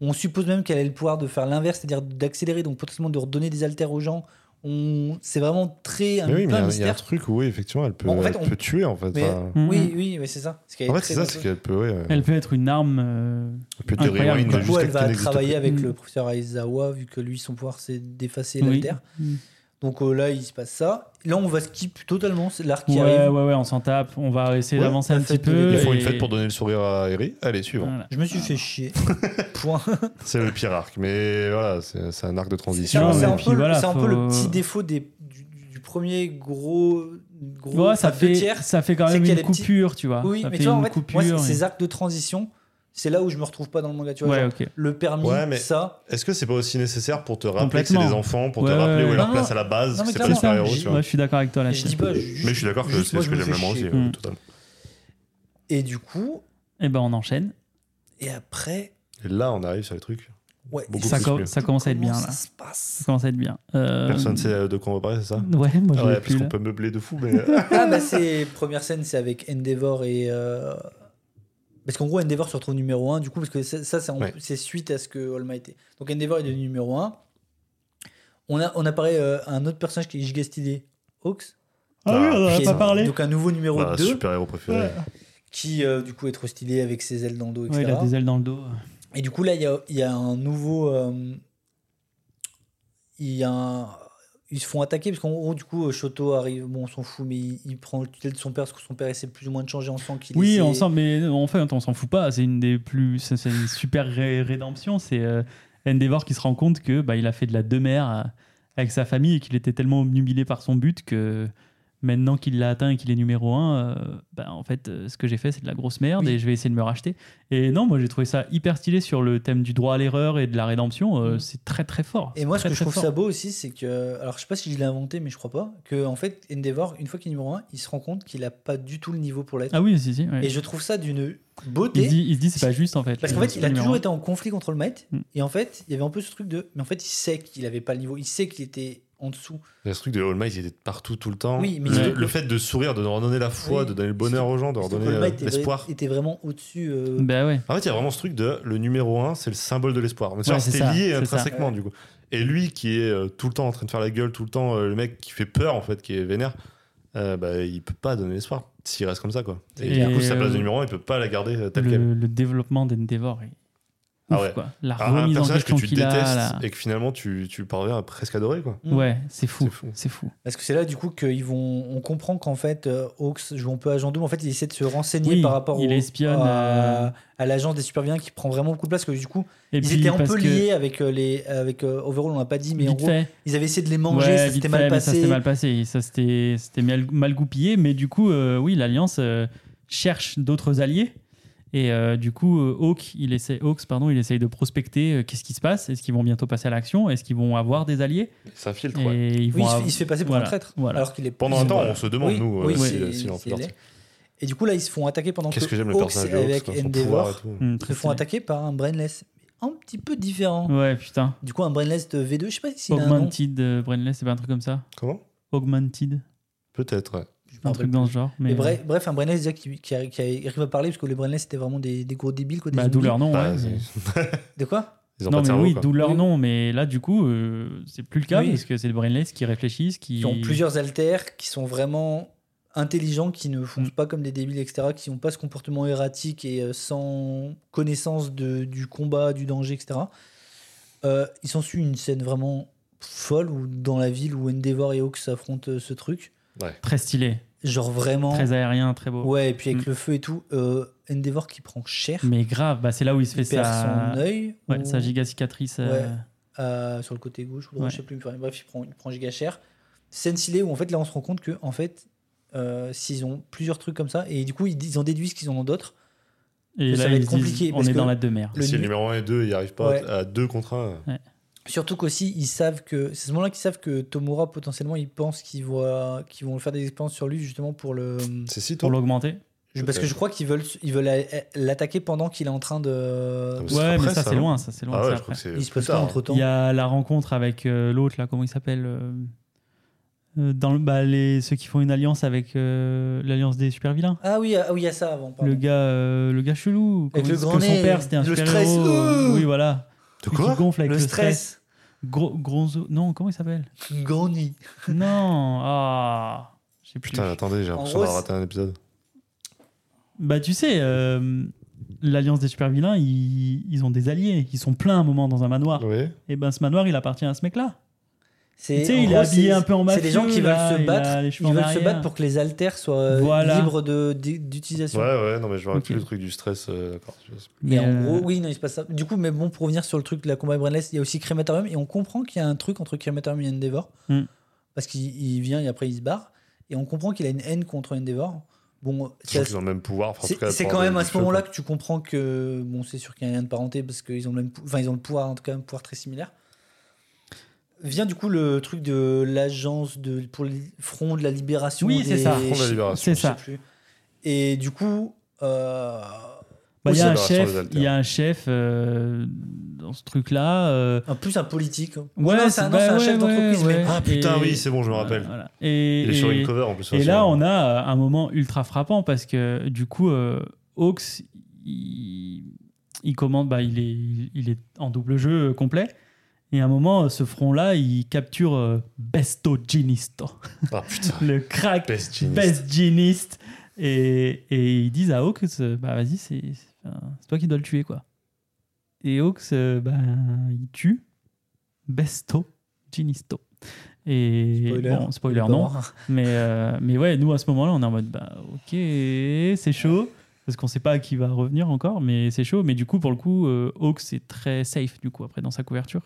Speaker 3: On suppose même qu'elle a le pouvoir de faire l'inverse, c'est-à-dire d'accélérer, donc potentiellement de redonner des altères aux gens. On... C'est vraiment très un,
Speaker 2: Mais oui,
Speaker 3: plein
Speaker 2: mais il y a- il y a un
Speaker 3: mystère.
Speaker 2: truc où, oui, effectivement, elle peut,
Speaker 3: Bon, en fait,
Speaker 2: elle
Speaker 3: on-
Speaker 2: peut tuer, en fait.
Speaker 3: Mais-
Speaker 2: Enfin,
Speaker 1: Mhm.
Speaker 3: Oui, oui, mais c'est ça. Ce qui est
Speaker 2: En fait,
Speaker 3: très
Speaker 2: c'est ça,
Speaker 3: dangereux.
Speaker 2: c'est qu'elle peut, ouais,
Speaker 1: Elle peut être une arme. euh,
Speaker 2: elle peut devenir
Speaker 1: incroyable,
Speaker 2: héroïne
Speaker 1: quoi.
Speaker 2: de
Speaker 3: Du coup,
Speaker 2: jusqu'à
Speaker 3: elle
Speaker 2: qu'elle
Speaker 3: va
Speaker 2: n'existe
Speaker 3: travailler avec
Speaker 1: Mm.
Speaker 3: le professeur Aizawa, vu que lui, son pouvoir, c'est d'effacer
Speaker 1: oui.
Speaker 3: l'alter. Donc euh, là, il se passe ça. Là, on va skip totalement c'est l'arc qui
Speaker 1: Ouais, ouais,
Speaker 3: arrive.
Speaker 1: ouais, on s'en tape. On va essayer
Speaker 2: Ouais,
Speaker 1: d'avancer
Speaker 3: la
Speaker 1: un petit
Speaker 3: fête de
Speaker 1: peu.
Speaker 2: plus.
Speaker 3: l'été.
Speaker 2: Ils font une
Speaker 1: et-
Speaker 2: fête pour donner le sourire à Eri. Allez, suivant.
Speaker 1: Voilà.
Speaker 3: Je me suis fait chier. Point.
Speaker 2: C'est le pire arc, mais voilà, c'est c'est un arc de
Speaker 3: C'est
Speaker 2: transition.
Speaker 1: Non,
Speaker 3: un,
Speaker 1: mais
Speaker 3: c'est un
Speaker 1: puis
Speaker 3: peu, le-
Speaker 1: voilà,
Speaker 3: c'est un peu
Speaker 1: faut-
Speaker 3: le petit défaut des, du, du premier gros. gros
Speaker 1: Ouais, ça,
Speaker 3: enfin, deux
Speaker 1: fait,
Speaker 3: tiers.
Speaker 1: ça fait quand
Speaker 3: c'est
Speaker 1: même
Speaker 3: qu'il y a
Speaker 1: une
Speaker 3: des petits-
Speaker 1: coupure, tu vois.
Speaker 3: Oui,
Speaker 1: ça
Speaker 3: mais
Speaker 1: fait
Speaker 3: tu vois, en
Speaker 1: une
Speaker 3: fait,
Speaker 1: coupure.
Speaker 3: moi, c'est-
Speaker 1: et-
Speaker 3: ces arcs de transition, c'est là où je me retrouve pas dans le manga. Tu vois,
Speaker 1: Ouais,
Speaker 3: genre,
Speaker 1: ok.
Speaker 3: le permis,
Speaker 2: Ouais, mais-
Speaker 3: ça.
Speaker 2: Est-ce que c'est pas aussi nécessaire pour te rappeler que c'est
Speaker 1: Complètement.
Speaker 2: des enfants, pour
Speaker 1: Ouais,
Speaker 2: te rappeler
Speaker 1: ouais,
Speaker 2: où est leur
Speaker 3: non,
Speaker 2: place à la base,
Speaker 3: non,
Speaker 2: que
Speaker 3: mais
Speaker 2: c'est pas
Speaker 1: C'est
Speaker 2: des
Speaker 1: ça.
Speaker 3: clairement,
Speaker 2: super-héros,
Speaker 3: j'ai-
Speaker 2: tu vois
Speaker 1: Ouais, je suis d'accord avec toi
Speaker 3: Et
Speaker 1: là
Speaker 3: je dis pas. juste-
Speaker 2: Mais je suis d'accord que
Speaker 3: juste,
Speaker 2: c'est
Speaker 3: moi,
Speaker 2: ce
Speaker 3: je
Speaker 2: que
Speaker 3: me
Speaker 2: j'aime
Speaker 3: fais
Speaker 2: le manger,
Speaker 3: chier.
Speaker 1: Mm.
Speaker 2: euh, totalement.
Speaker 3: Et du coup,
Speaker 1: Et ben, on enchaîne.
Speaker 3: et après,
Speaker 2: Et là, on arrive sur les trucs.
Speaker 3: ouais,
Speaker 2: Beaucoup
Speaker 1: Ça,
Speaker 2: plus
Speaker 1: com-
Speaker 2: mieux.
Speaker 1: ça commence à être bien
Speaker 3: Comment
Speaker 1: là.
Speaker 3: Ça se passe.
Speaker 1: Ça commence à être bien. Euh,
Speaker 2: Personne sait de quoi on va parler, c'est ça
Speaker 1: Ouais, moi
Speaker 2: Ah
Speaker 1: je l'ai
Speaker 2: ouais, parce
Speaker 1: plus.
Speaker 2: qu'on
Speaker 1: là.
Speaker 2: peut meubler de fou, mais.
Speaker 3: Ah bah c'est première scène, c'est avec Endeavor et euh, parce qu'en gros Endeavor se retrouve numéro 1 du coup parce que ça, ça, c'est en-
Speaker 2: Ouais.
Speaker 3: c'est suite à ce que All Might est. Donc Endeavor est devenu numéro 1 On a on apparaît euh, un autre personnage qui est Gastidé, Hawks,
Speaker 1: Ah oui, on en
Speaker 2: Ah,
Speaker 1: a
Speaker 3: qui
Speaker 1: pas
Speaker 3: est
Speaker 1: parlé.
Speaker 3: donc un nouveau numéro
Speaker 2: Bah,
Speaker 3: 2
Speaker 2: super-héros préféré.
Speaker 3: qui euh, du coup est trop stylé avec ses ailes dans le dos etc.
Speaker 1: Ouais, il a des ailes dans le dos.
Speaker 3: Et du coup, là, il y a, il y a un nouveau. euh, il y a un- Ils se font attaquer parce qu'en gros, du coup, Shoto arrive. Bon, on s'en fout, mais il, il prend le tutel de son père parce que son père essaie plus ou moins de changer en sang qu'il
Speaker 1: Oui,
Speaker 3: essaie-
Speaker 1: on s'en, mais en fait, on s'en fout pas. C'est une des plus, c'est c'est une super ré- rédemption. C'est euh, Endeavor qui se rend compte que bah, il a fait de la demeure euh, avec sa famille et qu'il était tellement obnubilé par son but que maintenant qu'il l'a atteint et qu'il est numéro un, euh, bah, en fait, euh, ce que j'ai fait, c'est de la grosse merde
Speaker 3: Oui.
Speaker 1: et je vais essayer de me racheter. Et non, moi, j'ai trouvé ça hyper stylé sur le thème du droit à l'erreur et de la rédemption. Euh,
Speaker 3: Mhm.
Speaker 1: C'est très très fort.
Speaker 3: Et moi, ce
Speaker 1: Très,
Speaker 3: que je
Speaker 1: très
Speaker 3: trouve
Speaker 1: fort.
Speaker 3: ça beau aussi, c'est que. Alors, je sais pas si je l'ai inventé, mais je crois pas. Que, en fait, Endeavor, une fois qu'il est numéro 1, il se rend compte qu'il a pas du tout le niveau pour l'être.
Speaker 1: Ah oui, si si. ouais.
Speaker 3: Et je trouve ça d'une
Speaker 1: Il
Speaker 3: beauté.
Speaker 1: se dit, il se dit, c'est pas juste en fait. Euh,
Speaker 3: Parce qu'en fait, il a
Speaker 1: Numéro
Speaker 3: toujours
Speaker 1: un.
Speaker 3: été en conflit contre le maître.
Speaker 1: Mm.
Speaker 3: Et en fait, il y avait un peu ce truc de. Mais en fait, il sait qu'il avait pas le niveau. Il sait qu'il était en dessous.
Speaker 2: Il y a ce truc de All Might, il était partout tout le temps.
Speaker 3: Oui, mais
Speaker 2: le,
Speaker 1: il-
Speaker 2: le fait de sourire, de leur donner la foi,
Speaker 3: Oui.
Speaker 2: de donner le bonheur aux gens, de leur donner
Speaker 3: Paul
Speaker 2: euh,
Speaker 3: Knight était-
Speaker 2: l'espoir.
Speaker 3: était vraiment au-dessus. euh,
Speaker 1: Bah ouais.
Speaker 2: En fait, il y a vraiment ce truc de le numéro 1, c'est le symbole de l'espoir. Mais c'est
Speaker 1: Ouais,
Speaker 2: genre,
Speaker 1: c'est
Speaker 2: C'était
Speaker 1: ça,
Speaker 2: lié
Speaker 1: c'est
Speaker 2: intrinsèquement,
Speaker 3: ça.
Speaker 2: du coup. Et lui, qui est euh, tout le temps en train de faire la gueule, tout le temps euh, le mec qui fait peur, en fait, qui est vénère, euh, bah, il peut pas donner l'espoir s'il reste comme ça, quoi. Et,
Speaker 1: Et,
Speaker 2: du coup, sa place
Speaker 1: euh,
Speaker 2: de numéro 1, il peut pas la garder euh, telle
Speaker 1: Le,
Speaker 2: qu'elle.
Speaker 1: le développement d'Endeavor est ouf,
Speaker 2: Ah ouais.
Speaker 1: quoi. La
Speaker 2: Un- un
Speaker 1: remise en
Speaker 2: personnage que
Speaker 1: question
Speaker 2: tu
Speaker 1: qu'il
Speaker 2: détestes
Speaker 1: a. la-
Speaker 2: et que finalement tu, tu parviens à presque adorer, quoi.
Speaker 1: Ouais, c'est fou.
Speaker 2: C'est fou.
Speaker 1: C'est fou.
Speaker 3: Parce que c'est là, du coup, qu'ils vont. On comprend qu'en fait, euh, Hawks joue un peu agent double. En fait, il essaie de se renseigner
Speaker 1: Oui,
Speaker 3: par rapport
Speaker 1: il
Speaker 3: au-
Speaker 1: espionne, euh,
Speaker 3: à, à l'agence des supervillains qui prend vraiment beaucoup de place. Parce que du coup,
Speaker 1: Et
Speaker 3: ils
Speaker 1: puis,
Speaker 3: étaient un
Speaker 1: parce
Speaker 3: peu
Speaker 1: que,
Speaker 3: liés avec euh, les. Avec euh, Overall, on l'a pas dit, mais en
Speaker 1: vite
Speaker 3: gros,
Speaker 1: fait,
Speaker 3: ils avaient essayé de les manger.
Speaker 1: ouais,
Speaker 3: ça
Speaker 1: vite
Speaker 3: s'était
Speaker 1: fait,
Speaker 3: mal
Speaker 1: mais Ça
Speaker 3: passé.
Speaker 1: s'était mal passé. Ça s'était c'était mal, mal goupillé. Mais du coup, euh, oui, l'Alliance euh, cherche d'autres alliés. Et euh, du coup, euh, Hawk, il essaie, Hawks, pardon, il essaye de prospecter euh, qu'est-ce qui se passe. Est-ce qu'ils vont bientôt passer à l'action Est-ce qu'ils vont avoir des alliés
Speaker 2: C'est un filtre,
Speaker 1: Et
Speaker 2: ouais.
Speaker 1: ils vont
Speaker 3: Oui, il se fait-
Speaker 1: av-
Speaker 3: il se fait passer pour
Speaker 1: voilà,
Speaker 3: un traître.
Speaker 1: Voilà.
Speaker 3: Alors qu'il est
Speaker 2: Pendant un
Speaker 3: il-
Speaker 2: temps,
Speaker 1: voilà.
Speaker 2: on se demande,
Speaker 3: Oui,
Speaker 2: nous,
Speaker 3: oui,
Speaker 2: euh,
Speaker 1: c'est-
Speaker 2: s'il- s'il en
Speaker 3: c'est-
Speaker 2: fait partie.
Speaker 3: c'est- Et du coup, là, ils se font attaquer pendant
Speaker 2: Qu'est-ce que j'aime le
Speaker 3: Hawks
Speaker 2: personnage de Hawks,
Speaker 3: avec
Speaker 2: quoi, son pouvoir et
Speaker 3: Endeavor
Speaker 2: tout.
Speaker 1: Hum,
Speaker 3: se
Speaker 1: très
Speaker 3: font
Speaker 1: stylé.
Speaker 3: attaquer par un brainless un petit peu différent.
Speaker 1: Ouais, putain.
Speaker 3: Du coup, un brainless de V2, je sais pas s'il a un nom.
Speaker 1: Augmented euh, Brainless, c'est pas un truc comme ça
Speaker 2: Comment
Speaker 1: Augmented,
Speaker 2: Peut-être, ouais.
Speaker 3: Je me
Speaker 1: un
Speaker 3: rappelle
Speaker 1: truc dans ce genre. Mais,
Speaker 3: Mais bref, bref, un brainless déjà, qui, qui, qui arrive à parler, parce que les brainless c'était vraiment des, des gros débiles. Quoi, des
Speaker 1: Bah,
Speaker 3: zombies.
Speaker 1: d'où leur nom,
Speaker 2: Bah,
Speaker 1: ouais. mais-
Speaker 2: c'est-
Speaker 3: De quoi
Speaker 2: Ils ont
Speaker 1: Non,
Speaker 2: pas de
Speaker 1: mais
Speaker 2: cerveau,
Speaker 1: oui,
Speaker 2: quoi.
Speaker 1: d'où leur
Speaker 3: Oui.
Speaker 1: nom, mais là, du coup, euh, c'est plus le cas,
Speaker 3: Oui.
Speaker 1: parce que c'est les Brainless qui réfléchissent, qui...
Speaker 3: Qui ont plusieurs alters, qui sont vraiment intelligents, qui ne foncent
Speaker 1: Mm.
Speaker 3: pas comme des débiles, etc., qui n'ont pas ce comportement erratique et euh, sans connaissance de, du combat, du danger, etc. Euh, il s'ensuit une scène vraiment folle où, dans la ville où Endeavor et Hawks s'affrontent euh, ce truc.
Speaker 1: Très stylé,
Speaker 3: Genre vraiment.
Speaker 1: très aérien, très beau.
Speaker 3: Ouais, et puis avec
Speaker 1: Mm.
Speaker 3: le feu et tout, euh, Endeavor qui prend cher,
Speaker 1: Mais grave, bah, c'est là où il se fait
Speaker 3: il perd
Speaker 1: sa...
Speaker 3: son œil.
Speaker 1: Ouais,
Speaker 3: ou-
Speaker 1: sa giga cicatrice. euh,
Speaker 3: Ouais. euh, sur le côté gauche ou droit,
Speaker 1: Ouais.
Speaker 3: je sais plus. Enfin, bref, il prend, il prend giga cher. Scène stylée où en fait là on se rend compte que en fait euh, s'ils ont plusieurs trucs comme ça et du coup ils, ils en déduisent qu'ils en ont d'autres.
Speaker 1: Et
Speaker 3: Ça
Speaker 1: là,
Speaker 3: va
Speaker 1: ils
Speaker 3: être
Speaker 1: disent,
Speaker 3: compliqué,
Speaker 1: on
Speaker 3: parce
Speaker 1: est
Speaker 3: que
Speaker 1: dans la demeure.
Speaker 3: le
Speaker 2: si le
Speaker 3: nu-
Speaker 2: numéro 1 et 2, ils arrivent pas
Speaker 3: Ouais.
Speaker 2: à 2 contre 1.
Speaker 3: Surtout qu'aussi ils savent que c'est à ce moment-là qu'ils savent que Tomura potentiellement ils pensent qu'ils voient qu'ils vont faire des expériences sur lui justement pour le
Speaker 2: C'est si, toi
Speaker 1: Pour l'augmenter.
Speaker 3: Je- parce que je crois qu'ils veulent ils veulent a- l'attaquer pendant qu'il est en train de
Speaker 2: Ah, mais Ce sera
Speaker 1: Ouais, mais
Speaker 2: après,
Speaker 1: ça,
Speaker 2: ça,
Speaker 1: c'est
Speaker 2: non
Speaker 1: loin, ça, c'est loin.
Speaker 2: Ah
Speaker 1: c'est
Speaker 2: ouais, je
Speaker 1: après.
Speaker 2: crois que c'est.
Speaker 3: il se
Speaker 2: plus
Speaker 3: passe pas
Speaker 2: tard,
Speaker 3: entre
Speaker 2: hein.
Speaker 3: temps.
Speaker 1: Il y a la rencontre avec euh, l'autre, là, comment il s'appelle euh, euh, dans le, bah, les, Ceux qui font une alliance avec euh, l'alliance des super-vilains.
Speaker 3: Ah oui, ah oui, il y a ça avant. pardon.
Speaker 1: Le gars, euh, le gars chelou.
Speaker 3: Avec
Speaker 1: comment
Speaker 3: le
Speaker 1: il dit
Speaker 3: grand
Speaker 1: que son
Speaker 3: nez,
Speaker 1: père, c'était un
Speaker 3: le
Speaker 1: super-héros.
Speaker 3: stress, euh.
Speaker 1: Oui, voilà.
Speaker 2: De
Speaker 1: Lui qui
Speaker 2: quoi
Speaker 1: gonfle avec
Speaker 3: le
Speaker 1: le, stress.
Speaker 3: stress,
Speaker 1: Gros, gronzo. Non, comment il s'appelle
Speaker 3: Gandhi.
Speaker 1: Non. Ah. Je sais plus.
Speaker 2: Putain, attendez, j'ai l'impression
Speaker 3: gros,
Speaker 2: d'avoir raté un épisode.
Speaker 1: Bah, tu sais, euh, l'Alliance des super-vilains, ils, ils ont des alliés. Ils sont pleins à un moment dans un manoir.
Speaker 2: Oui.
Speaker 1: Et ben, ce manoir, il appartient à ce mec-là.
Speaker 3: C'est-
Speaker 1: Tu sais,
Speaker 3: en
Speaker 1: il est
Speaker 3: gros,
Speaker 1: habillé
Speaker 3: c'est-
Speaker 1: un peu en
Speaker 3: C'est des gens qui
Speaker 1: mafieux,
Speaker 3: veulent
Speaker 1: là, il
Speaker 3: se
Speaker 1: a
Speaker 3: battre.
Speaker 1: les
Speaker 3: Ils
Speaker 1: cheveux en
Speaker 3: veulent se
Speaker 1: arrière.
Speaker 3: battre pour que les haltères soient euh,
Speaker 1: Voilà.
Speaker 3: libres de- d'u- d'utilisation.
Speaker 2: Ouais, ouais, non, mais je vois
Speaker 1: Ok.
Speaker 2: plus le truc du stress. euh, d'accord.
Speaker 3: Et en
Speaker 1: euh,
Speaker 3: gros, oui, non, il se passe ça. Du coup, mais bon, pour revenir sur le truc de la combat Brainless, il y a aussi Crématorium et on comprend qu'il y a un truc entre Crématorium et Endeavor.
Speaker 1: Hmm.
Speaker 3: Parce qu'il il vient et après il se barre. Et on comprend qu'il a une haine contre Endeavor. Bon,
Speaker 2: Je
Speaker 3: c'est
Speaker 2: qu'ils ont le même pouvoir. enfin, en tout
Speaker 3: c'est-
Speaker 2: cas,
Speaker 3: c'est
Speaker 2: pour
Speaker 3: quand
Speaker 2: avoir
Speaker 3: même
Speaker 2: des
Speaker 3: à ce
Speaker 2: cheveux,
Speaker 3: moment-là
Speaker 2: quoi.
Speaker 3: que tu comprends que, bon, c'est sûr qu'il y a un lien de parenté parce qu'ils ont, le même pou- enfin, ils ont le pouvoir, en tout cas, un pouvoir très similaire. Vient du coup le truc de l'agence de, pour le front de la libération.
Speaker 1: Oui, c'est
Speaker 3: des-
Speaker 1: ça.
Speaker 2: Front de la Libération,
Speaker 1: C'est
Speaker 3: je sais
Speaker 1: ça.
Speaker 3: plus. Et du coup, euh,
Speaker 1: Bah, Il y a un
Speaker 2: Aussi, bah, sur les
Speaker 1: chef,
Speaker 2: haltères.
Speaker 1: il y a un chef euh, dans ce truc-là. euh,
Speaker 3: un plus un politique. Ouais,
Speaker 1: Ouais,
Speaker 3: non, c'est un, non,
Speaker 1: bah,
Speaker 3: c'est un
Speaker 1: ouais,
Speaker 3: chef d'entreprise.
Speaker 1: ouais,
Speaker 3: mais-
Speaker 1: ouais.
Speaker 2: Ah putain,
Speaker 1: Et-
Speaker 2: oui, c'est bon, je me rappelle.
Speaker 1: Voilà, voilà. Et,
Speaker 2: Il est sur
Speaker 1: et-
Speaker 2: une cover en plus.
Speaker 1: et
Speaker 2: aussi,
Speaker 1: là,
Speaker 2: ouais.
Speaker 1: on a euh, un moment ultra frappant parce que du coup, euh, Hawks, il, il commande, bah, il, est, il est en double jeu euh, complet. Et à un moment, euh, ce front-là, il capture euh, Besto Ginisto,
Speaker 2: Ah putain,
Speaker 1: le crack
Speaker 2: best genius.
Speaker 1: Best Giniste. Et, et ils disent à Hawks, euh, bah vas-y, c'est c'est- enfin, c'est toi qui dois le tuer, quoi. Et Hawks, euh, bah, il tue Besto Ginisto. Et
Speaker 3: Spoiler.
Speaker 1: bon, spoiler,
Speaker 3: Pas
Speaker 1: non.
Speaker 3: mort.
Speaker 1: Mais, euh, mais ouais, nous à ce moment-là, on est en mode bah ok, c'est chaud. Parce qu'on sait pas qui va revenir encore, mais c'est chaud. Mais du coup, pour le coup, euh, Hawks est très safe, du coup, après, dans sa couverture.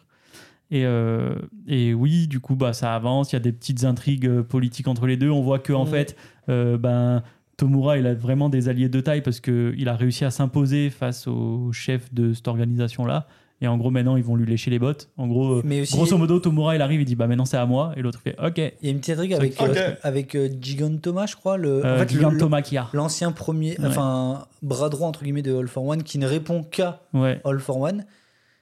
Speaker 1: Et, euh, et oui, du coup, bah, ça avance. Il y a des petites intrigues euh, politiques entre les deux. On voit que, en
Speaker 3: Mhm.
Speaker 1: fait, euh, ben, Tomura, il a vraiment des alliés de taille parce qu'il a réussi à s'imposer face au chef de cette organisation-là. Et en gros, maintenant, ils vont lui lécher les bottes. En gros, euh,
Speaker 3: Mais aussi,
Speaker 1: grosso modo, Tomura, il arrive, il dit, bah maintenant, c'est à moi. Et l'autre fait, ok.
Speaker 3: il y a une petite intrigue avec,
Speaker 2: Ok.
Speaker 3: euh, avec euh, Gigantoma, je crois. Le, en
Speaker 1: Euh,
Speaker 3: fait, le-
Speaker 1: Gigante
Speaker 3: le-
Speaker 1: Tomakia.
Speaker 3: l'ancien premier,
Speaker 1: Ouais.
Speaker 3: enfin, bras droit, entre guillemets, de All for One, qui ne répond qu'à
Speaker 1: Ouais,
Speaker 3: All for One.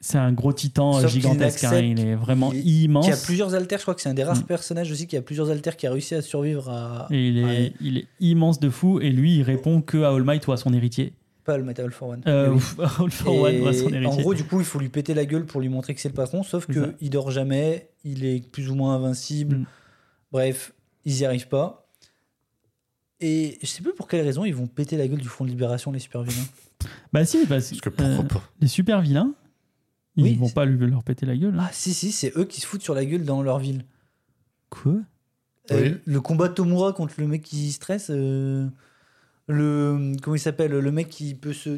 Speaker 1: c'est un gros titan euh,
Speaker 3: Sauf qu'il
Speaker 1: gigantesque. hein.
Speaker 3: l'accepte,
Speaker 1: Il est vraiment
Speaker 3: il-
Speaker 1: immense.
Speaker 3: Qui a plusieurs alters, je crois que c'est un des rares
Speaker 1: Mm.
Speaker 3: personnages aussi qui a plusieurs alters, qui a réussi à survivre à.
Speaker 1: Et il est,
Speaker 3: Ouais.
Speaker 1: il est immense de fou. Et lui, il répond que à All Might ou à son héritier.
Speaker 3: Pas le Metal for One.
Speaker 1: Euh,
Speaker 3: Oui.
Speaker 1: ouf, All for One
Speaker 3: Et
Speaker 1: ou à son héritier.
Speaker 3: en gros, du coup, il faut lui péter la gueule pour lui montrer que c'est le patron, sauf
Speaker 1: C'est ça.
Speaker 3: que il dort jamais, il est plus ou moins invincible.
Speaker 1: Mm.
Speaker 3: Bref, ils y arrivent pas. Et je sais plus pour quelle raison ils vont péter la gueule du Front de Libération, les super vilains.
Speaker 1: Bah si, parce
Speaker 2: Parce que
Speaker 1: euh,
Speaker 2: propre.
Speaker 1: les super vilains, Ils
Speaker 3: Oui,
Speaker 1: vont
Speaker 3: c'est-
Speaker 1: pas lui- leur péter la gueule. là.
Speaker 3: Ah, si, si, c'est eux qui se foutent sur la gueule dans leur ville.
Speaker 1: Quoi
Speaker 3: Euh,
Speaker 2: Oui.
Speaker 3: le combat de Tomura contre le mec qui stresse. euh, le. Comment il s'appelle Le mec qui peut se,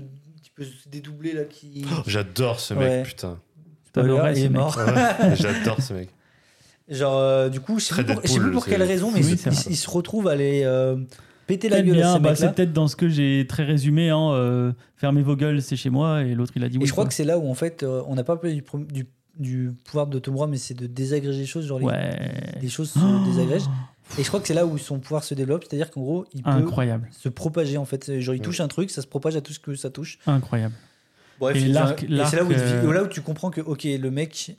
Speaker 3: qui peut se dédoubler, là, qui.
Speaker 2: Oh, J'adore ce mec,
Speaker 3: Ouais.
Speaker 2: putain.
Speaker 1: T'adorais
Speaker 3: il
Speaker 1: ce
Speaker 3: est
Speaker 1: mec.
Speaker 3: mort.
Speaker 2: Ouais, J'adore ce mec.
Speaker 3: Genre, euh, du coup, je sais
Speaker 2: Très
Speaker 3: plus pour, je sais
Speaker 2: Deadpool,
Speaker 3: plus pour
Speaker 2: c'est-
Speaker 3: quelle raison, mais
Speaker 1: Oui,
Speaker 3: ils-
Speaker 1: c'est
Speaker 3: ils,
Speaker 1: vrai.
Speaker 3: ils se retrouvent à les euh, péter la
Speaker 1: T'aimes
Speaker 3: gueule à
Speaker 1: bien,
Speaker 3: ces
Speaker 1: bah,
Speaker 3: mecs-là.
Speaker 1: c'est peut-être dans ce que j'ai très résumé, hein, euh, fermez vos gueules, c'est chez moi, et l'autre il a dit
Speaker 3: Et
Speaker 1: oui.
Speaker 3: je crois
Speaker 1: quoi.
Speaker 3: que c'est là où, en fait, euh, on n'a pas parlé du, pro- du, du pouvoir de Tomura, mais c'est de désagréger les choses. Genre, les-
Speaker 1: Ouais.
Speaker 3: les choses
Speaker 1: Oh,
Speaker 3: se désagrègent. Et je crois que c'est là où son pouvoir se développe, c'est-à-dire qu'en gros, il peut
Speaker 1: Incroyable,
Speaker 3: se propager en fait. Genre, il
Speaker 2: Ouais.
Speaker 3: touche un truc, ça se propage à tout ce que ça touche.
Speaker 1: incroyable.
Speaker 3: Bref,
Speaker 1: Et
Speaker 3: il-
Speaker 1: l'arc-
Speaker 3: et c'est là où, il-
Speaker 1: l'arc, euh,
Speaker 3: là où tu comprends que, ok, le mec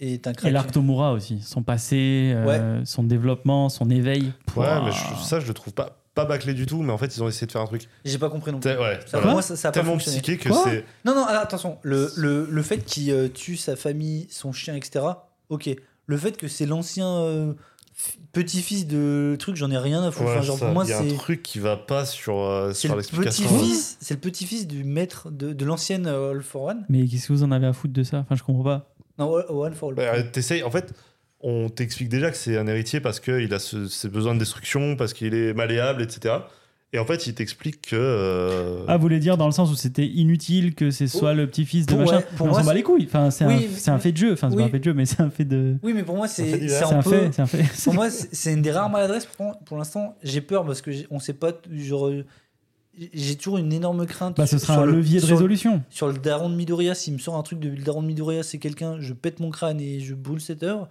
Speaker 3: est un crack.
Speaker 1: Et l'arc Tomura aussi, son passé, euh, son développement, son éveil.
Speaker 2: Ouais,
Speaker 1: Pouah.
Speaker 2: mais je- ça, je le trouve pas, pas bâclé du tout, mais en fait, ils ont essayé de faire un truc.
Speaker 3: J'ai pas compris non plus.
Speaker 2: T'es- Ouais,
Speaker 3: Ça,
Speaker 2: voilà.
Speaker 3: pour moi, ça, ça a pas
Speaker 2: Tellement
Speaker 3: fonctionné.
Speaker 2: psyché que
Speaker 1: Quoi
Speaker 2: c'est.
Speaker 3: Non, non, alors, attention, le, le, le fait qu'il euh, tue sa famille, son chien, etc., ok. Le fait que c'est l'ancien euh, f- petit-fils de truc, j'en ai rien à foutre.
Speaker 2: Ouais,
Speaker 3: Enfin, genre,
Speaker 2: ça,
Speaker 3: pour moi,
Speaker 2: il y a un
Speaker 3: c'est.
Speaker 2: truc qui va pas sur, euh,
Speaker 3: C'est
Speaker 2: sur
Speaker 3: le
Speaker 2: l'explication. hein.
Speaker 3: petit-fils, c'est le petit-fils du maître de, de l'ancienne euh, All for One.
Speaker 1: Mais qu'est-ce que vous en avez à foutre de ça Enfin, je comprends pas.
Speaker 3: Non, All- One for All.
Speaker 2: Ouais, euh, t'essayes- en fait, on t'explique déjà que c'est un héritier parce qu'il a ce- ses besoins de destruction, parce qu'il est malléable, etc. Et en fait, il t'explique que. euh,
Speaker 1: Ah, vous voulez dire dans le sens où c'était inutile que ce soit le petit-fils de
Speaker 3: Oh. Pour-
Speaker 1: machin
Speaker 3: ouais, pour
Speaker 1: Mais On
Speaker 3: moi,
Speaker 1: s'en bat
Speaker 3: c'est-
Speaker 1: les couilles. Enfin, c'est un-
Speaker 3: Oui,
Speaker 1: c'est un,
Speaker 3: oui.
Speaker 1: fait de jeu. Enfin, c'est pas
Speaker 3: Oui.
Speaker 1: un fait de jeu, mais c'est un fait de.
Speaker 3: Oui, mais pour moi,
Speaker 2: Ça fait
Speaker 3: c'est
Speaker 2: divers.
Speaker 3: c'est
Speaker 1: C'est un
Speaker 3: un peu.
Speaker 1: fait. C'est un fait.
Speaker 3: Pour moi, c'est c'est une des rares maladresses. Pour, pour l'instant, j'ai peur parce que j'ai- on sait pas. Genre, euh, j'ai toujours une énorme crainte.
Speaker 1: Bah, ce
Speaker 3: sur-
Speaker 1: sera
Speaker 3: sur
Speaker 1: un
Speaker 3: le-
Speaker 1: levier de
Speaker 3: sur-
Speaker 1: résolution.
Speaker 3: Sur le daron de Midoriya, s'il me sort un truc de le daron de Midoriya, c'est quelqu'un, je pète mon crâne et je boule cette heure.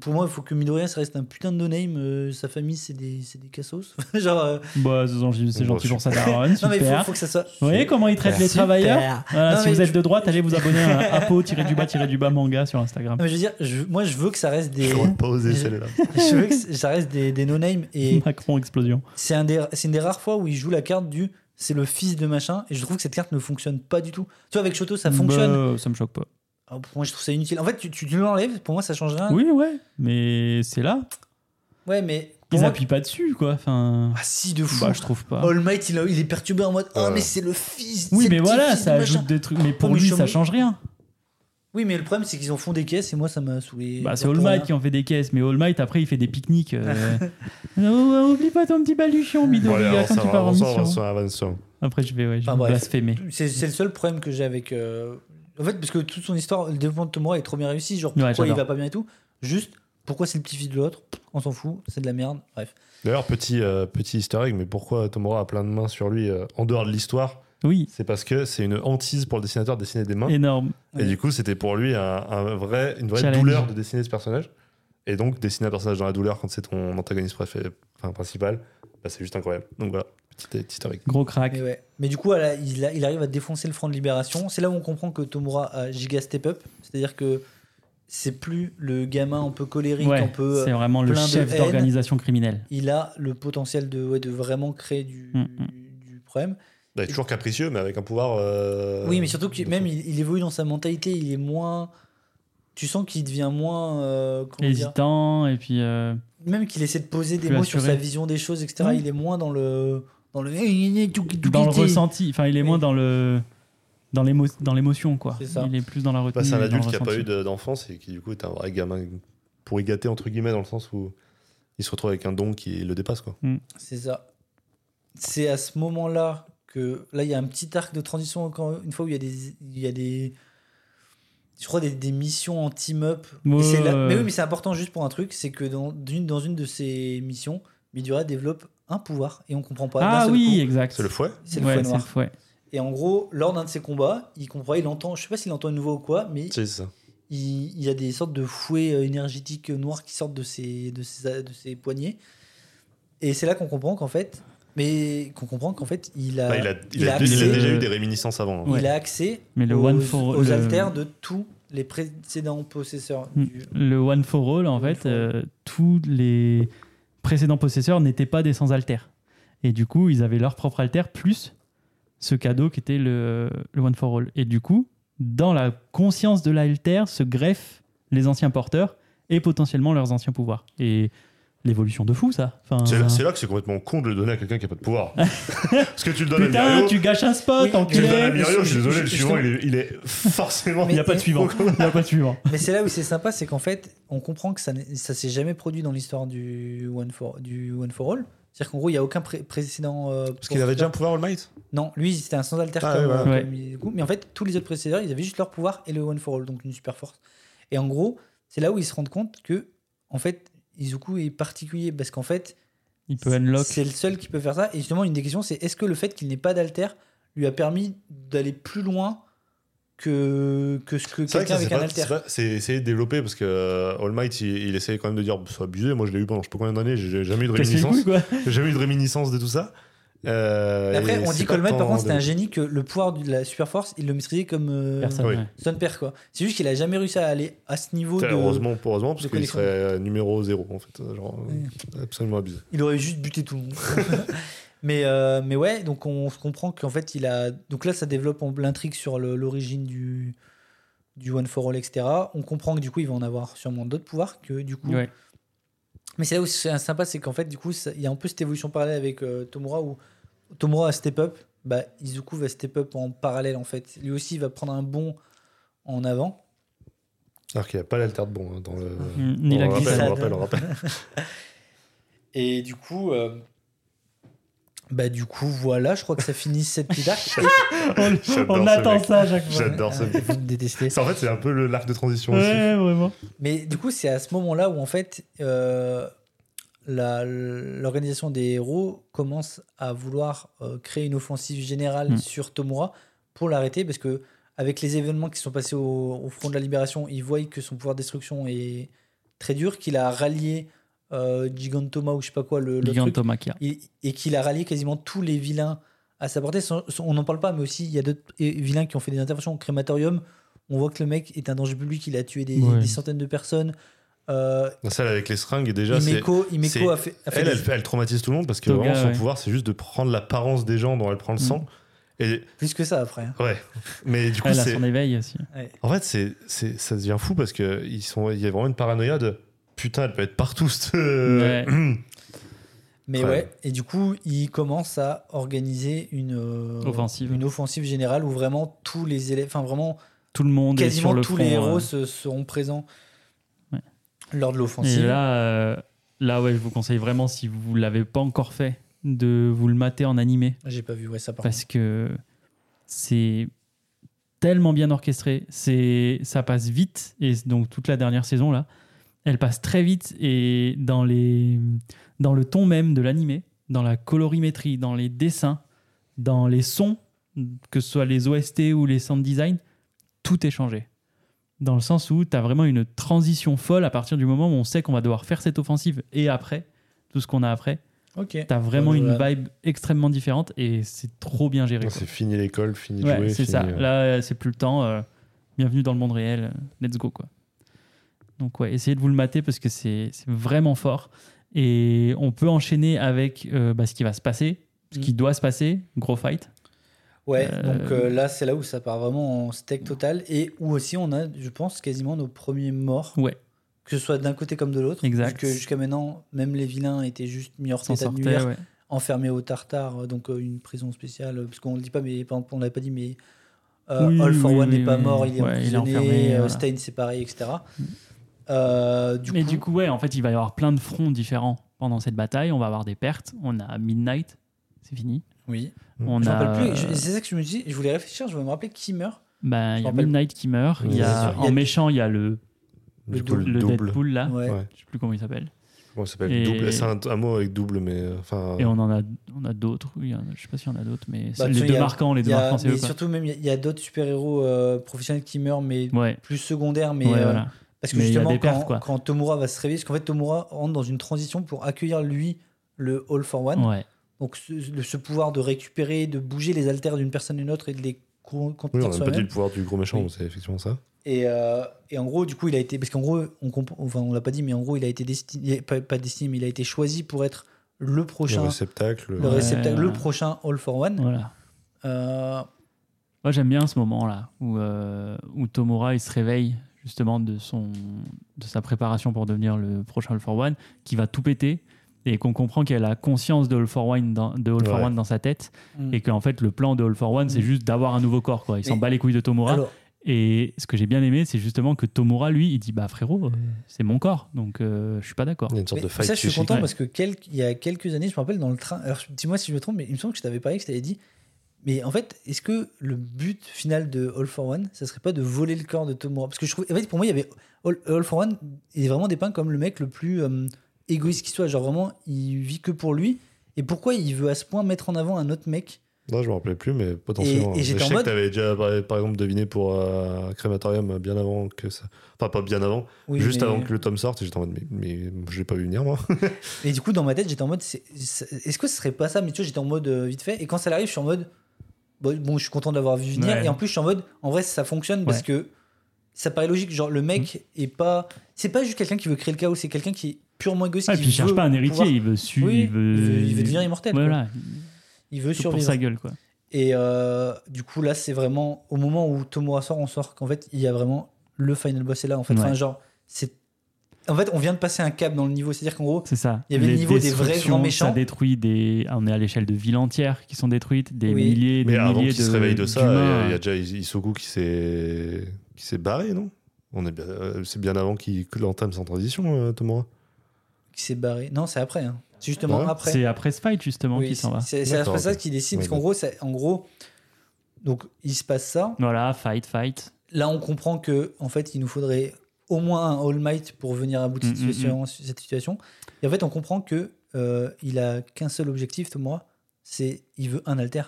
Speaker 3: Pour moi, il faut que Midoriya, ça reste un putain de no-name. euh, sa famille, c'est des, c'est des cassos. genre, euh,
Speaker 1: Bah, c'est gentil- c'est
Speaker 2: Bon,
Speaker 1: gentil pour ça,
Speaker 2: super.
Speaker 1: Darren.
Speaker 3: non, mais il faut,
Speaker 1: Super.
Speaker 3: faut que ça soit.
Speaker 1: Vous voyez comment ils traitent les travailleurs Voilà,
Speaker 3: Non,
Speaker 1: si
Speaker 3: mais
Speaker 1: vous êtes
Speaker 3: je-
Speaker 1: de droite, allez vous abonner à apo du bas du bas manga sur Instagram.
Speaker 3: Non, mais je veux dire, je- moi, je veux que ça reste des.
Speaker 2: J'aurais pas osé celle-là.
Speaker 3: je veux que ça reste des, des no-name. Et
Speaker 1: Macron explosion.
Speaker 3: C'est un des- c'est une des rares fois où il joue la carte du c'est le fils de machin et je trouve que cette carte ne fonctionne pas du tout. Tu vois, avec Shoto, ça fonctionne.
Speaker 1: Bah, ça me choque pas.
Speaker 3: Ah, pour moi, je trouve ça inutile. En fait, tu, tu l'enlèves, pour moi, ça change rien.
Speaker 1: Oui, ouais, mais c'est là.
Speaker 3: Ouais, mais.
Speaker 1: Ils
Speaker 3: Pour moi,
Speaker 1: appuient pas dessus, quoi. Enfin,
Speaker 3: Ah, si, de fou.
Speaker 1: bah, je trouve pas.
Speaker 3: All Might, il, a- il est perturbé en mode Ah,
Speaker 2: Ouais.
Speaker 3: mais c'est le fils.
Speaker 1: Oui,
Speaker 3: c'est
Speaker 1: mais
Speaker 3: le
Speaker 1: voilà,
Speaker 3: petit-fils
Speaker 1: ça
Speaker 3: de machin.
Speaker 1: ajoute des trucs. Mais pour
Speaker 3: Comme
Speaker 1: lui,
Speaker 3: le
Speaker 1: ça
Speaker 3: chemin.
Speaker 1: change rien.
Speaker 3: Oui, mais le problème, c'est qu'ils en font des caisses et moi, ça m'a saoulé.
Speaker 1: Bah, c'est
Speaker 3: Pour
Speaker 1: All
Speaker 3: rien.
Speaker 1: Might qui en fait des caisses, mais All Might, après, il fait des pique-niques. euh. Non, ouais, oublie pas ton petit baluchon,
Speaker 2: Bon, allez,
Speaker 1: Midoriya,
Speaker 2: on
Speaker 1: quand
Speaker 2: s'en
Speaker 1: tu
Speaker 2: va,
Speaker 1: pars en
Speaker 2: on s'en va, on
Speaker 1: mission.
Speaker 2: s'en hein. va, avançons.
Speaker 1: Après, je vais, ouais, je vais
Speaker 3: Enfin, Ah, bref.
Speaker 1: blasphémer.
Speaker 3: hein. C'est c'est le seul problème que j'ai avec. euh, En fait, parce que toute son histoire, le développement de Tomura est trop bien réussi. Genre,
Speaker 1: Ouais,
Speaker 3: pourquoi il
Speaker 1: j'adore.
Speaker 3: va pas bien et tout. Juste, pourquoi c'est le petit-fils de l'autre On s'en fout, c'est de la merde. Bref.
Speaker 2: D'ailleurs, petit, euh, petit easter egg, mais pourquoi Tomura a plein de mains sur lui euh, en dehors de l'histoire
Speaker 1: Oui,
Speaker 2: C'est parce que c'est une hantise pour le dessinateur de dessiner des mains.
Speaker 1: énorme.
Speaker 2: Et du coup, c'était pour lui un, un vrai, une vraie
Speaker 1: Challenge.
Speaker 2: douleur de dessiner ce personnage. Et donc, dessiner un personnage dans la douleur quand c'est ton antagoniste préfé- enfin, principal, bah, c'est juste incroyable. Donc voilà, petit historique.
Speaker 1: Gros crack.
Speaker 3: Mais, ouais. mais du coup, à la- il, a- il arrive à défoncer le front de libération. C'est là où on comprend que Tomura a giga step up. C'est-à-dire que c'est plus le gamin un peu colérique, un
Speaker 1: Ouais,
Speaker 3: peu.
Speaker 1: c'est vraiment le
Speaker 3: plein de
Speaker 1: chef
Speaker 3: haine.
Speaker 1: d'organisation criminelle.
Speaker 3: Il a le potentiel de, ouais, de vraiment créer du,
Speaker 1: Mm,
Speaker 3: du problème.
Speaker 2: Bah, il est toujours capricieux, mais avec un pouvoir. euh,
Speaker 3: oui, mais surtout que
Speaker 2: de
Speaker 3: même
Speaker 2: fou.
Speaker 3: il, il évolue dans sa mentalité. Il est moins. Tu sens qu'il devient moins. euh, comment dire
Speaker 1: Hésitant, et puis. euh,
Speaker 3: Même qu'il essaie de poser des
Speaker 1: Plus
Speaker 3: mots sur
Speaker 1: assuré.
Speaker 3: sa vision des choses, etc.
Speaker 1: Oui.
Speaker 3: Il est moins dans le. Dans le. eh,
Speaker 1: dans le ressenti. Enfin, il est
Speaker 3: Oui.
Speaker 1: moins dans le dans l'émo- dans l'émotion, quoi.
Speaker 3: C'est ça.
Speaker 1: Il est plus dans la
Speaker 2: Bah,
Speaker 1: retenue.
Speaker 2: c'est un
Speaker 1: et dans le
Speaker 2: adulte qui n'a pas
Speaker 1: ressenti.
Speaker 2: eu de- d'enfance et qui, du coup, est un vrai gamin pourri gâté, entre guillemets, dans le sens où il se retrouve avec un don qui le dépasse. Quoi.
Speaker 3: C'est ça. C'est à ce moment-là que. Là, il y a un petit arc de transition, encore une fois, où il y a des. Il y a des je crois des, des missions anti-mup. Et
Speaker 1: Ouais,
Speaker 3: c'est
Speaker 1: ouais,
Speaker 3: là- Mais oui,
Speaker 1: ouais.
Speaker 3: mais c'est important juste pour un truc c'est que dans une, dans une de ces missions, Midura développe un pouvoir et on comprend pas. d'un
Speaker 1: Ah
Speaker 3: seul
Speaker 1: oui,
Speaker 3: coup.
Speaker 1: exact.
Speaker 2: C'est le fouet
Speaker 3: C'est le
Speaker 1: Ouais,
Speaker 3: fouet
Speaker 1: c'est
Speaker 3: noir.
Speaker 1: fouet.
Speaker 3: Et en gros, lors d'un de ses combats, il comprend, il entend, je sais pas s'il entend une voix ou quoi, mais
Speaker 2: Si, c'est ça.
Speaker 3: il, il y a des sortes de fouets euh, énergétiques noirs qui sortent de ses, de ses, de ses poignets. Et c'est là qu'on comprend qu'en fait, mais qu'on comprend qu'en fait, il a,
Speaker 2: Bah, il, a, il
Speaker 3: il a
Speaker 2: a- il a
Speaker 3: accès-
Speaker 2: déjà eu des réminiscences avant. hein.
Speaker 1: Ouais.
Speaker 3: il a accès
Speaker 1: Mais le
Speaker 3: aux,
Speaker 1: one for-
Speaker 3: aux
Speaker 1: le-
Speaker 3: altères de tous les précédents possesseurs.
Speaker 1: Mm.
Speaker 3: du-
Speaker 1: Le one for all, en
Speaker 3: One
Speaker 1: fait,
Speaker 3: for all.
Speaker 1: euh, tous les précédents possesseurs n'étaient pas des sans alter. Et du coup, ils avaient leur propre alter plus ce cadeau qui était le, le one for all. Et du coup, dans la conscience de l'alter se greffent les anciens porteurs et potentiellement leurs anciens pouvoirs. Et l'évolution de fou, ça. Enfin,
Speaker 2: C'est là,
Speaker 1: euh,
Speaker 2: c'est là que c'est complètement con de le donner à quelqu'un qui a pas de pouvoir. Parce que tu le donnes à
Speaker 1: Putain,
Speaker 2: Mirio,
Speaker 1: tu gâches un spot,
Speaker 3: Oui,
Speaker 2: tu le donnes à
Speaker 1: enculé
Speaker 2: Mirio, je suis désolé, le
Speaker 3: Je- je-
Speaker 2: suivant, il est, il est forcément.
Speaker 1: Il n'y a pas de suivant. Il n'y a pas de suivant.
Speaker 3: Mais c'est là où c'est sympa, c'est qu'en fait, on comprend que ça n'est- ça s'est jamais produit dans l'histoire du One for, du one for All. C'est-à-dire qu'en gros, il n'y a aucun pré- précédent. euh,
Speaker 2: Parce qu'il avait déjà un pouvoir All Might.
Speaker 3: Non, lui, c'était un sans alter
Speaker 2: Ah,
Speaker 3: comme,
Speaker 2: ouais,
Speaker 3: euh,
Speaker 1: voilà.
Speaker 3: comme il- coup. Mais en fait, tous les autres précédents, ils avaient juste leur pouvoir et le One for All, donc une super force. Et en gros, c'est là où ils se rendent compte que, en fait, Izuku est particulier parce qu'en fait,
Speaker 1: Il peut unlock.
Speaker 3: c'est le seul qui peut faire ça. Et justement, une des questions, c'est est-ce que le fait qu'il n'ait pas d'alter lui a permis d'aller plus loin que, que ce que
Speaker 2: C'est vrai que
Speaker 3: quelqu'un
Speaker 2: ça,
Speaker 3: avec
Speaker 2: c'est
Speaker 3: un
Speaker 2: pas-
Speaker 3: alter
Speaker 2: c'est pas- c'est essayer de développer parce que euh, All Might, il, il essayait quand même de dire bah, c'est abusé. Moi, je l'ai eu pendant je sais pas combien d'années, j'ai jamais eu de
Speaker 1: T'as suivi le
Speaker 2: réminiscence.
Speaker 1: coup, quoi.
Speaker 2: J'ai jamais eu de réminiscence de tout ça. Euh,
Speaker 3: Et Après,
Speaker 2: et
Speaker 3: on
Speaker 2: c'est
Speaker 3: dit
Speaker 2: pas
Speaker 3: qu'Olmec, par
Speaker 2: tant
Speaker 3: contre, c'était
Speaker 2: de-
Speaker 3: un génie que le pouvoir de la super force, il le maîtrisait comme euh,
Speaker 1: Personne.
Speaker 2: Oui.
Speaker 1: ouais.
Speaker 3: son père, quoi. C'est juste qu'il a jamais réussi à aller à ce niveau.
Speaker 2: Putain,
Speaker 3: De...
Speaker 2: Heureusement, heureusement, parce
Speaker 3: de
Speaker 2: qu'il
Speaker 3: connexion.
Speaker 2: serait euh, numéro zéro en fait. euh, Genre, euh, absolument abusé.
Speaker 3: Il aurait juste buté tout le monde. mais, euh, mais ouais, donc on se comprend qu'en fait, il a. Donc là, ça développe en- l'intrigue sur le- l'origine du, du One for All, etc. On comprend que du coup, il va en avoir sûrement d'autres pouvoirs. Que, du coup...
Speaker 1: Ouais.
Speaker 3: Mais c'est là où c'est sympa, c'est qu'en fait, du coup, ça- il y a un peu cette évolution parallèle avec euh, Tomura où Tomura a step up, bah, Izuku va step up en parallèle en fait. Lui aussi, il va prendre un bond en avant.
Speaker 2: Alors qu'il n'y a pas l'alter de bon hein, dans le.
Speaker 1: Ni la
Speaker 2: on, rappelle,
Speaker 1: glissade.
Speaker 2: on rappelle, on rappelle.
Speaker 3: Et du coup. euh, Bah, du coup, voilà, je crois que ça finit cette petite arc.
Speaker 1: On,
Speaker 2: J'adore
Speaker 1: on
Speaker 2: ce
Speaker 1: attend
Speaker 2: mec.
Speaker 1: ça à chaque fois.
Speaker 2: J'adore ce.
Speaker 3: Euh, Vous me détestez.
Speaker 2: Ça, En fait, c'est un peu le- l'arc de transition aussi.
Speaker 1: Ouais, vraiment.
Speaker 3: Mais du coup, c'est à ce moment-là où en fait euh, la- l'organisation des héros commence à vouloir euh, créer une offensive générale
Speaker 1: Mm.
Speaker 3: sur Tomura pour l'arrêter parce que avec les événements qui sont passés au, au front de la libération, ils voient que son pouvoir de destruction est très dur, qu'il a rallié euh, Gigantoma ou je sais pas quoi le, le truc,
Speaker 1: Gigantomachia.
Speaker 3: et, et qu'il a rallié quasiment tous les vilains à sa portée. Sans- sans- on n'en parle pas, mais aussi il y a d'autres eh, vilains qui ont fait des interventions au crématorium. On voit que le mec est un danger public, il a tué des,
Speaker 1: Ouais.
Speaker 3: des centaines de personnes. Euh,
Speaker 2: Celle avec les seringues, déjà, c'est.
Speaker 3: Himeko, Himeko
Speaker 2: c'est-
Speaker 3: a fait. a fait
Speaker 2: Elle,
Speaker 3: des-
Speaker 2: elle, elle traumatise tout le monde parce que
Speaker 1: Toga,
Speaker 2: vraiment, son
Speaker 1: euh, ouais. Mm.
Speaker 2: pouvoir, c'est juste de prendre l'apparence des gens dont elle prend le sang. Et
Speaker 3: Plus que ça après. hein.
Speaker 2: ouais. Mais du coup,
Speaker 1: Elle a
Speaker 2: c'est.
Speaker 1: son éveil aussi.
Speaker 2: En fait, c'est, c'est, ça devient fou parce que ils sont, il y a vraiment une paranoïa de putain, elle peut être partout. cette- euh,
Speaker 1: Ouais.
Speaker 3: Mais ouais.
Speaker 2: Ouais.
Speaker 3: et du coup, il commence à organiser une, euh,
Speaker 1: Offensive.
Speaker 3: une offensive générale où vraiment tous les élèves, enfin vraiment
Speaker 1: Tout le monde est sur
Speaker 3: quasiment
Speaker 1: le
Speaker 3: tous
Speaker 1: front,
Speaker 3: les
Speaker 1: euh,
Speaker 3: héros se- seront présents
Speaker 1: Ouais.
Speaker 3: lors de
Speaker 1: Et
Speaker 3: l'offensive.
Speaker 1: là, euh, là, ouais, je vous conseille vraiment, si vous l'avez pas encore fait, de vous le mater en animé.
Speaker 3: J'ai pas vu ouais, ça par
Speaker 1: Parce que c'est tellement bien orchestré. C'est, ça passe vite. Et donc, toute la dernière saison, là, elle passe très vite. Et dans, les, dans le ton même de l'animé, dans la colorimétrie, dans les dessins, dans les sons, que ce soit les OST ou les sound design, tout est changé. Dans le sens où tu as vraiment une transition folle à partir du moment où on sait qu'on va devoir faire cette offensive et après, tout ce qu'on a après.
Speaker 3: Ok.
Speaker 1: T'as vraiment
Speaker 3: Ouais,
Speaker 1: une
Speaker 3: voilà.
Speaker 1: vibe extrêmement différente et c'est trop bien géré.
Speaker 2: Non,
Speaker 1: quoi.
Speaker 2: c'est fini l'école, fini de
Speaker 1: Ouais,
Speaker 2: jouer.
Speaker 1: c'est
Speaker 2: fini,
Speaker 1: ça.
Speaker 2: euh,
Speaker 1: Là, euh, c'est plus le temps. euh, bienvenue dans le monde réel. euh, Let's go, quoi. Donc, ouais, essayez de vous le mater parce que c'est c'est vraiment fort. Et on peut enchaîner avec euh, bah, ce qui va se passer, ce
Speaker 3: Mm.
Speaker 1: qui doit se passer. Gros fight.
Speaker 3: Ouais,
Speaker 1: Euh,
Speaker 3: donc euh, là, c'est là où ça part vraiment en steak total et où aussi on a, je pense, quasiment nos premiers morts.
Speaker 1: Ouais.
Speaker 3: Que ce soit d'un côté comme de l'autre.
Speaker 1: Exact.
Speaker 3: Parce que jusqu'à maintenant, même les vilains étaient juste mis hors
Speaker 1: S'en
Speaker 3: état de
Speaker 1: sortait.
Speaker 3: nuire,
Speaker 1: ouais.
Speaker 3: enfermés au tartare, euh, donc euh, une prison spéciale. euh, Parce qu'on ne dit pas, mais par exemple, on l'avait pas dit, mais euh,
Speaker 1: Oui,
Speaker 3: All for
Speaker 1: oui,
Speaker 3: One
Speaker 1: oui,
Speaker 3: n'est pas
Speaker 1: oui.
Speaker 3: mort, il est
Speaker 1: Ouais, il est
Speaker 3: emprisonné,
Speaker 1: enfermé,
Speaker 3: euh,
Speaker 1: voilà. Mm.
Speaker 3: Stein c'est pareil, etc. Euh, du
Speaker 1: Mais
Speaker 3: coup,
Speaker 1: du coup, ouais, en fait, il va y avoir plein de fronts différents pendant cette bataille. On va avoir des pertes. On a Midnight. C'est fini.
Speaker 3: oui.
Speaker 1: On
Speaker 2: Mm.
Speaker 3: Je m'en
Speaker 1: a.
Speaker 3: rappelle plus. je- C'est ça que je me dis. Je voulais réfléchir. Je voulais me rappeler qui meurt.
Speaker 1: bah, il y a
Speaker 3: rappelle-
Speaker 1: Midnight qui meurt. Il y
Speaker 2: Ouais, c'est
Speaker 1: a,
Speaker 3: sûr. Il y
Speaker 1: en
Speaker 3: a-
Speaker 1: méchant, il y a le
Speaker 2: du
Speaker 3: le
Speaker 2: coup,
Speaker 1: le Deadpool là,
Speaker 3: Ouais.
Speaker 2: Ouais.
Speaker 1: je sais plus comment il s'appelle.
Speaker 2: Comment ça s'appelle
Speaker 1: Et-
Speaker 2: Double- C'est un, un mot avec double, mais euh, enfin.
Speaker 1: Et on en a, on a d'autres. oui, il y en a- Je sais pas s'il y en a d'autres, mais c'est
Speaker 3: Bah, tu
Speaker 1: les
Speaker 3: sais,
Speaker 1: deux
Speaker 3: il y a-
Speaker 1: marquants, les
Speaker 3: Il
Speaker 1: deux
Speaker 3: y a-
Speaker 1: marquants, c'est
Speaker 3: mais
Speaker 1: eux. quoi.
Speaker 3: surtout même, il y a- il y a, d'autres super héros professionnels qui meurent, mais
Speaker 1: Ouais,
Speaker 3: plus secondaires, mais
Speaker 1: ouais,
Speaker 3: euh,
Speaker 1: voilà.
Speaker 3: parce que
Speaker 1: Mais il y a
Speaker 3: justement
Speaker 1: des
Speaker 3: quand,
Speaker 1: perfs, quoi.
Speaker 3: quand Tomura va se réveiller, parce qu'en fait Tomura rentre dans une transition pour accueillir lui le All for One,
Speaker 1: Ouais.
Speaker 3: donc ce, le- ce pouvoir de récupérer, de bouger les altères d'une personne à une autre et de les con-
Speaker 2: Oui,
Speaker 3: contenir
Speaker 2: on n'a pas dit
Speaker 3: soi-même.
Speaker 2: le pouvoir du gros méchant,
Speaker 3: Oui.
Speaker 2: mais c'est effectivement ça.
Speaker 3: Et, euh, et en gros, du coup, il a été. Parce qu'en gros, on comp- enfin, on l'a pas dit, mais en gros, il a été destiné. Pas, pas destiné, mais il a été choisi pour être le
Speaker 2: Le
Speaker 3: prochain.
Speaker 2: réceptacle.
Speaker 3: Le,
Speaker 1: Ouais.
Speaker 3: réceptacle, le prochain All for One.
Speaker 1: voilà.
Speaker 3: Euh,
Speaker 1: Moi, j'aime bien ce moment là où, euh, où Tomura il se réveille justement de, son, de sa préparation pour devenir le prochain All for One, qui va tout péter et qu'on comprend qu'elle a conscience de All for One dans, de All for
Speaker 2: Ouais.
Speaker 1: One dans sa tête
Speaker 3: Mm.
Speaker 1: et qu'en fait le plan de All for One c'est
Speaker 3: Mm.
Speaker 1: juste d'avoir un nouveau corps quoi. Il s'en
Speaker 3: Mais-
Speaker 1: bat les couilles de Tomura.
Speaker 3: Alors,
Speaker 1: Et ce que j'ai bien aimé c'est justement que Tomura lui il dit bah frérot euh, c'est mon corps donc euh, je suis pas d'accord.
Speaker 2: Il y a une sorte
Speaker 3: mais
Speaker 2: de fight
Speaker 3: ça, je suis
Speaker 2: psychique.
Speaker 1: chic.
Speaker 3: content
Speaker 1: Ouais.
Speaker 3: parce que quel- il y a quelques années, je me rappelle dans le train. Alors, dis-moi si je me trompe, mais il me semble que je t'avais parlé, que je t'avais dit. Mais en fait, est-ce que le but final de All for One, ça serait pas de voler le corps de Tomura Parce que je trouve, en fait, pour moi, il y avait All, All for One est vraiment dépeint comme le mec le plus euh, égoïste qui soit. Genre vraiment, il vit que pour lui. Et pourquoi il veut à ce point mettre en avant un autre mec
Speaker 2: Non, je me rappelais plus, mais potentiellement.
Speaker 3: Et- et
Speaker 2: Mais
Speaker 3: j'étais
Speaker 2: je
Speaker 3: en
Speaker 2: sais
Speaker 3: mode-
Speaker 2: que t'avais déjà, par, par exemple, deviné pour euh, Crématorium bien avant que ça. Enfin, pas bien avant,
Speaker 3: Oui,
Speaker 2: juste
Speaker 3: mais-
Speaker 2: avant que le tome sorte. et J'étais en mode, mais, mais je l'ai pas vu venir, moi.
Speaker 3: Et du coup, dans ma tête, j'étais en mode, c'est- c'est- est-ce que ce serait pas ça Mais tu vois, j'étais en mode euh, vite fait. Et quand ça arrive, je suis en mode, bon, bon, je suis content d'avoir vu venir.
Speaker 1: Ouais.
Speaker 3: Et en plus, je suis en mode, en vrai, ça fonctionne parce
Speaker 1: Ouais. Mm.
Speaker 3: que ça paraît logique. Genre, le mec est pas. C'est pas juste quelqu'un qui veut créer le chaos, c'est quelqu'un qui est purement égoïste.
Speaker 1: Ah, et
Speaker 3: qui
Speaker 1: puis il cherche
Speaker 3: veut
Speaker 1: pas un héritier,
Speaker 3: pouvoir-
Speaker 1: il veut su,
Speaker 3: Oui,
Speaker 1: il veut
Speaker 3: il veut- il veut devenir immortel, quoi.
Speaker 1: Voilà,
Speaker 3: Il veut
Speaker 1: tout pour
Speaker 3: survivre.
Speaker 1: sa gueule quoi.
Speaker 3: Et euh, du coup, là, c'est vraiment au moment où Tomoa sort, on sort qu'en fait, il y a vraiment le final boss est là. En fait,
Speaker 1: Ouais.
Speaker 3: enfin, genre, c'est. En fait, on vient de passer un cap dans le niveau. C'est-à-dire qu'en gros,
Speaker 1: C'est ça.
Speaker 3: Il y avait le
Speaker 1: Les
Speaker 3: niveau des vrais grands
Speaker 1: destructions,
Speaker 3: méchants.
Speaker 1: Ça détruit des. On est à l'échelle de villes entières qui sont détruites, des
Speaker 3: Oui.
Speaker 1: milliers, des
Speaker 2: Mais avant
Speaker 1: milliers
Speaker 2: qu'il
Speaker 1: de.
Speaker 2: se réveille de ça, il y
Speaker 1: d'humains.
Speaker 2: a- il y, a déjà Is- Isoku qui s'est qui s'est barré, non On est bien- euh, c'est bien avant qu'il que l'entame sans transition, euh, Tomura.
Speaker 3: qui s'est barré. Non, c'est après. hein. C'est justement
Speaker 2: Ouais.
Speaker 3: après.
Speaker 1: C'est après ce fight justement
Speaker 3: Oui,
Speaker 1: qu'il s'en va.
Speaker 3: C'est c'est
Speaker 2: D'accord,
Speaker 3: après ça
Speaker 2: ok.
Speaker 3: qu'il décide,
Speaker 2: Ouais,
Speaker 3: parce qu'en
Speaker 2: bah.
Speaker 3: gros, ça- en gros, donc il se passe ça.
Speaker 1: Voilà, fight, fight.
Speaker 3: Là, on comprend que en fait, il nous faudrait au moins un All Might pour venir à bout de cette,
Speaker 1: Mm, mm,
Speaker 3: situation, cette situation. Et en fait, on comprend que euh, il a qu'un seul objectif, Tomoa, c'est il veut un alter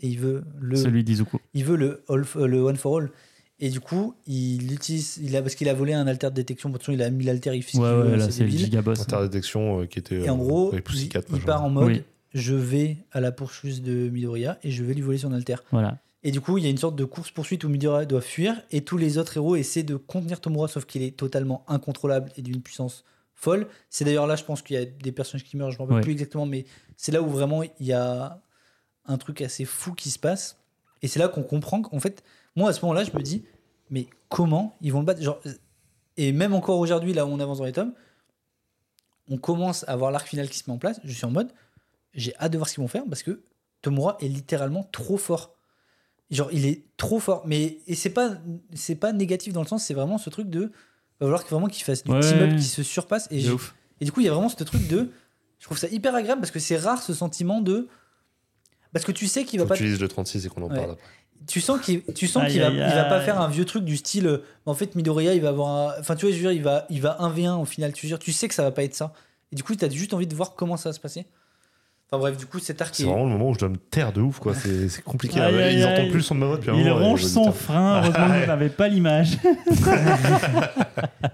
Speaker 3: et il veut le,
Speaker 1: Celui d'Izuku.
Speaker 3: il veut le, all f- le one for all. Et du coup, il utilise, il a parce qu'il a volé un alter de détection. Pourtant, il a mis l'alter, il fait ce
Speaker 1: Ouais,
Speaker 3: qu'il veut,
Speaker 1: ouais, là
Speaker 3: c'est
Speaker 1: Ah, c'est le
Speaker 3: débile.
Speaker 1: gigaboss.
Speaker 2: Interdiction qui était.
Speaker 3: Et en
Speaker 2: euh,
Speaker 3: gros,
Speaker 2: avec
Speaker 3: il,
Speaker 2: Pussy Cat,
Speaker 3: il
Speaker 2: machin.
Speaker 3: part en mode
Speaker 1: Oui.
Speaker 3: je vais à la poursuite de Midoriya et je vais lui voler son alter.
Speaker 1: Voilà.
Speaker 3: Et du coup, il y a une sorte de course-poursuite où Midoriya doit fuir et tous les autres héros essaient de contenir Tomura, sauf qu'il est totalement incontrôlable et d'une puissance folle. C'est d'ailleurs là, je pense qu'il y a des personnages qui meurent, je ne me rappelle
Speaker 1: Ouais.
Speaker 3: plus exactement, mais c'est là où vraiment il y a un truc assez fou qui se passe. Et c'est là qu'on comprend qu'en fait, moi à ce moment-là, je me dis, mais comment ils vont le battre Genre, Et même encore aujourd'hui, là où on avance dans les tomes, on commence à voir l'arc final qui se met en place. Je suis en mode, j'ai hâte de voir ce qu'ils vont faire parce que Tomura est littéralement trop fort. Genre, il est trop fort. Mais et c'est pas c'est pas négatif dans le sens, c'est vraiment ce truc de va falloir vraiment qu'il fasse du
Speaker 1: Ouais.
Speaker 3: team up qui se surpasse. Et,
Speaker 1: De
Speaker 3: je-
Speaker 1: ouf.
Speaker 3: et du coup, il y a vraiment ce truc de, je trouve ça hyper agréable parce que c'est rare ce sentiment de parce que tu sais qu'il
Speaker 2: Faut
Speaker 3: va
Speaker 2: que
Speaker 3: pas
Speaker 2: tu lises le 36 et qu'on en
Speaker 3: Ouais.
Speaker 2: parle après.
Speaker 3: tu sens qu'il tu sens
Speaker 1: Aïe,
Speaker 3: qu'il va,
Speaker 1: aïe,
Speaker 3: il va pas
Speaker 1: aïe.
Speaker 3: faire un vieux truc du style euh, en fait Midoriya il va avoir un- enfin tu vois je veux dire il va il va 1v1 au final tu, veux dire, tu sais que ça va pas être ça et du coup tu as juste envie de voir comment ça va se passer enfin bref du coup cet arc
Speaker 2: C'est
Speaker 3: est-
Speaker 2: vraiment le moment où je dois me taire de ouf, quoi. C'est c'est compliqué.
Speaker 1: Aïe,
Speaker 2: Ils
Speaker 1: aïe,
Speaker 2: entendent
Speaker 1: aïe.
Speaker 2: plus le son de ma voix depuis un
Speaker 1: Il
Speaker 2: moment, et
Speaker 1: ronge
Speaker 2: je me dis,
Speaker 1: son
Speaker 2: putain,
Speaker 1: frein, heureusement
Speaker 2: Ouais.
Speaker 1: qu'on n'avait pas l'image.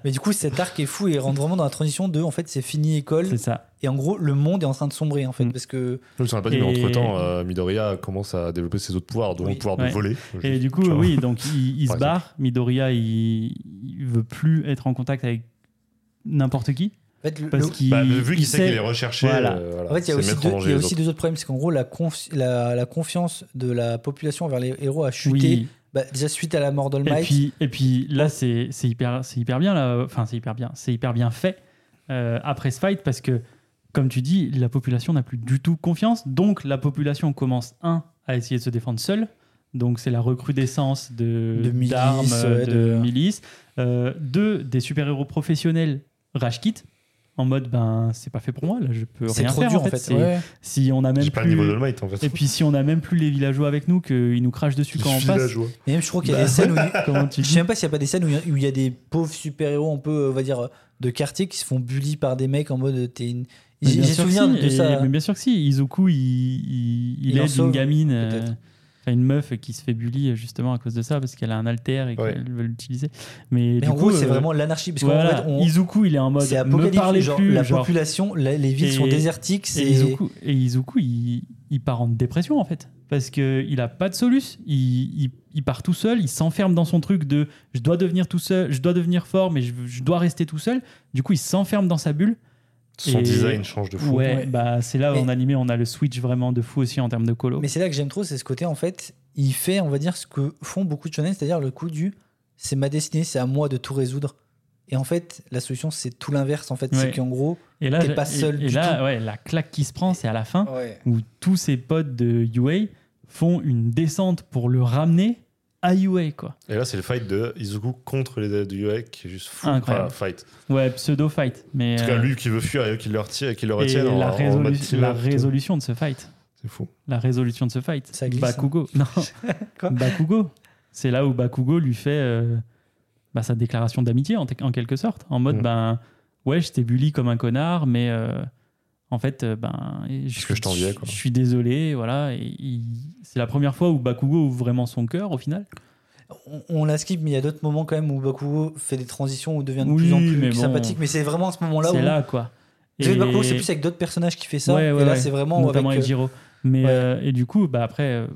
Speaker 3: mais du coup cet arc est fou et rentre vraiment dans la transition de en fait c'est fini école
Speaker 1: C'est ça. Et
Speaker 3: et en gros le monde est en train de sombrer en fait
Speaker 1: Mm.
Speaker 3: parce que
Speaker 2: Je ne pas dit,
Speaker 1: Et-
Speaker 2: mais entre-temps, euh, Midoriya commence à développer ses autres pouvoirs, dont
Speaker 3: Oui.
Speaker 2: le pouvoir
Speaker 1: Ouais.
Speaker 2: de voler.
Speaker 1: Et du coup,
Speaker 2: Tu vois.
Speaker 1: oui, donc il, il se
Speaker 2: Par
Speaker 1: barre. Midoriya, il, il veut plus être en contact avec n'importe qui.
Speaker 3: en fait, le-
Speaker 1: Parce
Speaker 3: le-
Speaker 1: qu'il.
Speaker 2: Bah, vu
Speaker 1: il
Speaker 2: qu'il sait qu'il est recherché,
Speaker 1: Voilà.
Speaker 2: euh, voilà,
Speaker 3: en fait il y
Speaker 2: c'est
Speaker 3: a aussi,
Speaker 2: mettre en
Speaker 3: deux,
Speaker 2: danger
Speaker 3: il y a
Speaker 2: les
Speaker 3: aussi
Speaker 2: autres.
Speaker 3: deux autres problèmes c'est qu'en gros la, confi- la, la confiance de la population envers les héros a chuté
Speaker 1: Oui.
Speaker 3: bah, déjà suite à la mort d'All
Speaker 1: Et
Speaker 3: Might
Speaker 1: puis, et puis là, c'est c'est hyper, c'est hyper bien là. Enfin, c'est hyper bien. C'est hyper bien fait euh, après ce fight parce que, comme tu dis, la population n'a plus du tout confiance. Donc, la population commence un à essayer de se défendre seule. Donc, c'est la recrudescence de
Speaker 3: De milices,
Speaker 1: d'armes,
Speaker 3: ouais,
Speaker 1: de,
Speaker 3: de-
Speaker 1: milices. Euh, deux, des super héros professionnels rage quit en mode ben c'est pas fait pour moi là. Je peux
Speaker 3: c'est
Speaker 1: rien
Speaker 3: trop
Speaker 1: faire
Speaker 3: dur
Speaker 1: en fait. C'est-
Speaker 3: ouais.
Speaker 1: Si on a même
Speaker 2: J'ai pas le niveau de
Speaker 1: plus
Speaker 2: Might en fait.
Speaker 1: et puis si on a même plus les villageois avec nous, qu'ils nous crachent dessus quand on passe.
Speaker 3: Mais même je crois qu'il y a
Speaker 1: Bah.
Speaker 3: des scènes où il-
Speaker 1: Comment tu
Speaker 3: Je
Speaker 1: dis
Speaker 3: sais même pas s'il n'y a pas des scènes où il y a- où il y, a des pauvres super-héros, un peu, euh, on va dire, de quartier qui se font bully par des mecs en mode euh, t'es une.
Speaker 1: Mais
Speaker 3: J'ai
Speaker 1: Bah, bien
Speaker 3: j'ai
Speaker 1: sûr
Speaker 3: souvenir
Speaker 1: que si,
Speaker 3: de
Speaker 1: et-
Speaker 3: ça.
Speaker 1: Mais bien sûr que si, Izuku, il, il, il
Speaker 3: Il en
Speaker 1: aide
Speaker 3: sauve,
Speaker 1: une gamine, euh,
Speaker 3: peut-être.
Speaker 1: enfin, une meuf qui se fait bully euh, justement à cause de ça, parce qu'elle a un alter et
Speaker 2: Ouais.
Speaker 1: qu'elle veut l'utiliser. Mais,
Speaker 3: Mais
Speaker 1: du
Speaker 3: en
Speaker 1: coup,
Speaker 3: gros, c'est
Speaker 1: euh,
Speaker 3: vraiment l'anarchie. Parce qu'en
Speaker 1: voilà,
Speaker 3: fait, on-
Speaker 1: Izuku, il est en mode
Speaker 3: c'est
Speaker 1: me parlez
Speaker 3: apocalyptique. Genre,
Speaker 1: plus.
Speaker 3: la
Speaker 1: genre.
Speaker 3: population, la- les villes
Speaker 1: Et-
Speaker 3: sont désertiques. c'est-
Speaker 1: et, Izuku, et Izuku, il, il part en dépression en fait. Parce qu'il a pas de soluce, il, il- il part tout seul, il s'enferme dans son truc de je dois devenir tout seul, je dois devenir fort, mais je, je dois rester tout seul. Du coup, il s'enferme dans sa bulle
Speaker 2: Son
Speaker 1: Et-
Speaker 2: design change de fou.
Speaker 1: Ouais,
Speaker 3: Ouais.
Speaker 1: bah c'est là
Speaker 3: Mais-
Speaker 1: en animé on a le switch vraiment de fou aussi en termes de colo.
Speaker 3: Mais c'est là que j'aime trop, c'est ce côté, en fait, il fait, on va dire, ce que font beaucoup de shonen, c'est-à-dire le coup du c'est ma destinée, c'est à moi de tout résoudre. Et en fait, la solution, c'est tout l'inverse. En fait, c'est
Speaker 1: Ouais.
Speaker 3: qu'en gros,
Speaker 1: Et là,
Speaker 3: T'es
Speaker 1: j'ai-
Speaker 3: pas seul
Speaker 1: et, et
Speaker 3: du
Speaker 1: là,
Speaker 3: tout.
Speaker 1: ouais, la claque qui se prend, c'est à la fin où tous ses potes de UA font une descente pour le ramener à UA, quoi.
Speaker 2: Et là, c'est le fight de Izuku contre les aides du UA qui est juste fou.
Speaker 1: Incroyable.
Speaker 2: Enfin, fight.
Speaker 1: Ouais, pseudo fight. Mais
Speaker 2: En tout cas,
Speaker 1: euh,
Speaker 2: lui qui veut fuir et eux qui le retiennent. Qui le
Speaker 1: et
Speaker 2: retiennent en-
Speaker 1: la,
Speaker 2: en
Speaker 1: résolu-
Speaker 2: mode team
Speaker 1: la
Speaker 2: up.
Speaker 1: résolution de ce fight.
Speaker 2: C'est fou.
Speaker 1: La résolution de ce fight.
Speaker 3: Ça glisse, hein.
Speaker 1: Bakugo. Non.
Speaker 3: Quoi
Speaker 1: Bakugo. C'est là où Bakugo lui fait euh, bah, sa déclaration d'amitié en, en quelque sorte. En mode,
Speaker 2: Mm.
Speaker 1: ben, ouais, je t'ai bully comme un connard, mais euh, en fait, euh, ben, et je,
Speaker 2: Parce que je t'enviais, quoi.
Speaker 1: je suis désolé, voilà. et il- C'est la première fois où Bakugo ouvre vraiment son cœur au final.
Speaker 3: On, on la skip, mais il y a d'autres moments quand même où Bakugo fait des transitions où devient de
Speaker 1: Oui,
Speaker 3: plus en plus
Speaker 1: mais bon.
Speaker 3: sympathique. Mais c'est vraiment à ce moment-là où.
Speaker 1: C'est là, quoi.
Speaker 3: Tu sais, Bakugo, c'est plus avec d'autres personnages qui fait ça.
Speaker 1: Ouais, ouais,
Speaker 3: et là,
Speaker 1: ouais.
Speaker 3: c'est vraiment avec.
Speaker 1: notamment avec,
Speaker 3: euh,
Speaker 1: Jiro. Mais
Speaker 3: ouais.
Speaker 1: euh, et du coup, bah après, euh,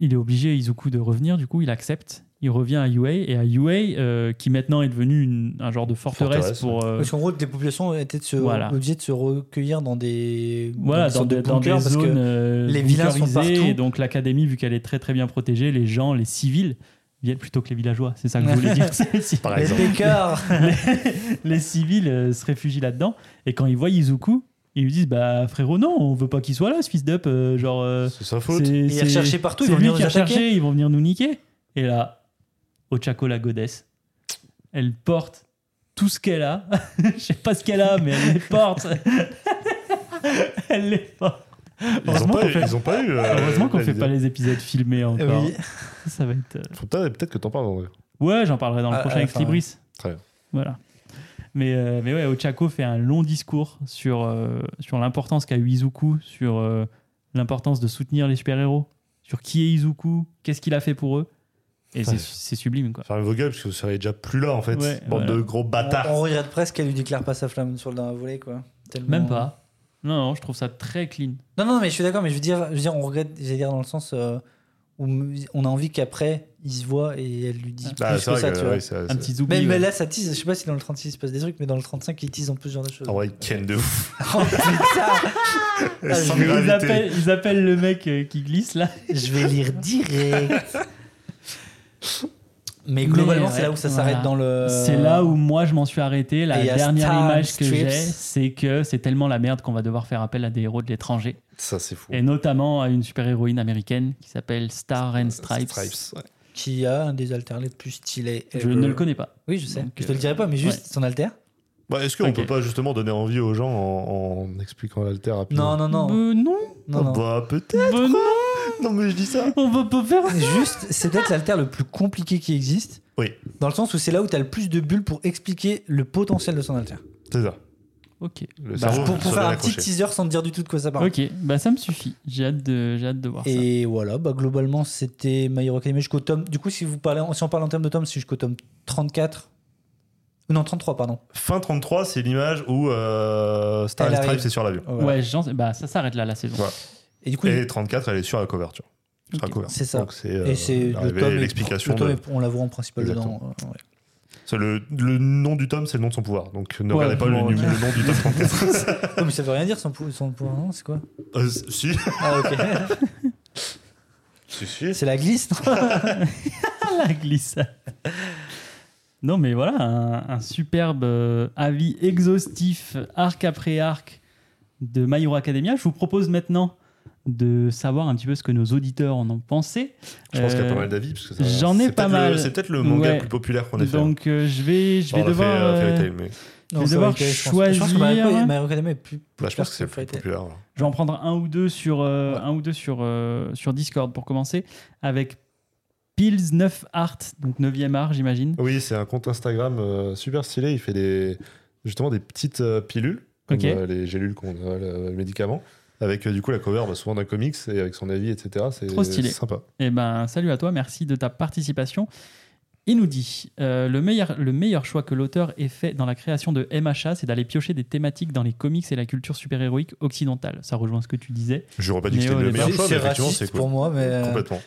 Speaker 1: il est obligé Izuku de revenir. Du coup, il accepte. Il revient à UA et à UA euh, qui maintenant est devenu une- un genre de forteresse,
Speaker 2: Forteresse,
Speaker 1: pour euh,
Speaker 3: Parce qu'en gros, les populations étaient de se,
Speaker 1: Voilà.
Speaker 3: obligées de se recueillir dans des,
Speaker 1: voilà
Speaker 3: des
Speaker 1: dans,
Speaker 3: sortes
Speaker 1: des, dans des
Speaker 3: bunkers parce que-
Speaker 1: zones euh,
Speaker 3: les vilains sont
Speaker 1: bunkerisées.
Speaker 3: partout.
Speaker 1: Et donc l'académie, vu qu'elle est très très bien protégée, les gens, les civils viennent plutôt que les villageois. C'est ça que je voulais dire. C'est- c'est-
Speaker 2: Par
Speaker 3: les
Speaker 2: exemple.
Speaker 3: pécards
Speaker 1: les civils euh, se réfugient là-dedans et quand ils voient Izuku, ils lui disent bah frérot non, on veut pas qu'il soit là, ce fils d'up, euh, genre. euh,
Speaker 2: C'est sa faute.
Speaker 1: C'est-
Speaker 3: Il est
Speaker 1: c'est-
Speaker 3: recherché partout, ils
Speaker 1: c'est
Speaker 3: vont
Speaker 1: lui
Speaker 3: venir
Speaker 1: qui est
Speaker 3: nous attaquer.
Speaker 1: recherché, ils vont venir nous niquer. Et là, Ochako la godesse, elle porte tout ce qu'elle a. Je sais pas ce qu'elle a, mais elle les porte. elle les porte.
Speaker 2: Ils ont
Speaker 1: Heureusement
Speaker 2: pas
Speaker 1: qu'on
Speaker 2: eu-
Speaker 1: fait-
Speaker 2: ils ont pas eu. euh,
Speaker 1: Heureusement qu'on
Speaker 2: la
Speaker 1: fait
Speaker 2: vidéo.
Speaker 1: pas les épisodes filmés encore.
Speaker 3: Oui.
Speaker 1: Ça va être. euh,
Speaker 2: Faut Peut-être peut-être que t'en parles en vrai.
Speaker 1: Ouais, j'en parlerai dans le
Speaker 3: À- à
Speaker 1: prochain
Speaker 3: la
Speaker 1: avec
Speaker 3: fin,
Speaker 1: Libris.
Speaker 2: Ah, Très bien.
Speaker 1: Voilà. Mais, euh, mais ouais, Ochako fait un long discours sur, euh, sur l'importance qu'a eu Izuku, sur euh, l'importance de soutenir les super-héros, sur qui est Izuku, qu'est-ce qu'il a fait pour eux. Et c'est-
Speaker 2: Ouais.
Speaker 1: c'est sublime, quoi.
Speaker 2: Fermez vos gueules parce que vous seriez déjà plus là en fait.
Speaker 1: Ouais,
Speaker 2: Bande
Speaker 1: voilà.
Speaker 2: de gros
Speaker 3: On, on
Speaker 2: bâtards.
Speaker 3: regrette presque qu'elle lui déclare pas sa flamme sur le dernier volet, quoi. Tellement-
Speaker 1: Même pas. Non, non, je trouve ça très clean.
Speaker 3: Non, non, mais je suis d'accord, mais je veux dire, je veux dire on regrette, j'allais dire dans le sens euh, où on a envie qu'après, il se voit et elle lui dise
Speaker 1: Ah.
Speaker 2: Bah,
Speaker 3: plus
Speaker 2: c'est
Speaker 3: que
Speaker 2: vrai
Speaker 3: ça,
Speaker 2: que,
Speaker 3: tu vois.
Speaker 2: ouais, c'est-
Speaker 1: Un
Speaker 2: c'est-
Speaker 1: petit zoubli.
Speaker 3: Mais, mais
Speaker 1: ouais.
Speaker 3: là, ça tease. Je sais pas si dans le 36 il se passe des trucs, mais dans le 35, ils teasent en plus ce genre de choses.
Speaker 2: Ah ouais, Ken de fou.
Speaker 3: Oh, putain Ah,
Speaker 2: Sans
Speaker 3: je vais
Speaker 1: ils,
Speaker 2: gravité.
Speaker 1: appellent, ils appellent le mec euh, qui glisse, là.
Speaker 3: Je vais lire direct Mais globalement,
Speaker 1: Mais,
Speaker 3: c'est
Speaker 1: ouais,
Speaker 3: là où ça
Speaker 1: voilà.
Speaker 3: s'arrête dans le.
Speaker 1: C'est là où moi je m'en suis arrêté. La
Speaker 3: Euh, Et il y a
Speaker 1: dernière
Speaker 3: Star
Speaker 1: image que
Speaker 3: Strips.
Speaker 1: j'ai, c'est que c'est tellement la merde qu'on va devoir faire appel à des héros de l'étranger.
Speaker 2: Ça, c'est fou.
Speaker 1: Et notamment à une super-héroïne américaine qui s'appelle Star and Stripes.
Speaker 2: Stripes, ouais.
Speaker 3: Qui a un des alters les plus stylés.
Speaker 1: Je
Speaker 3: ever.
Speaker 1: ne le connais pas.
Speaker 3: Oui, je sais.
Speaker 1: Donc,
Speaker 3: je te
Speaker 1: euh,
Speaker 3: le dirai pas, mais juste
Speaker 1: ouais.
Speaker 3: son alter.
Speaker 2: Bah, Est-ce qu'on
Speaker 1: Ok.
Speaker 2: peut pas justement donner envie aux gens en, en expliquant l'alter
Speaker 3: Non,
Speaker 2: rapidement
Speaker 3: non, non.
Speaker 1: Bah, non,
Speaker 3: non, non.
Speaker 2: Bah, peut-être.
Speaker 1: bah, non,
Speaker 2: Non, mais je dis ça.
Speaker 1: on va pas faire.
Speaker 3: Juste, c'est peut-être l'alter le plus compliqué qui existe.
Speaker 2: Oui.
Speaker 3: Dans le sens où c'est là où tu as le plus de bulles pour expliquer le potentiel de son alter.
Speaker 2: C'est ça.
Speaker 1: Ok.
Speaker 2: Le
Speaker 1: Bah,
Speaker 2: cerveau
Speaker 3: pour pour
Speaker 2: soit
Speaker 3: faire
Speaker 2: bien
Speaker 3: un petit
Speaker 2: accroché.
Speaker 3: teaser sans te dire du tout de quoi ça parle.
Speaker 1: Ok, bah ça me suffit. J'ai hâte de, j'ai hâte de voir ça.
Speaker 3: Et voilà, bah globalement, c'était My Hero Academia jusqu'au tome. Du coup, si, vous parlez, en- si on parle en termes de tome, c'est jusqu'au tome 34. Non, 33, pardon.
Speaker 2: Fin 33, c'est l'image où euh, Star
Speaker 3: Elle
Speaker 2: and Stripes
Speaker 3: arrive.
Speaker 2: est sur l'avion.
Speaker 3: Voilà.
Speaker 1: Ouais, j'en sais- bah ça s'arrête là la saison.
Speaker 2: Ouais.
Speaker 3: Et du coup,
Speaker 2: Et 34, elle est sur la couverture. Sur la
Speaker 1: Ok,
Speaker 2: couverture.
Speaker 3: c'est ça.
Speaker 2: Donc, c'est euh,
Speaker 3: et c'est le
Speaker 2: l'arrivée,
Speaker 3: tome. est-
Speaker 2: l'explication.
Speaker 3: le tome
Speaker 2: de-
Speaker 3: est- on la voit en principal dedans. euh, ouais.
Speaker 2: c'est Le, le nom du tome, c'est le nom de son pouvoir. Donc, ne
Speaker 1: Ouais,
Speaker 2: regardez pas le,
Speaker 1: bon,
Speaker 2: nu- le nom du tome 34.
Speaker 3: Oh, mais ça veut rien dire sans, pou- sans pouvoir, non, c'est quoi
Speaker 2: Euh, si.
Speaker 3: Ah, ok.
Speaker 2: Si, si.
Speaker 3: c'est la glisse, non
Speaker 1: la glissade. Non, mais voilà, un, un superbe euh, avis exhaustif, arc après arc, de My Hero Academia. Je vous propose maintenant de savoir un petit peu ce que nos auditeurs en ont pensé.
Speaker 2: Je pense qu'il y a
Speaker 1: Euh,
Speaker 2: pas mal d'avis. parce que ça-
Speaker 1: j'en ai
Speaker 2: c'est
Speaker 1: pas
Speaker 2: peut-être
Speaker 1: mal.
Speaker 2: le- C'est peut-être le manga
Speaker 1: Ouais.
Speaker 2: le plus populaire qu'on ait fait.
Speaker 1: Donc, euh, je vais, je
Speaker 2: hein.
Speaker 1: vais
Speaker 2: Bon, on a
Speaker 1: devoir.
Speaker 2: fait, euh, Fairy
Speaker 1: euh,
Speaker 2: Tail, mais
Speaker 3: Non,
Speaker 1: vais
Speaker 3: c'est
Speaker 1: devoir
Speaker 3: vrai que je pense- Je pense que My Hero-
Speaker 1: choisir.
Speaker 3: My Hero Academia est plus.
Speaker 2: bah, je pense que c'est le plus
Speaker 3: Fairy Tail.
Speaker 2: populaire. là.
Speaker 1: Je vais en prendre un ou deux sur, euh,
Speaker 3: Ouais.
Speaker 1: un ou deux sur, euh, sur Discord pour commencer, avec Pills 9 Art, donc 9e art, j'imagine.
Speaker 2: Oui, c'est un compte Instagram euh, super stylé. Il fait des, justement des petites euh, pilules, comme
Speaker 1: Ok.
Speaker 2: euh, les gélules qu'on a, le, le médicament, avec euh, du coup la cover bah, souvent d'un comics et avec son avis, etc. C'est
Speaker 1: Trop stylé.
Speaker 2: sympa.
Speaker 1: Eh ben, salut à toi, merci de ta participation. Il nous dit euh, le, meilleur, le meilleur choix que l'auteur ait fait dans la création de MHA, c'est d'aller piocher des thématiques dans les comics et la culture super-héroïque occidentale. Ça rejoint ce que tu disais.
Speaker 2: Je n'aurais pas dit
Speaker 1: Mais
Speaker 2: que c'était
Speaker 1: ouais,
Speaker 2: le
Speaker 1: les
Speaker 2: meilleur
Speaker 3: C'est-
Speaker 2: choix, mais
Speaker 3: C'est euh,
Speaker 2: effectivement, c'est
Speaker 3: raciste
Speaker 2: cool.
Speaker 3: pour moi, mais. euh,
Speaker 2: Complètement.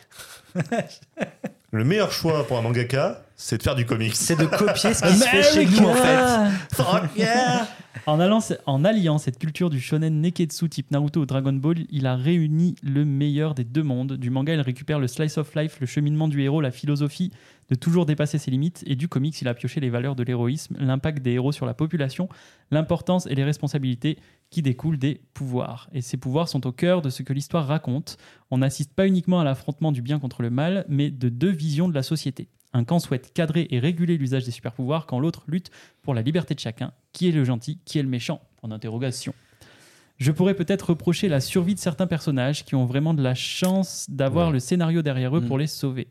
Speaker 2: le meilleur choix pour un mangaka, c'est de faire du comics.
Speaker 3: C'est de copier ce qui se fait chez nous, en fait.
Speaker 2: Fuck yeah
Speaker 1: En, allant- en alliant cette culture du shonen neketsu type Naruto ou Dragon Ball, il a réuni le meilleur des deux mondes. Du manga, il récupère le slice of life, le cheminement du héros, la philosophie de toujours dépasser ses limites, et du comics, il a pioché les valeurs de l'héroïsme, l'impact des héros sur la population, l'importance et les responsabilités qui découlent des pouvoirs. Et ces pouvoirs sont au cœur de ce que l'histoire raconte. On n'assiste pas uniquement à l'affrontement du bien contre le mal, mais de deux visions de la société. Un camp souhaite cadrer et réguler l'usage des super-pouvoirs, quand l'autre lutte pour la liberté de chacun. Qui est le gentil Qui est le méchant En interrogation. Je pourrais peut-être reprocher la survie de certains personnages qui ont vraiment de la chance d'avoir
Speaker 2: Ouais.
Speaker 1: le scénario derrière eux
Speaker 3: Mm.
Speaker 1: pour les sauver.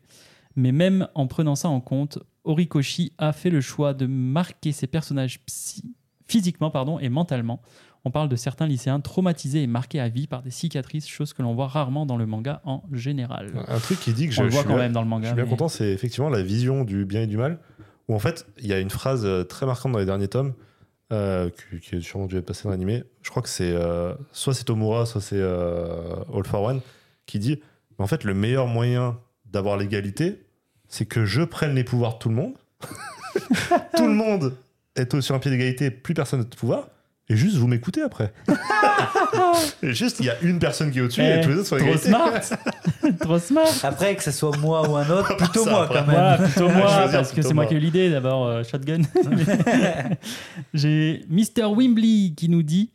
Speaker 1: Mais même en prenant ça en compte, Horikoshi a fait le choix de marquer ses personnages psy- physiquement pardon, et mentalement. On parle de certains lycéens traumatisés et marqués à vie par des cicatrices, chose que l'on voit rarement dans le manga en général.
Speaker 2: Un truc qui dit que
Speaker 1: On
Speaker 2: je,
Speaker 1: le
Speaker 2: je
Speaker 1: voit
Speaker 2: suis,
Speaker 1: quand
Speaker 2: bien-
Speaker 1: même dans le
Speaker 2: je
Speaker 1: manga.
Speaker 2: suis bien
Speaker 1: mais-
Speaker 2: content, c'est effectivement la vision du bien et du mal. Où en fait, il y a une phrase euh, très marquante dans les derniers tomes euh, qui, qui est sûrement dû être passée dans l'animé. Je crois que c'est euh, soit c'est Tomura, soit c'est euh, All for One qui dit en fait, le meilleur moyen d'avoir l'égalité, c'est que je prenne les pouvoirs de tout le monde. tout le monde est au- sur un pied d'égalité, plus personne n'a de pouvoir. Et juste, vous m'écoutez après. Et juste, il y a une personne qui est au-dessus et
Speaker 1: Eh,
Speaker 2: tous les autres sont à
Speaker 1: Trop
Speaker 2: égalité.
Speaker 1: smart Trop smart
Speaker 3: Après, que ce soit moi ou un autre, plutôt
Speaker 2: Ça,
Speaker 3: moi
Speaker 2: après.
Speaker 3: quand même.
Speaker 1: Voilà, plutôt
Speaker 2: Je veux
Speaker 1: moi,
Speaker 2: dire,
Speaker 1: parce que
Speaker 2: plutôt
Speaker 1: c'est moi
Speaker 2: moi.
Speaker 1: qui ai eu l'idée d'abord, euh, Shotgun. J'ai Mr. Wimbley qui nous dit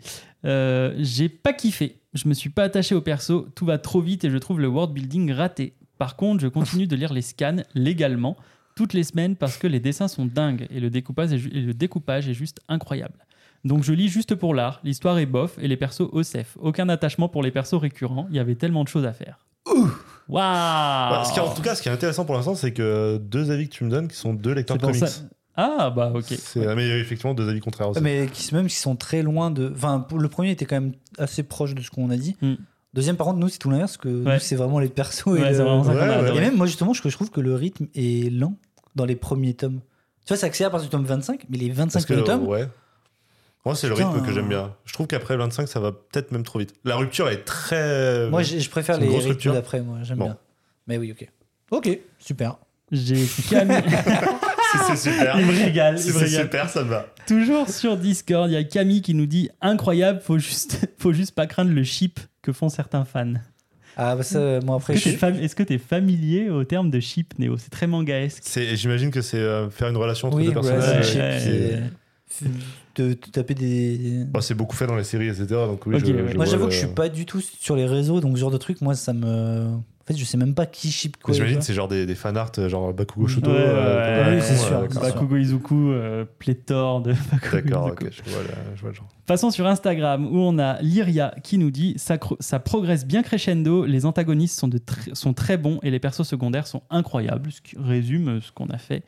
Speaker 1: euh, J'ai pas kiffé, je me suis pas attaché au perso, tout va trop vite et je trouve le world building raté. Par contre, je continue de lire les scans légalement toutes les semaines parce que les dessins sont dingues et le découpage est, ju- et le découpage est juste incroyable. Donc je lis juste pour l'art, l'histoire est bof et les persos OSEF. Aucun attachement pour les persos récurrents, il y avait tellement de choses à faire. Waouh
Speaker 2: Ouais, Bah, ce qui, en tout cas, ce qui est intéressant pour l'instant, c'est que deux avis que tu me donnes, qui sont deux lecteurs
Speaker 1: C'est
Speaker 2: de
Speaker 1: pour
Speaker 2: comics.
Speaker 1: ça. Ah bah ok. Ah,
Speaker 2: C'est- Mais effectivement, deux avis contraires aussi.
Speaker 3: Mais qui, même s'ils sont très loin de. Enfin, pour- le premier était quand même assez proche de ce qu'on a dit.
Speaker 1: Mm.
Speaker 3: Deuxième, par contre, nous, c'est tout l'inverse, que
Speaker 1: Ouais.
Speaker 3: nous, c'est vraiment les persos. et,
Speaker 1: Ouais,
Speaker 3: le-
Speaker 1: c'est vraiment ça qu'on a
Speaker 2: Ouais, ouais,
Speaker 1: adoré.
Speaker 3: et même, moi, justement, je, je trouve que le rythme est lent dans les premiers tomes. Tu vois, ça accélère à partir du tome 25, mais les 25
Speaker 2: Parce que,
Speaker 3: premiers tomes,
Speaker 2: ouais. Moi, c'est le
Speaker 3: Putain.
Speaker 2: rythme que j'aime bien. Je trouve qu'après 25, ça va peut-être même trop vite. La rupture est très.
Speaker 3: moi, je, je préfère
Speaker 2: C'est une
Speaker 3: les
Speaker 2: grosse
Speaker 3: rythmes
Speaker 2: structure.
Speaker 3: d'après, moi, j'aime
Speaker 2: Bon.
Speaker 3: bien. Mais oui, ok. Ok, super.
Speaker 1: J'ai Camille.
Speaker 2: Si c'est super.
Speaker 1: il me régale,
Speaker 2: Si
Speaker 1: il me
Speaker 2: c'est
Speaker 1: régale.
Speaker 2: super, ça me va.
Speaker 1: Toujours sur Discord, il y a Camille qui nous dit incroyable, faut juste, faut juste pas craindre le chip que font certains fans.
Speaker 3: Ah, bah ça, moi, après,
Speaker 1: Est-ce que
Speaker 3: je
Speaker 1: t'es fam- est-ce que t'es familier au terme de chip, Néo C'est très mangaesque.
Speaker 2: C'est- J'imagine que c'est euh, faire une relation entre
Speaker 3: Oui, bah,
Speaker 2: deux personnages.
Speaker 1: relationship,
Speaker 2: euh, qui
Speaker 1: c'est-
Speaker 2: est-
Speaker 3: suis- de, de taper des.
Speaker 2: Bon, bah, c'est beaucoup fait dans les séries, etc. Donc oui,
Speaker 1: Ok,
Speaker 2: je-
Speaker 1: ouais.
Speaker 2: je
Speaker 1: Moi,
Speaker 3: Moi,
Speaker 2: vois
Speaker 3: j'avoue
Speaker 2: le-
Speaker 3: que je suis pas du tout sur les réseaux, donc ce genre de truc, moi, ça me. En fait, je sais même pas qui ship quoi.
Speaker 2: J'imagine
Speaker 3: tu
Speaker 2: que c'est genre des, des fanarts, genre Bakugo Shoto.
Speaker 1: Ouais,
Speaker 2: euh,
Speaker 1: ouais,
Speaker 2: comme-
Speaker 3: oui, c'est sûr,
Speaker 2: euh, comme
Speaker 3: c'est
Speaker 2: ça.
Speaker 3: sûr.
Speaker 1: Bakugo Izuku, euh, pléthore de Bakugo
Speaker 2: D'accord,
Speaker 1: Izuku.
Speaker 2: ok, je vois la- je vois le genre.
Speaker 1: Passons sur Instagram où on a Lyria qui nous dit ça, cro- ça progresse bien crescendo, les antagonistes sont, de tr- sont très bons et les persos secondaires sont incroyables, ce qui résume euh, ce qu'on a fait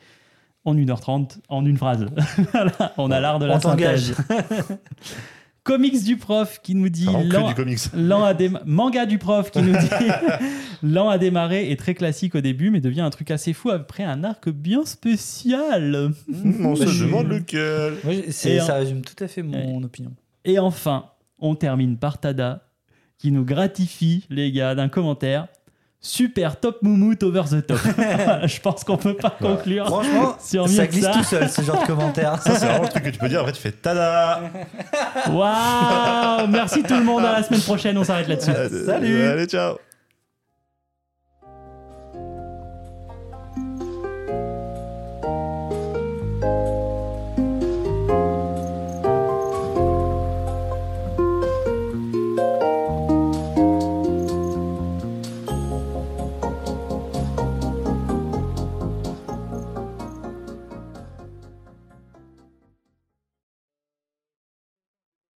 Speaker 1: en 1h30 en une phrase. Voilà, on a l'art de la
Speaker 3: On t'engage.
Speaker 1: synthèse. Comics du prof qui nous dit
Speaker 2: Ça rend
Speaker 1: l'an-
Speaker 2: que du comics.
Speaker 1: L'an a déma- manga du prof qui nous dit l'an a démarré est très classique au début mais devient un truc assez fou après un arc bien spécial.
Speaker 2: On
Speaker 3: Bah,
Speaker 2: se
Speaker 3: je-
Speaker 2: demande lequel.
Speaker 3: vois. Moi, c'est-
Speaker 1: Et
Speaker 3: ça résume tout à fait mon opinion.
Speaker 1: Et enfin, on termine par Tada, qui nous gratifie, les gars, d'un commentaire. Super top moumoute over the top. Je pense qu'on peut pas
Speaker 2: Voilà.
Speaker 1: conclure
Speaker 3: Franchement,
Speaker 1: sur mieux
Speaker 3: ça
Speaker 1: que
Speaker 3: glisse
Speaker 1: ça.
Speaker 3: tout seul, ce genre de commentaire.
Speaker 2: Ça, c'est vraiment le truc que tu peux dire. Après, tu fais tada.
Speaker 1: Waouh Merci tout le monde, à la semaine prochaine, on s'arrête là-dessus.
Speaker 2: Allez, ciao.